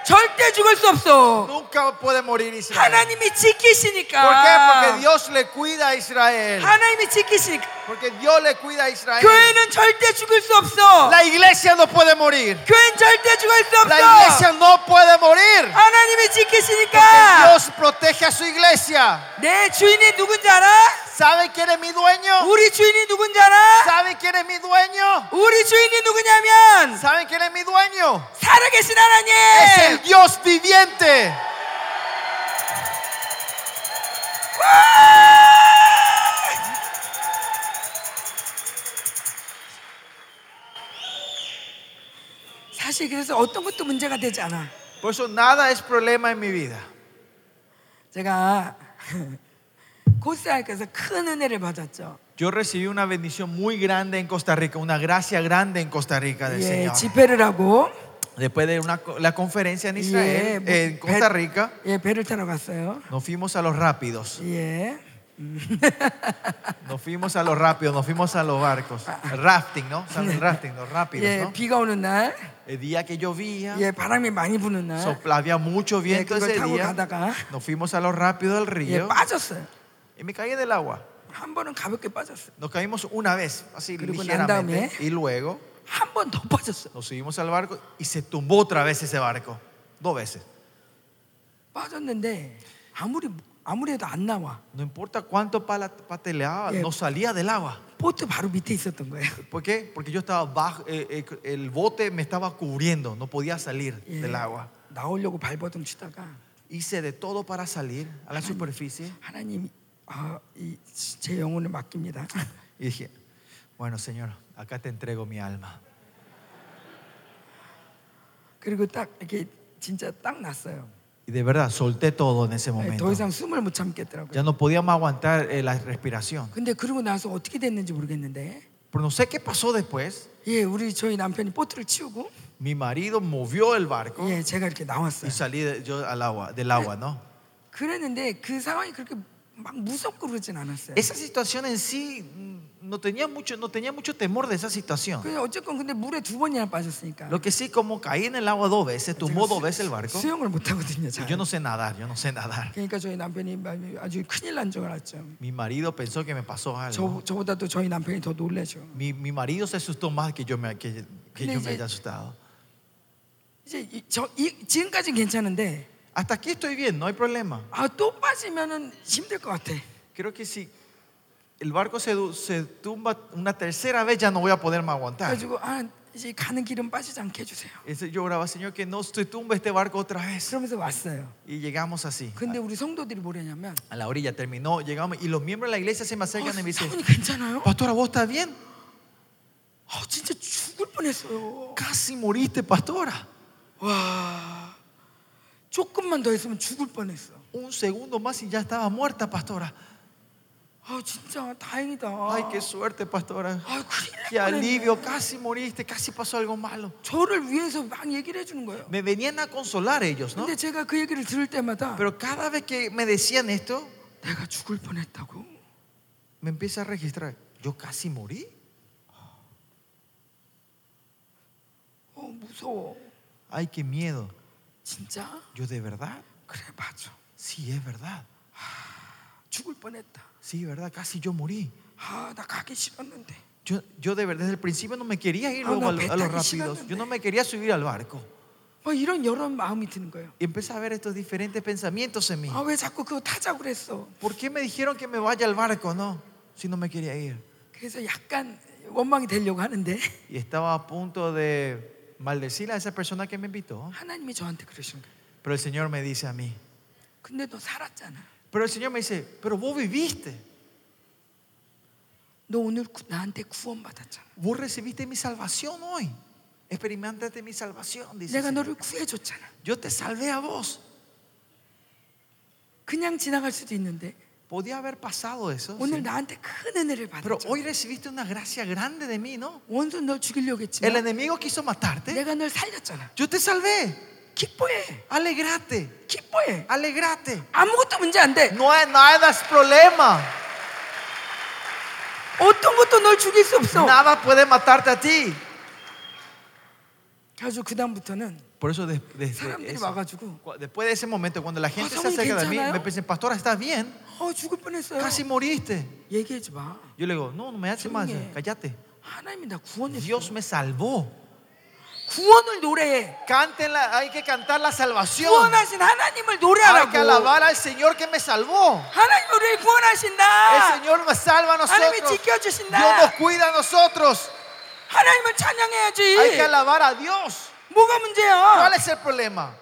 A: 절대 죽을 수 없어.
B: Nunca puede morir Israel.
A: 하나님이
B: ¿Por qué? Porque
A: 지키시니까.
B: Dios le cuida a Israel.
A: 하나님이 지키시니까.
B: Porque Dios le cuida a Israel.
A: 교회는 절대 죽을 수 없어.
B: La iglesia no puede morir.
A: 교회는 절대 죽을 수
B: La
A: 없어.
B: iglesia no puede morir.
A: 하나님이 지키시니까.
B: Dios protege a su iglesia.
A: 내 주인이 누군지 알아?
B: ¿Sabe quién es mi dueño?
A: 우리 주인이 누군지 알아?
B: ¿Sabe quién es mi dueño?
A: 우리 주인이 누구냐면
B: ¿Sabe quién es mi dueño?
A: 살아계신
B: Es el
A: 하나님.
B: Dios viviente.
A: 사실 그래서 어떤 것도 문제가 되지 않아.
B: Por eso nada es problema en mi vida.
A: 제가 코스타리카에서 큰 은혜를 받았죠.
B: Yo recibí una bendición muy grande en Costa Rica, una gracia grande en Costa Rica del
A: 예,
B: Señor.
A: 집회를 하고
B: Después de una, co- la conferencia en
A: 예,
B: Israel,
A: 뭐
B: en Costa Rica,
A: 배, 예, 배를 타러 갔어요.
B: nos fuimos a los rápidos.
A: 예.
B: Nos fuimos a los rápidos, nos fuimos a los barcos. Rafting, ¿no? Sal- Rafting, los rápidos,
A: 예,
B: ¿no?
A: 비가 오는 날,
B: El día que llovía,
A: 예, baram이 많이 부는 날,
B: sopla- había mucho viento
A: 예, 그걸
B: ese
A: 타고
B: día.
A: 가다가
B: Nos fuimos a los rápidos del
A: 예,
B: río
A: 빠졌어요.
B: y me caí del agua.
A: 한 번은 가볍게 빠졌어요.
B: Nos caímos una vez, así
A: 그리고 난
B: ligeramente.
A: 다음에
B: Y luego
A: 한 번 더 빠졌어요.
B: nos subimos al barco y se tumbó otra vez ese barco. Dos veces.
A: 빠졌는데 아무리 아무리 해도 안 나와.
B: No importa cuánto pala- pateleaba,
A: Yeah.
B: no salía del agua.
A: 보트 바로 밑에 있었던 거예요.
B: ¿Por qué? Porque yo estaba bajo, eh, eh, el bote me estaba cubriendo, no podía salir
A: 예,
B: del agua.
A: 나오려고 발버둥 치다가
B: Hice de todo para salir a la superficie
A: 하나님 아, 이, 제 영혼을 맡깁니다.
B: y dije, bueno Señor, acá te entrego mi alma.
A: 그리고 딱 이렇게 진짜 딱 났어요.
B: Y de verdad, solté todo en ese
A: 아니, 더
B: momento.
A: 이상 숨을 못 참겠더라고요.
B: Ya no podíamos aguantar eh, la respiración.
A: 근데 그러고 나서 어떻게 됐는지 모르겠는데,
B: Pero no sé qué pasó después.
A: 예, 우리 저희 남편이 보트를 치우고
B: Mi marido movió el barco
A: 예, 제가 이렇게 나왔어요.
B: y salí de- yo al agua, del agua, ¿no?
A: 그랬는데 그 상황이 그렇게 막 무섭고 그러진 않았어요.
B: Esa situación en sí mm, no tenía mucho, no tenía mucho temor de esa situación.
A: 그 어쨌건 근데 물에 두 번이나 빠졌으니까
B: Lo que sí, como caí en el agua dos veces, tumbó dos veces el barco.
A: 수영을 못 하거든요. 잘.
B: Yo no sé nadar, yo no sé nadar.
A: 그러니까 저희 남편이 아주 큰일 난 줄 알았죠.
B: Mi marido pensó que me pasó algo.
A: 저, 저보다 또 저희 남편이 더 놀라죠.
B: Mi, mi marido se asustó más que yo me, que, que yo me
A: Leyes.
B: haya asustado.
A: 이제 이, 저, 이, 지금까지는 괜찮은데
B: Hasta aquí estoy bien, no hay problema.
A: 아, 또 빠지면은 힘들 것 같아.
B: Creo que si el barco se, du- se tumba una tercera vez, ya no voy a poder más aguantar.
A: 그래가지고 아, 이제 ga는 길은 빠지지 않게 해주세요.
B: Ese- Yo oraba, Señor, que no se tumbe este barco otra vez.
A: 그러면서 왔어요.
B: Y llegamos así.
A: 근데 우리 성도들이 뭐라냐면
B: A la orilla terminó, llegamos y los miembros de la iglesia se me
A: 어,
B: acercan y me dicen,
A: 아, 사모님 괜찮아요?
B: Pastora, ¿vos estás bien?
A: 아, 진짜 죽을 뻔했어요.
B: Casi moriste, pastora.
A: 그, 와, 조금만 더 했으면 죽을 뻔했어.
B: Un segundo más y ya estaba muerta, pastora.
A: 아, 진짜 아, 다행이다.
B: Ay, qué suerte, pastora.
A: 아, 큰일
B: Qué
A: 날 뻔했네.
B: alivio, casi moriste, casi pasó algo malo.
A: 저를 위해서 막 얘기를 해주는 거예요.
B: Me venían a consolar ellos, ¿no?
A: 근데 제가 그 얘기를 들을 때마다
B: Pero cada vez que me decían esto,
A: 내가 죽을 뻔했다고.
B: me empieza a registrar, yo casi morí.
A: 어, 무서워.
B: Ay, qué miedo.
A: 진짜?
B: Yo de verdad,
A: 그래, 맞아.
B: sí es verdad.
A: 죽을 뻔했다.
B: Sí, verdad, casi yo morí.
A: 아, 나 가기 싫었는데.
B: Yo, yo de verdad desde el principio no me quería ir
A: Ah,
B: luego
A: no,
B: al- a,
A: pestañas,
B: los rápidos.
A: síganme.
B: Yo no me quería subir al barco.
A: 막 어, 이런 여러 마음이 드는 거예요.
B: Y empecé a ver estos diferentes pensamientos en mí.
A: 아, 왜 자꾸 그거 타자고 그랬어?
B: ¿Por qué me dijeron que me vaya al barco? No, si no me quería ir.
A: 그래서 약간 원망이 되려고 하는데
B: Y estaba a punto de maldecir a esa persona que me invitó.
A: 하나님이 저한테 그러시는 거예요.
B: Pero el Señor me dice a mí.
A: 근데 너 살았잖아.
B: Pero el Señor me dice, pero vos viviste.
A: 너 오늘 구- 나한테 구원받았잖아.
B: Vos recibiste mi salvación hoy. Experimentaste mi salvación, dice. el
A: 내가
B: Señor.
A: 너를 구해줬잖아.
B: Yo te salvé a vos.
A: 그냥 지나갈 수도 있는데
B: Podía haber pasado eso.
A: 오늘
B: sí.
A: 나한테 큰 은혜를
B: Pero
A: 받았잖아.
B: hoy recibiste una gracia grande de mí, ¿no?
A: 원수는 널 죽이려고
B: El
A: 했지만
B: enemigo quiso matarte.
A: 내가 널 살렸잖아.
B: Yo te salvé.
A: 기뻐해.
B: Alegrate.
A: 기뻐해.
B: Alegrate.
A: 아무것도 문제 안 돼.
B: No hay nada es problema.
A: 어떤 것도 널 죽일 수 없어.
B: Nada puede matarte a ti.
A: 그래가지고 그다음부터는
B: Por eso de- desde
A: 사람들이
B: eso,
A: 와가지고
B: cu- después de ese momento, cuando la gente se
A: ¿saben
B: acerca de
A: quién
B: mí,
A: sana,
B: me
A: no?
B: dicen, pastora, ¿estás bien?
A: 어 죽을 뻔했어요.
B: Casi moriste.
A: 얘기하지 마.
B: Yo le digo, no, no me haces más,
A: Oye.
B: cállate.
A: 하나님이 나 구원했어.
B: Dios me salvó.
A: 구원을 노래해.
B: Cántenla, hay que cantar la salvación.
A: 구원하신 하나님을
B: Hay que
A: 노래하라고.
B: alabar al Señor que me salvó.
A: 하나님 우리를
B: El
A: 구원하신다.
B: Señor nos salva a
A: 하나님이
B: nosotros.
A: 지켜주신다.
B: Dios nos cuida a nosotros.
A: 하나님을
B: Hay que
A: 찬양해야지.
B: alabar a Dios.
A: 뭐가
B: ¿Cuál
A: 문제야?
B: es el problema?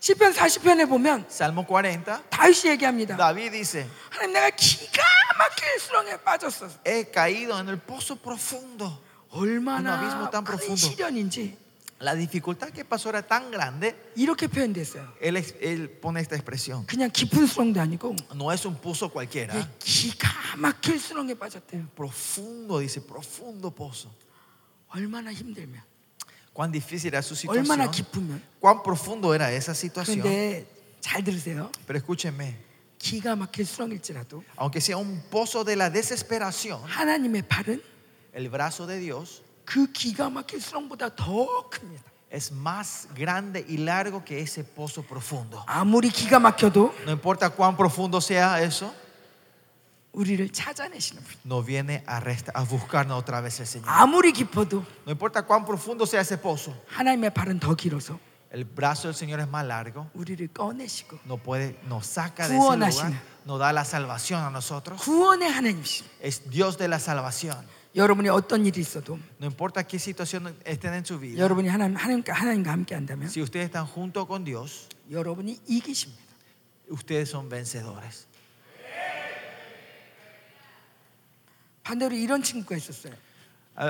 A: 시편 40편에 보면
B: Salmo 40.
A: 다윗이 얘기합니다.
B: David dice,
A: 하나님 내가 기가 막힐 수렁에 빠졌어.
B: he caído en el pozo profundo. Un abismo
A: 얼마나 큰
B: tan profundo.
A: 시련인지
B: La dificultad que pasó era tan grande.
A: 이렇게 표현됐어요.
B: Él, ex- él pone esta expresión.
A: 그냥 깊은 수렁도 아니고
B: No es un pozo cualquiera.
A: 이게 기가 막힐 수렁에 빠졌대요.
B: Profundo, dice, profundo pozo.
A: 얼마나 힘들면,
B: Cuán difícil era su situación.
A: 얼마나 깊으면.
B: Cuán profundo era esa situación.
A: 그런데 잘 들으세요.
B: Pero escúchenme,
A: 기가 막힐 수렁일지라도
B: aunque sea un pozo de la desesperación,
A: 하나님의 발은
B: el brazo de Dios
A: 그 기가 막힐 수렁보다 더 큽니다.
B: es más grande y largo que ese pozo profundo.
A: 아무리 기가 막혀도
B: No importa cuán profundo sea eso,
A: 우리를 찾아내시는 분.
B: nos viene a, resta- a buscarnos otra vez el Señor.
A: 아무리 깊어도
B: No importa cuán profundo sea ese pozo,
A: 하나님의 발은 더 길어서
B: el brazo del Señor es más largo.
A: 우리를 꺼내시고
B: No puede, nos saca de ese lugar,
A: Guonashina.
B: nos da la salvación a nosotros.
A: 구원의 하나님이십니다.
B: Es Dios de la salvación.
A: 여러분이 어떤 일이 있어도
B: No importa qué situación estén en su vida,
A: 여러분이 하나님, 하나님과, 하나님과 함께 한다면
B: si ustedes están junto con Dios,
A: 여러분이 이기십니다.
B: ustedes son vencedores.
A: 반대로 이런 친구가 있었어요.
B: A,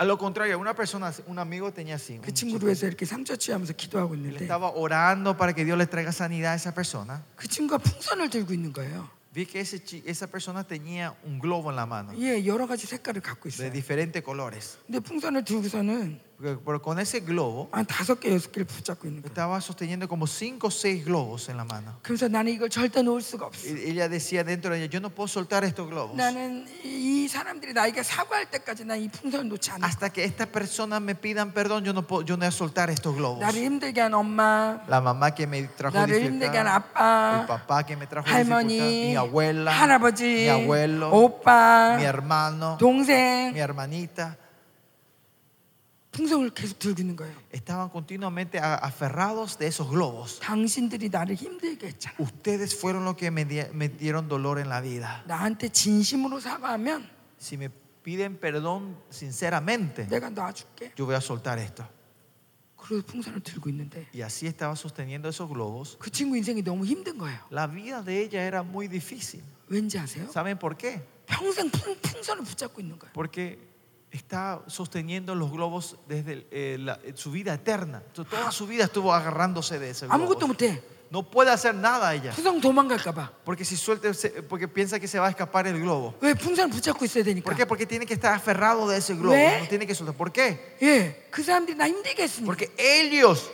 B: a lo contrario, una persona, un amigo tenía así. un
A: 그
B: chico.
A: 친구를 위해서 이렇게 상처 치유하면서 기도하고
B: Él
A: 있는데
B: estaba orando para que Dios le traiga sanidad a esa persona.
A: 그 친구가 풍선을 들고 있는 거예요.
B: Vi que ese chi- esa persona tenía un globo en la mano
A: 예, 여러 가지 색깔을 갖고
B: de
A: 있어요.
B: diferentes colores.
A: 근데 풍선을 들고서는
B: Porque- Pero con ese globo
A: 한 다섯 개 여섯 개를 붙잡고 있는 거예요.
B: estaba sosteniendo como cinco o seis globos en la mano.
A: 그래서 나는 이걸 절대 놓을 수가 없어.
B: Y ella decía dentro de ella, yo no puedo soltar estos globos.
A: 나는 이 사람들이 나에게 사과할 때까지 난 이 풍선을 놓지 않아.
B: Hasta que estas personas me pidan perdón, yo no, puedo, yo no voy a soltar estos globos.
A: 나를 힘들게 한 엄마,
B: La mamá que me trajo
A: 나를 힘들게 한
B: dificultad,
A: 아빠,
B: el papá que me trajo dificultad, mi
A: 할머니,
B: abuela,
A: 할아버지,
B: mi abuelo,
A: 오빠,
B: mi hermano, mi
A: 동생
B: hermanita,
A: 풍선을 계속 들고 있는 거예요.
B: estaban continuamente a- aferrados de esos globos.
A: 당신들이 나를 힘들게 했잖아.
B: Ustedes fueron los que me, di- me dieron dolor en la vida.
A: 나한테 진심으로 사과하면
B: Si me piden perdón sinceramente,
A: 내가 놔줄게.
B: yo voy a soltar esto.
A: 그래서 풍선을 들고 있는데
B: Y así estaba sosteniendo esos globos.
A: 그 친구 인생이 너무 힘든 거예요.
B: La vida de ella era muy difícil.
A: 왠지 아세요?
B: ¿Saben por qué?
A: 평생 풍, 풍선을 붙잡고 있는 거예요.
B: Porque está sosteniendo los globos desde el- eh, la- eh, su vida eterna. Entonces, Toda su vida estuvo agarrándose de ese
A: 아무것도
B: globo.
A: 못해.
B: No puede hacer nada ella.
A: 풍선 도망갈까 봐.
B: Porque si suelta, se- porque piensa que se va a escapar el globo.
A: 왜 풍선을 붙잡고 있어야 되니까.
B: ¿Por qué? Porque tiene que estar aferrado de ese globo.
A: ¿Ve?
B: No tiene que soltar. ¿Por qué?
A: 예, 그 사람들이 나 힘들게 했으니까.
B: Porque ellos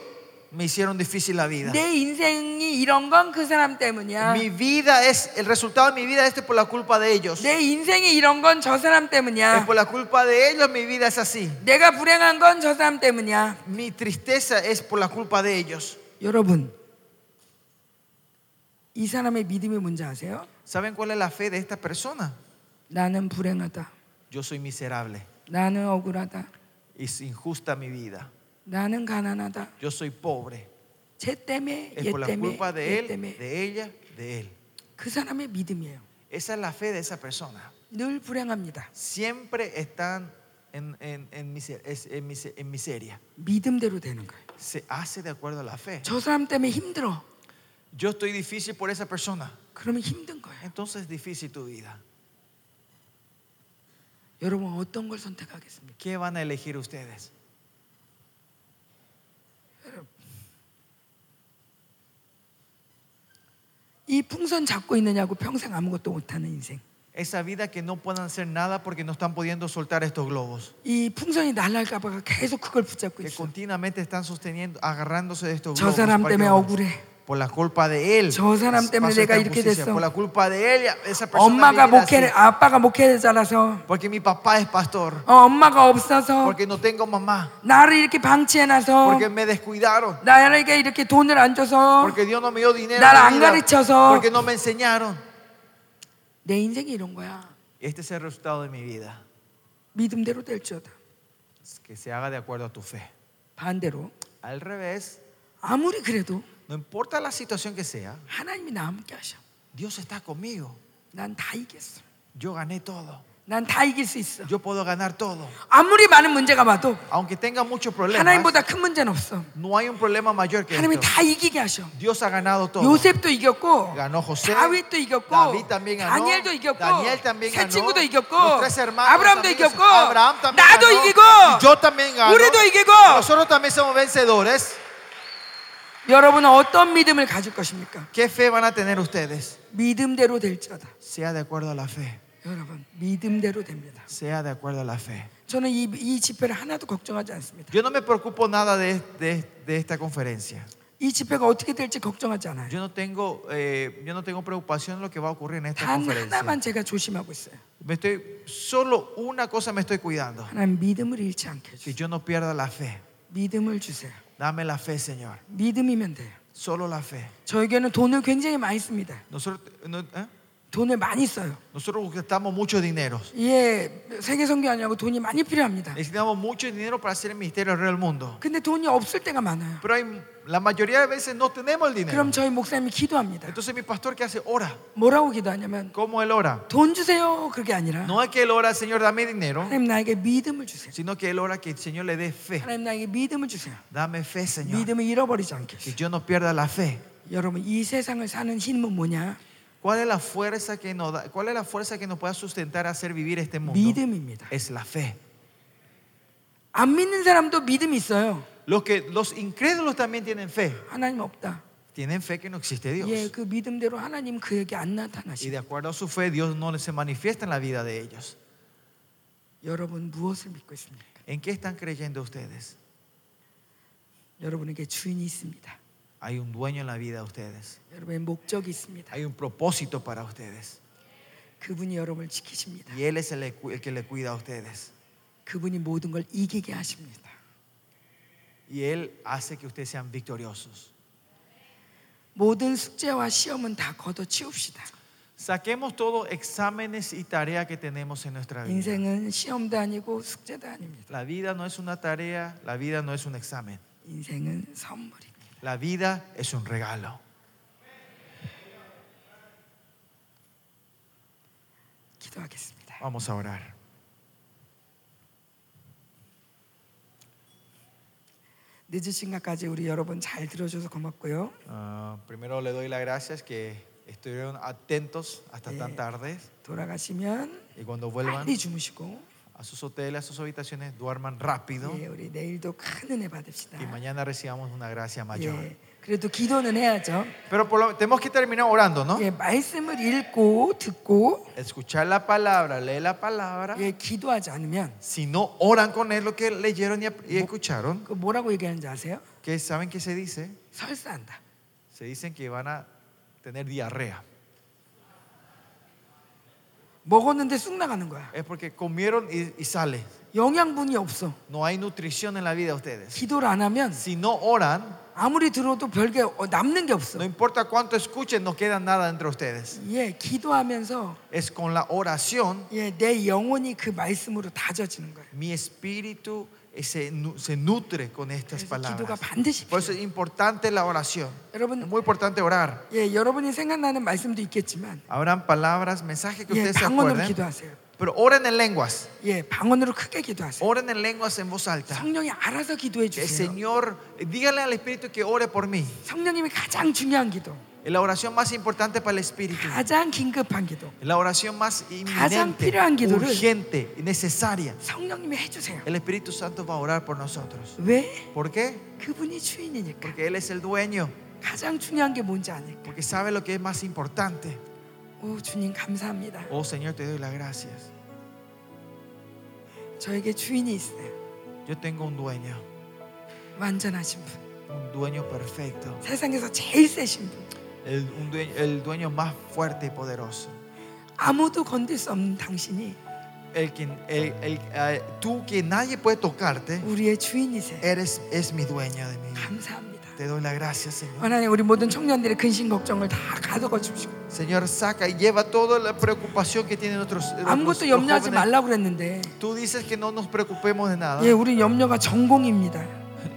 B: me hicieron difícil la vida.
A: 내 인생이 이런 건 그 사람 때문이야.
B: Mi vida es, el resultado de mi vida es este por la culpa de ellos.
A: 내 인생이 이런 건 저 사람
B: Es
A: 때문이야.
B: por la culpa de ellos mi vida es así.
A: 내가 불행한 건 저 사람 때문이야.
B: Mi tristeza es por la culpa de ellos.
A: 여러분, 이 사람의 믿음이 뭔지 아세요?
B: ¿Saben cuál es la fe de esta persona?
A: 나는 불행하다.
B: Yo soy miserable.
A: 나는 억울하다.
B: Es injusta mi vida.
A: 나는 가난하다.
B: Yo soy pobre.
A: 쟤 때문에,
B: Es
A: 얘
B: por la
A: 때문에,
B: culpa de
A: 얘
B: él,
A: 때문에.
B: de ella, de él.
A: 그 사람의 믿음이에요.
B: Esa es la fe de esa persona.
A: 늘 불행합니다.
B: Siempre están en, en- en miser- es- en mise- en miseria.
A: 믿음대로 되는 거예요.
B: Se hace de acuerdo a la fe.
A: 저 사람 때문에 힘들어.
B: Yo estoy difícil por esa persona.
A: 그러면 힘든 거예요.
B: Entonces es difícil tu vida.
A: 여러분 어떤 걸 선택하겠습니까?
B: ¿Qué van a elegir ustedes?
A: 이 풍선 잡고 있느냐고 평생 아무것도 못하는 인생.
B: Esa vida que no puedan hacer nada porque no están pudiendo soltar estos globos.
A: 이 풍선이 날아갈까봐 계속 그걸 붙잡고
B: Que
A: 있어.
B: continuamente están sosteniendo, agarrándose de estos
A: 저
B: globos.
A: 사람
B: para que
A: 때문에
B: no-
A: 억울해.
B: Por la culpa de él.
A: 저 사람
B: pasó
A: 때문에
B: esta
A: 내가 이렇게
B: injusticia.
A: 됐어.
B: Por la culpa de él, esa persona
A: 엄마가
B: vive así.
A: 목회를 아빠가 목회를 잘라서
B: Porque mi papá es pastor.
A: 어, 엄마가 없어서
B: Porque no tengo mamá.
A: 나를 이렇게 방치해놔서
B: Porque me descuidaron.
A: 나에게 이렇게 돈을 안 줘서
B: Porque Dios no me dio dinero.
A: Nada,
B: en mi vida,
A: han garuchoso.
B: Porque no me enseñaron.
A: 내 인생이 이런 거야.
B: Este es el resultado de mi vida.
A: 믿음대로 될지어다.
B: Es Que se haga de acuerdo a tu fe.
A: 반대로
B: Al revés,
A: 아무리 그래도
B: no importa la situación que sea,
A: 하나님이 나와 함께 하셔.
B: Dios está conmigo.
A: 난 다 이겼어.
B: Yo gané todo.
A: 난 다 이길 수 있어.
B: Yo puedo ganar todo.
A: 아무리 많은 문제가 와도
B: Aunque tenga muchos problemas,
A: 하나님보다 그러니까 큰 문제는 없어.
B: no hay un problema mayor que
A: 하나님이
B: esto.
A: 다 이기게 하셔.
B: Dios ha ganado todo.
A: 요셉도 이겼고
B: Ganó José.
A: 그러니까 다윗도 이겼고
B: David también ganó.
A: 다니엘도 이겼고
B: Daniel también
A: 세
B: ganó.
A: 친구도 이겼고
B: Los tres hermanos,
A: 아브라함도
B: amigos,
A: 이겼고
B: Abraham también
A: 나도
B: ganó.
A: 이기고
B: Y yo también gano.
A: 우리도 이기고
B: Nosotros también somos vencedores.
A: 여러분은 어떤 믿음을 가질 것입니까?
B: ¿Qué fe van a tener ustedes?
A: 믿음대로 될지어다.
B: Sea de acuerdo a la fe.
A: 여러분 믿음대로 됩니다.
B: Sea de acuerdo a la fe.
A: 저는 이, 이 집회를 하나도 걱정하지 않습니다.
B: Yo no me preocupo nada de, de- de esta conferencia.
A: 이 집회가 어떻게 될지 걱정하지 않아요.
B: Yo no tengo, eh, yo no tengo preocupación en lo que va a ocurrir en esta
A: 단
B: conferencia.
A: 하나만 제가 조심하고 있어요.
B: Me estoy, solo una cosa me estoy cuidando.
A: 하나님 믿음을 잃지 않게
B: Que
A: 해주세요.
B: yo no pierda la fe.
A: 믿음을 주세요.
B: Dame la fe, Señor.
A: 믿음이면 돼요.
B: Solo la fe.
A: 저에게는 돈을 굉장히 많이 씁니다.
B: Nosotros, no- ¿eh?
A: 돈을 많이 써요.
B: Nosotros gastamos mucho dinero.
A: 예, 세계 선교하려고 돈이 많이 필요합니다.
B: Necesitamos mucho dinero para hacer el ministerio alrededor del mundo.
A: 근데 돈이 없을 때가 많아요.
B: Pero hay, la mayoría de veces no tenemos el dinero.
A: 그럼 저희 목사님이 기도합니다.
B: Entonces mi pastor que hace ora.
A: 뭐라고 기도하냐면
B: ¿Cómo él ora?
A: 돈 주세요 그게 아니라
B: No es que él ora, Señor, dame dinero,
A: 하나님 나에게 믿음을 주세요.
B: sino que él ora que el Señor le dé fe.
A: 하나님 나에게 믿음을 주세요.
B: Dame fe, Señor.
A: 믿음을 잃어버리지 않게.
B: Que
A: 해주세요.
B: yo no pierda la fe.
A: 여러분 이 세상을 사는 힘은 뭐냐?
B: ¿Cuál es la fuerza que nos da, cuál es la fuerza que nos pueda sustentar a hacer vivir este
A: 뭐,
B: mundo?
A: 믿음입니다.
B: Es la fe.
A: 안 믿는 사람도 믿음이 있어요.
B: Los que los incrédulos también tienen fe.
A: 하나님 없다.
B: Tienen fe que no existe
A: 예,
B: Dios.
A: 그 믿음대로 하나님 그에게 안
B: Y
A: 나타나시.
B: de acuerdo a su fe, Dios no se manifiesta en la vida de ellos.
A: 여러분 무엇을 믿고 있습니까?
B: ¿En qué están creyendo ustedes?
A: 여러분에게 주인이 있습니다.
B: Hay un dueño en la vida de ustedes.
A: 여러분의 목적이 있습니다.
B: Hay un propósito para ustedes.
A: 그분이 여러분을 지키십니다.
B: Y Él es el, el que le cuida a ustedes.
A: 그분이 모든 걸 이기게 하십니다.
B: Y Él hace que ustedes sean victoriosos.
A: 모든 숙제와 시험은 다 걷어치웁시다.
B: Saquemos todos exámenes y tareas que tenemos en nuestra vida.
A: 인생은 시험도 아니고 숙제도 아닙니다.
B: La vida no es una tarea, la vida no es un examen.
A: 인생은 선물입니다.
B: La vida es un regalo.
A: 기도하겠습니다.
B: Vamos a orar.
A: 늦은 시간까지 우리 여러분 잘 들어줘서 고맙고요.
B: Ah, primero le doy las gracias que estuvieron atentos hasta tan tarde.
A: 돌아가시면
B: Y cuando vuelvan
A: 빨리 주무시고
B: a sus hoteles, a sus habitaciones, duerman rápido.
A: 예, 우리 내일도 큰 은혜 받읍시다.
B: Y mañana recibamos una gracia mayor.
A: 예, 그래도 기도는 해야죠.
B: Pero por lo- tenemos que terminar orando, ¿no?
A: 예, 말씀을 읽고 듣고
B: Escuchar la palabra, leer la palabra.
A: 예, 기도하지 않으면
B: Si no oran con él lo que leyeron y ap- y escucharon,
A: 그 뭐라고 얘기하는지 아세요?
B: que saben que se dice,
A: 설사한다.
B: se dicen que van a tener diarrea.
A: 먹었는데 쑥 나가는 거야.
B: Es porque comieron y, y sale.
A: 영양분이 없어.
B: No hay nutrición en la vida de ustedes.
A: 기도를 안 하면
B: Si no oran,
A: 아무리 들어도 별게 어, 남는 게
B: no
A: 없어.
B: importa cuánto escuchen, no queda nada entre ustedes.
A: 예, 기도하면서
B: Es con la oración,
A: 예, 내 영혼이 그 말씀으로 다져지는 거예요.
B: mi espíritu eh, se, nu- se nutre con estas
A: 그래서 기도가
B: palabras.
A: 반드시
B: Por eso es
A: 필요해요.
B: importante la oración. Es
A: 여러분,
B: muy importante orar.
A: 예, 여러분이 생각나는 말씀도 있겠지만
B: Habrán palabras, mensajes que
A: 예,
B: ustedes se
A: 방언으로
B: acuerden.
A: 기도하세요.
B: Pero oren en lenguas.
A: 예, 방언으로 크게 기도하세요.
B: Oren en lenguas en voz alta.
A: 성령이 알아서 기도해
B: El
A: 주세요.
B: Señor, dígale al Espíritu que ore por mí.
A: 성령님이 가장 중요한 기도,
B: Es la oración más importante para el Espíritu.
A: 가장 긴급한 기도,
B: Es la oración más inminente,
A: 필요한 기도를
B: urgente, necesaria.
A: 성령님이 해주세요.
B: El Espíritu Santo va a orar por nosotros.
A: 왜?
B: ¿Por qué?
A: 그분이 주인이니까.
B: Porque Él es el dueño.
A: 가장 중요한 게 뭔지 아니까.
B: Porque sabe lo que es más importante.
A: 오, 주님 감사합니다.
B: Oh Señor, te doy las gracias.
A: 저에게 주인이 있어요.
B: Yo tengo un dueño.
A: 완전하신 분.
B: Un dueño perfecto.
A: 세상에서 제일 세신 분.
B: El, un dueño- el dueño más fuerte y poderoso.
A: 아무도 건들 수 없는 당신이
B: El que, el- el- eh, tú que nadie puede tocarte,
A: 우리의 주인이세요.
B: eres es mi dueño de mí.
A: 감사합니다.
B: Te doy la gracia, Señor.
A: 하나님 우리 모든 청년들의 근심 걱정을 다 가져가 주시고
B: Señor, saca y lleva toda la preocupación que tienen nuestros, nuestros-
A: 아무것도
B: los
A: 염려하지
B: jóvenes.
A: 말라고 그랬는데
B: Tú dices que no nos preocupemos de nada.
A: 예, 우리 염려가 전공입니다.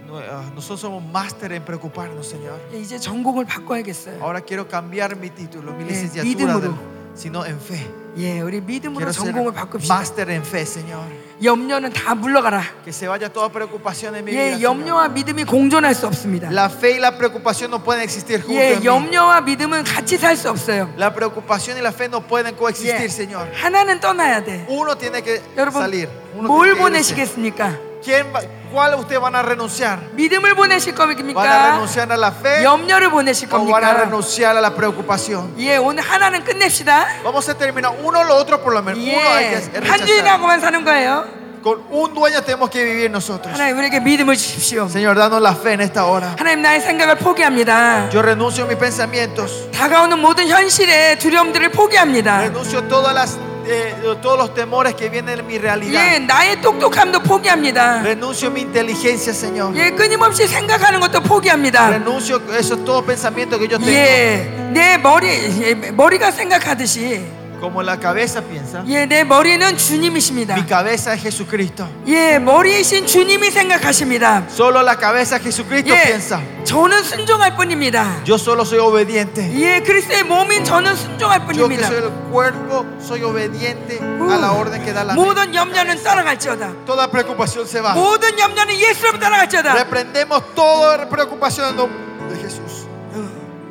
B: No, ah, Nosotros somos máster en preocuparnos, Señor.
A: 예, 이제 전공을 바꿔야겠어요.
B: Ahora quiero cambiar mi título, mi
A: Eh,
B: licenciatura,
A: 믿음으로.
B: de- sino en fe.
A: 예, 우리 믿음으로
B: Quiero ser
A: 전공을 바꿉시다.
B: máster en fe, Señor.
A: 염려는 다 물러가라.
B: Que se vaya toda preocupación en mi
A: 예,
B: vida. Señor.
A: 염려와 믿음이 공존할 수 없습니다.
B: La fe y la preocupación no pueden existir juntos.
A: 예,
B: en mí.
A: 염려와 믿음은 같이 살 수 없어요.
B: La preocupación y la fe no pueden
A: 예,
B: coexistir, Señor.
A: 하나는 떠나야 돼.
B: Uno tiene que
A: 여러분,
B: salir. Uno
A: 뭘
B: tiene que irse.
A: 보내시겠습니까?
B: ¿Quién va- ¿Cuál usted van a renunciar?
A: 믿음을 보내실
B: ¿Van a
A: 겁니까?
B: renunciar a la fe
A: 염려를 보내실
B: o van a
A: 겁니까?
B: renunciar a la preocupación?
A: 예, 오늘 하나는 끝냅시다.
B: Vamos a terminar uno o lo otro por lo menos. Uno hay
A: 예,
B: que
A: 한
B: rechazar.
A: 주인하고만 사는 거예요.
B: Con un dueño tenemos que vivir nosotros.
A: 하나님 우리에게 믿음을 주십시오.
B: Señor, danos la fe en esta hora.
A: 하나님 나의 생각을 포기합니다.
B: Yo renuncio a mis pensamientos.
A: 다가오는 모든 현실의 두려움들을 포기합니다.
B: Renuncio todas las, eh, todos los temores que vienen en mi
A: 예,
B: realidad.
A: 나의 똑똑함도 포기합니다.
B: Renuncio a mi inteligencia, Señor.
A: 예, 끊임없이 생각하는 것도 포기합ida
B: Renuncio a esos todos pensamientos que yo tengo.
A: 예, 내 머리 예, 머리가 생각하듯이
B: Como la cabeza piensa,
A: 예, 내 머리는 주님이십니다.
B: mi cabeza es Jesucristo.
A: 예, 머리이신 주님이 생각하십니다.
B: Solo la cabeza es Jesucristo
A: 예,
B: piensa.
A: 저는 순종할 뿐입니다.
B: Yo solo soy obediente.
A: 예, 그리스도의 몸인 저는 순종할
B: Yo que
A: 뿐입니다.
B: soy el cuerpo, soy obediente a la orden que da la
A: 모든
B: mente.
A: 염려는 따라갈지어다.
B: Toda preocupación se va.
A: 모든 염려는 예수로 따라갈지어다.
B: Reprendemos toda preocupación en nombre de Jesús.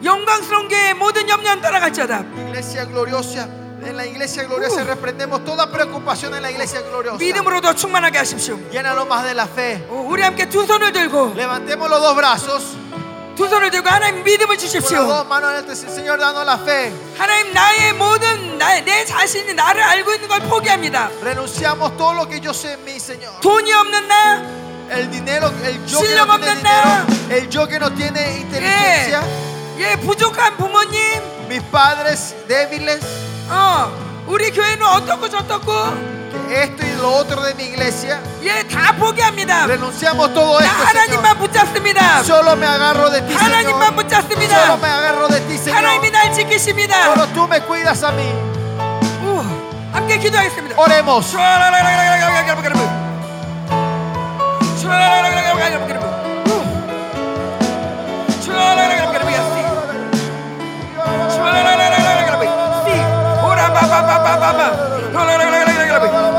A: 영광스러운 교회 모든 염려는 따라갈지어다.
B: Iglesia gloriosa, en la iglesia gloriosa
A: Uh.
B: reprendemos toda preocupación en la iglesia gloriosa.
A: 믿음으로 더 충만하게 하십시오.
B: Llénalo más de la fe.
A: 오, 우리 함께 두 손을 들고
B: Levantemos los dos brazos.
A: 두 손을 들고 하나님 믿음을
B: Con las
A: 주십시오.
B: dos manos en el te- Señor, dando la fe.
A: 하나님 나의 모든 나, 내 자신이 나를 알고 있는 걸 포기합니다.
B: Renunciamos todo lo que yo sé en mí, Señor.
A: 돈이 없는 나,
B: El dinero, el yo que
A: Sin lo
B: no tiene
A: mandar.
B: dinero, el yo que no tiene
A: 예,
B: inteligencia,
A: 예 부족한 부모님,
B: mis padres débiles,
A: 어, 우리 교회는 어떻고 저떻고,
B: que esto y lo otro de mi iglesia.
A: 예 다 포기합니다.
B: Renunciamos todo
A: 나
B: esto, Señor.
A: 하나님만 붙잡습니다.
B: Solo me agarro de ti,
A: 하나님만
B: Señor.
A: 붙잡습니다.
B: Solo me agarro de ti,
A: 하나님이
B: Señor.
A: 날 지키십니다.
B: Solo tú me cuidas a mí.
A: 우, 함께 기도하겠습니다.
B: Oremos.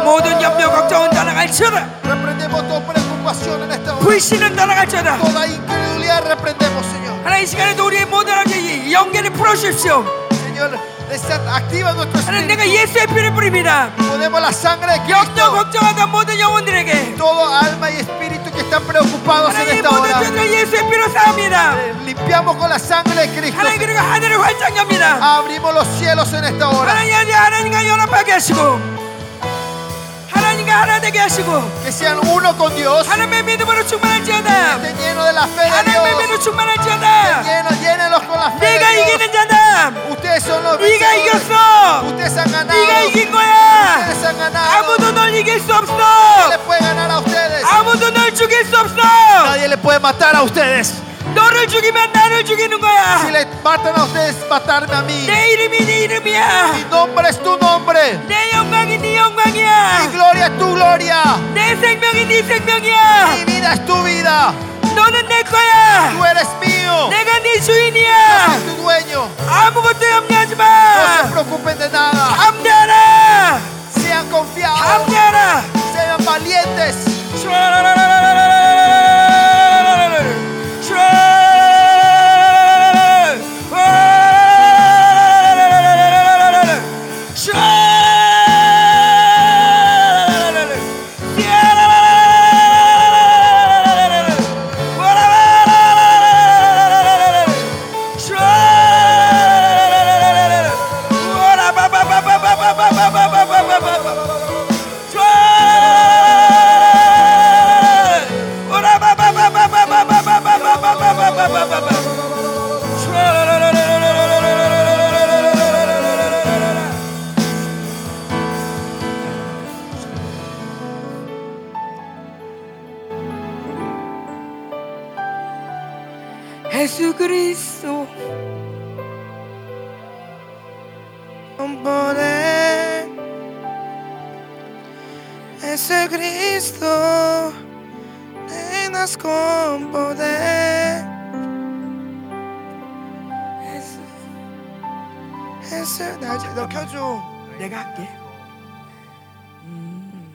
A: 모든 염려 걱정은 떠나갈지어다
B: Reprendemos toda preocupación en esta hora.
A: 불신은 떠나갈지어다
B: Toda incredulidad reprendemos, Señor.
A: 하나님 이 시간에도 우리의 모든 악의 이 연계를 풀어주십시오
B: Señor, desata- activa nuestro
A: 하나님 내가
B: espíritu.
A: 예수의 피를 뿌립니다
B: Ponemos la sangre de
A: 염려
B: Cristo.
A: 걱정하던 모든 영혼들에게
B: Todo alma y espíritu que están preocupados en
A: 하나님의
B: esta
A: 모든
B: hora.
A: 죄를 예수의 피로 쌓습니다
B: Eh, Limpiamos con la sangre de Cristo.
A: 하나님 그리고 하늘을 활짝 엽니다
B: Abrimos los cielos en esta hora.
A: 하나님 아버지 하나님과 연합하게 하시고 하나님과 하나 되게 하시고
B: Que sean uno con Dios.
A: 하나님의 믿음으로 충만할지어다
B: Estén llenos de la fe de
A: 하나님의
B: Dios.
A: 믿음으로 충만할지어다
B: Llenos, llénelos con la fe
A: 내가
B: de Dios.
A: 이기는 자다
B: Ustedes son los
A: 네가
B: vencedores.
A: 이겼어
B: Ustedes han ganado.
A: 네가
B: Ustedes
A: 이긴 거야
B: han ganado.
A: 아무도 널 이길 수 없어
B: Nadie les puede ganar a ustedes.
A: 아무도 널 죽일 수 없어
B: Nadie le puede matar a ustedes.
A: 너를 죽이면 나를 죽이는
B: Si
A: 거야
B: les matan a ustedes, matarme a mí.
A: 내 이름이 네
B: Mi
A: 이름이야
B: nombre es tu nombre.
A: 내 영광이 네
B: Mi
A: 영광이야
B: gloria es tu gloria.
A: 내 생명이 네 생명이야
B: Mi vida es tu vida.
A: 너는 내 거야
B: Tú eres mío.
A: 내가 네
B: Es
A: 주인이야
B: tu dueño.
A: 아무것도 염려하지
B: No se
A: 마
B: preocupen de nada.
A: 함대하라
B: Sean confiados.
A: 함대하라
B: Sean valientes.
A: 예수 그리스도
C: con poder. Jesucristo, reinas con poder. 예수, 나 이제 너 켜줘.
A: 내가 할게. 음.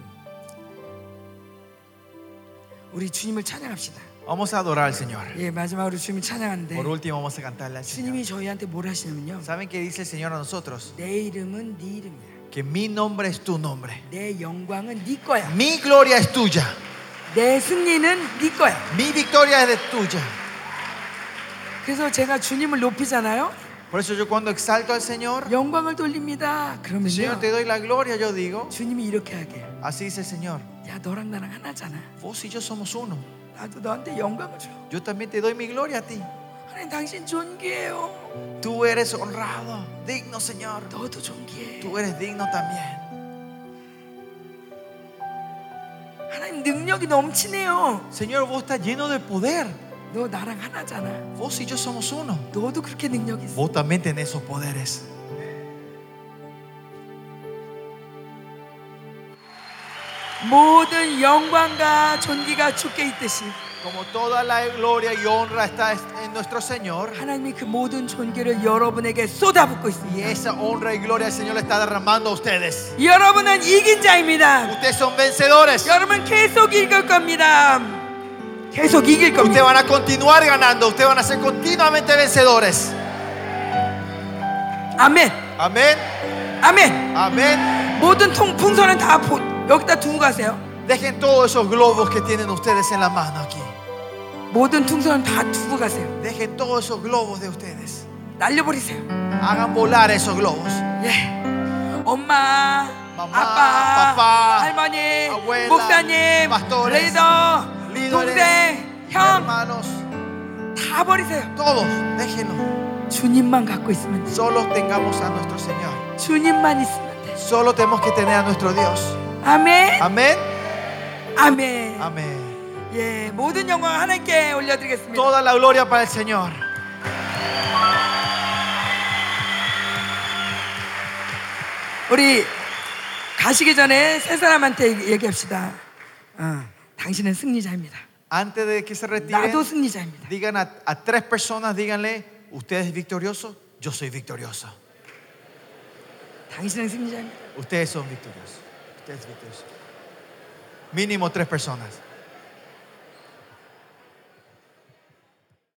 A: 우리 주님을 찬양합시다.
B: Vamos a adorar al Señor.
A: 예, 마지막으로 주님을 찬양하는데
B: Por último vamos a cantarle al Señor.
A: 주님이 저희한테 뭘 하시냐면요.
B: ¿Saben qué dice el Señor a nosotros?
A: 내 이름은 네 이름이야.
B: Que mi nombre es tu nombre.
A: 내 영광은 네 거야.
B: Mi gloria es tuya.
A: 내 승리는 네 거야.
B: Mi victoria es de tuya.
A: 그래서 제가 주님을 높이잖아요.
B: Por eso yo cuando exalto al Señor,
A: 영광을 돌립니다. 그러면요.
B: Señor te doy la gloria, yo digo.
A: 주님이 이렇게 하게.
B: Así dice el Señor.
A: 야, 너랑 나랑 하나잖아.
B: Vos y yo somos uno.
A: 나도 너한테 영광을 줘.
B: Yo también te doy mi gloria a ti.
A: 하나님 당신 존귀해요.
B: Tú eres honrado, digno Señor.
A: 너도 존귀해.
B: Tú eres digno también.
A: 하나님 능력이 넘치네요.
B: Señor, vos estás lleno de poder.
A: 너 나랑 하나잖아.
B: Vos y yo somos uno.
A: 너도 그렇게 능력이 있어.
B: Vos también tenés esos poderes.
A: 모든 영광과 존귀가 주께 있듯이
B: Como toda la gloria y honra está en nuestro Señor.
A: 하나님이 그 모든 존귀를 여러분에게 쏟아붓고
B: Y
A: 있습니다.
B: esa honra y gloria el Señor le está derramando a ustedes.
A: 여러분은 이긴 자입니다.
B: Ustedes son vencedores.
A: 여러분 계속 이길 겁니다. 계속 이길
B: Ustedes
A: 겁니다.
B: van a continuar ganando. Ustedes van a ser continuamente vencedores.
A: 아멘.
B: Amén.
A: 아멘.
B: Amén.
A: 모든 통 풍선은 다 보- 여기다 두고 가세요.
B: Dejen todos esos globos que tienen ustedes en la mano aquí.
A: 모든 풍선을 다 두고 가세요.
B: Dejen todos esos globos de ustedes.
A: 날려버리세요.
B: Hagan volar esos globos.
A: 예. 엄마,
B: 마마,
A: 아빠,
B: 아빠,
A: 할머니,
B: 아buela,
A: 목사님,
B: pastores,
A: 리더,
B: Líderes,
A: 동생, 형,
B: hermanos,
A: 다 버리세요.
B: todos, déjenlo.
A: 주님만 갖고 있으면 돼.
B: Solo tengamos a nuestro Señor.
A: 주님만 있으면 돼.
B: Solo tenemos que tener a nuestro Dios.
A: 아멘,
B: Amén.
A: 아멘.
B: Amén.
A: 예, 모든 영광 하나님께 올려드리겠습니다.
B: Toda la gloria para el Señor.
A: 우리 가시기 전에 세 사람한테 얘기합시다. 어, 당신은 승리자입니다.
B: Antes de que se retiren,
A: 나도 승리자입니다.
B: digan a, a tres personas, díganle, usted es victorioso, yo soy victorioso.
A: 당신은 승리자입니다.
B: Ustedes son victoriosos. Ustedes victoriosos. Mínimo tres personas.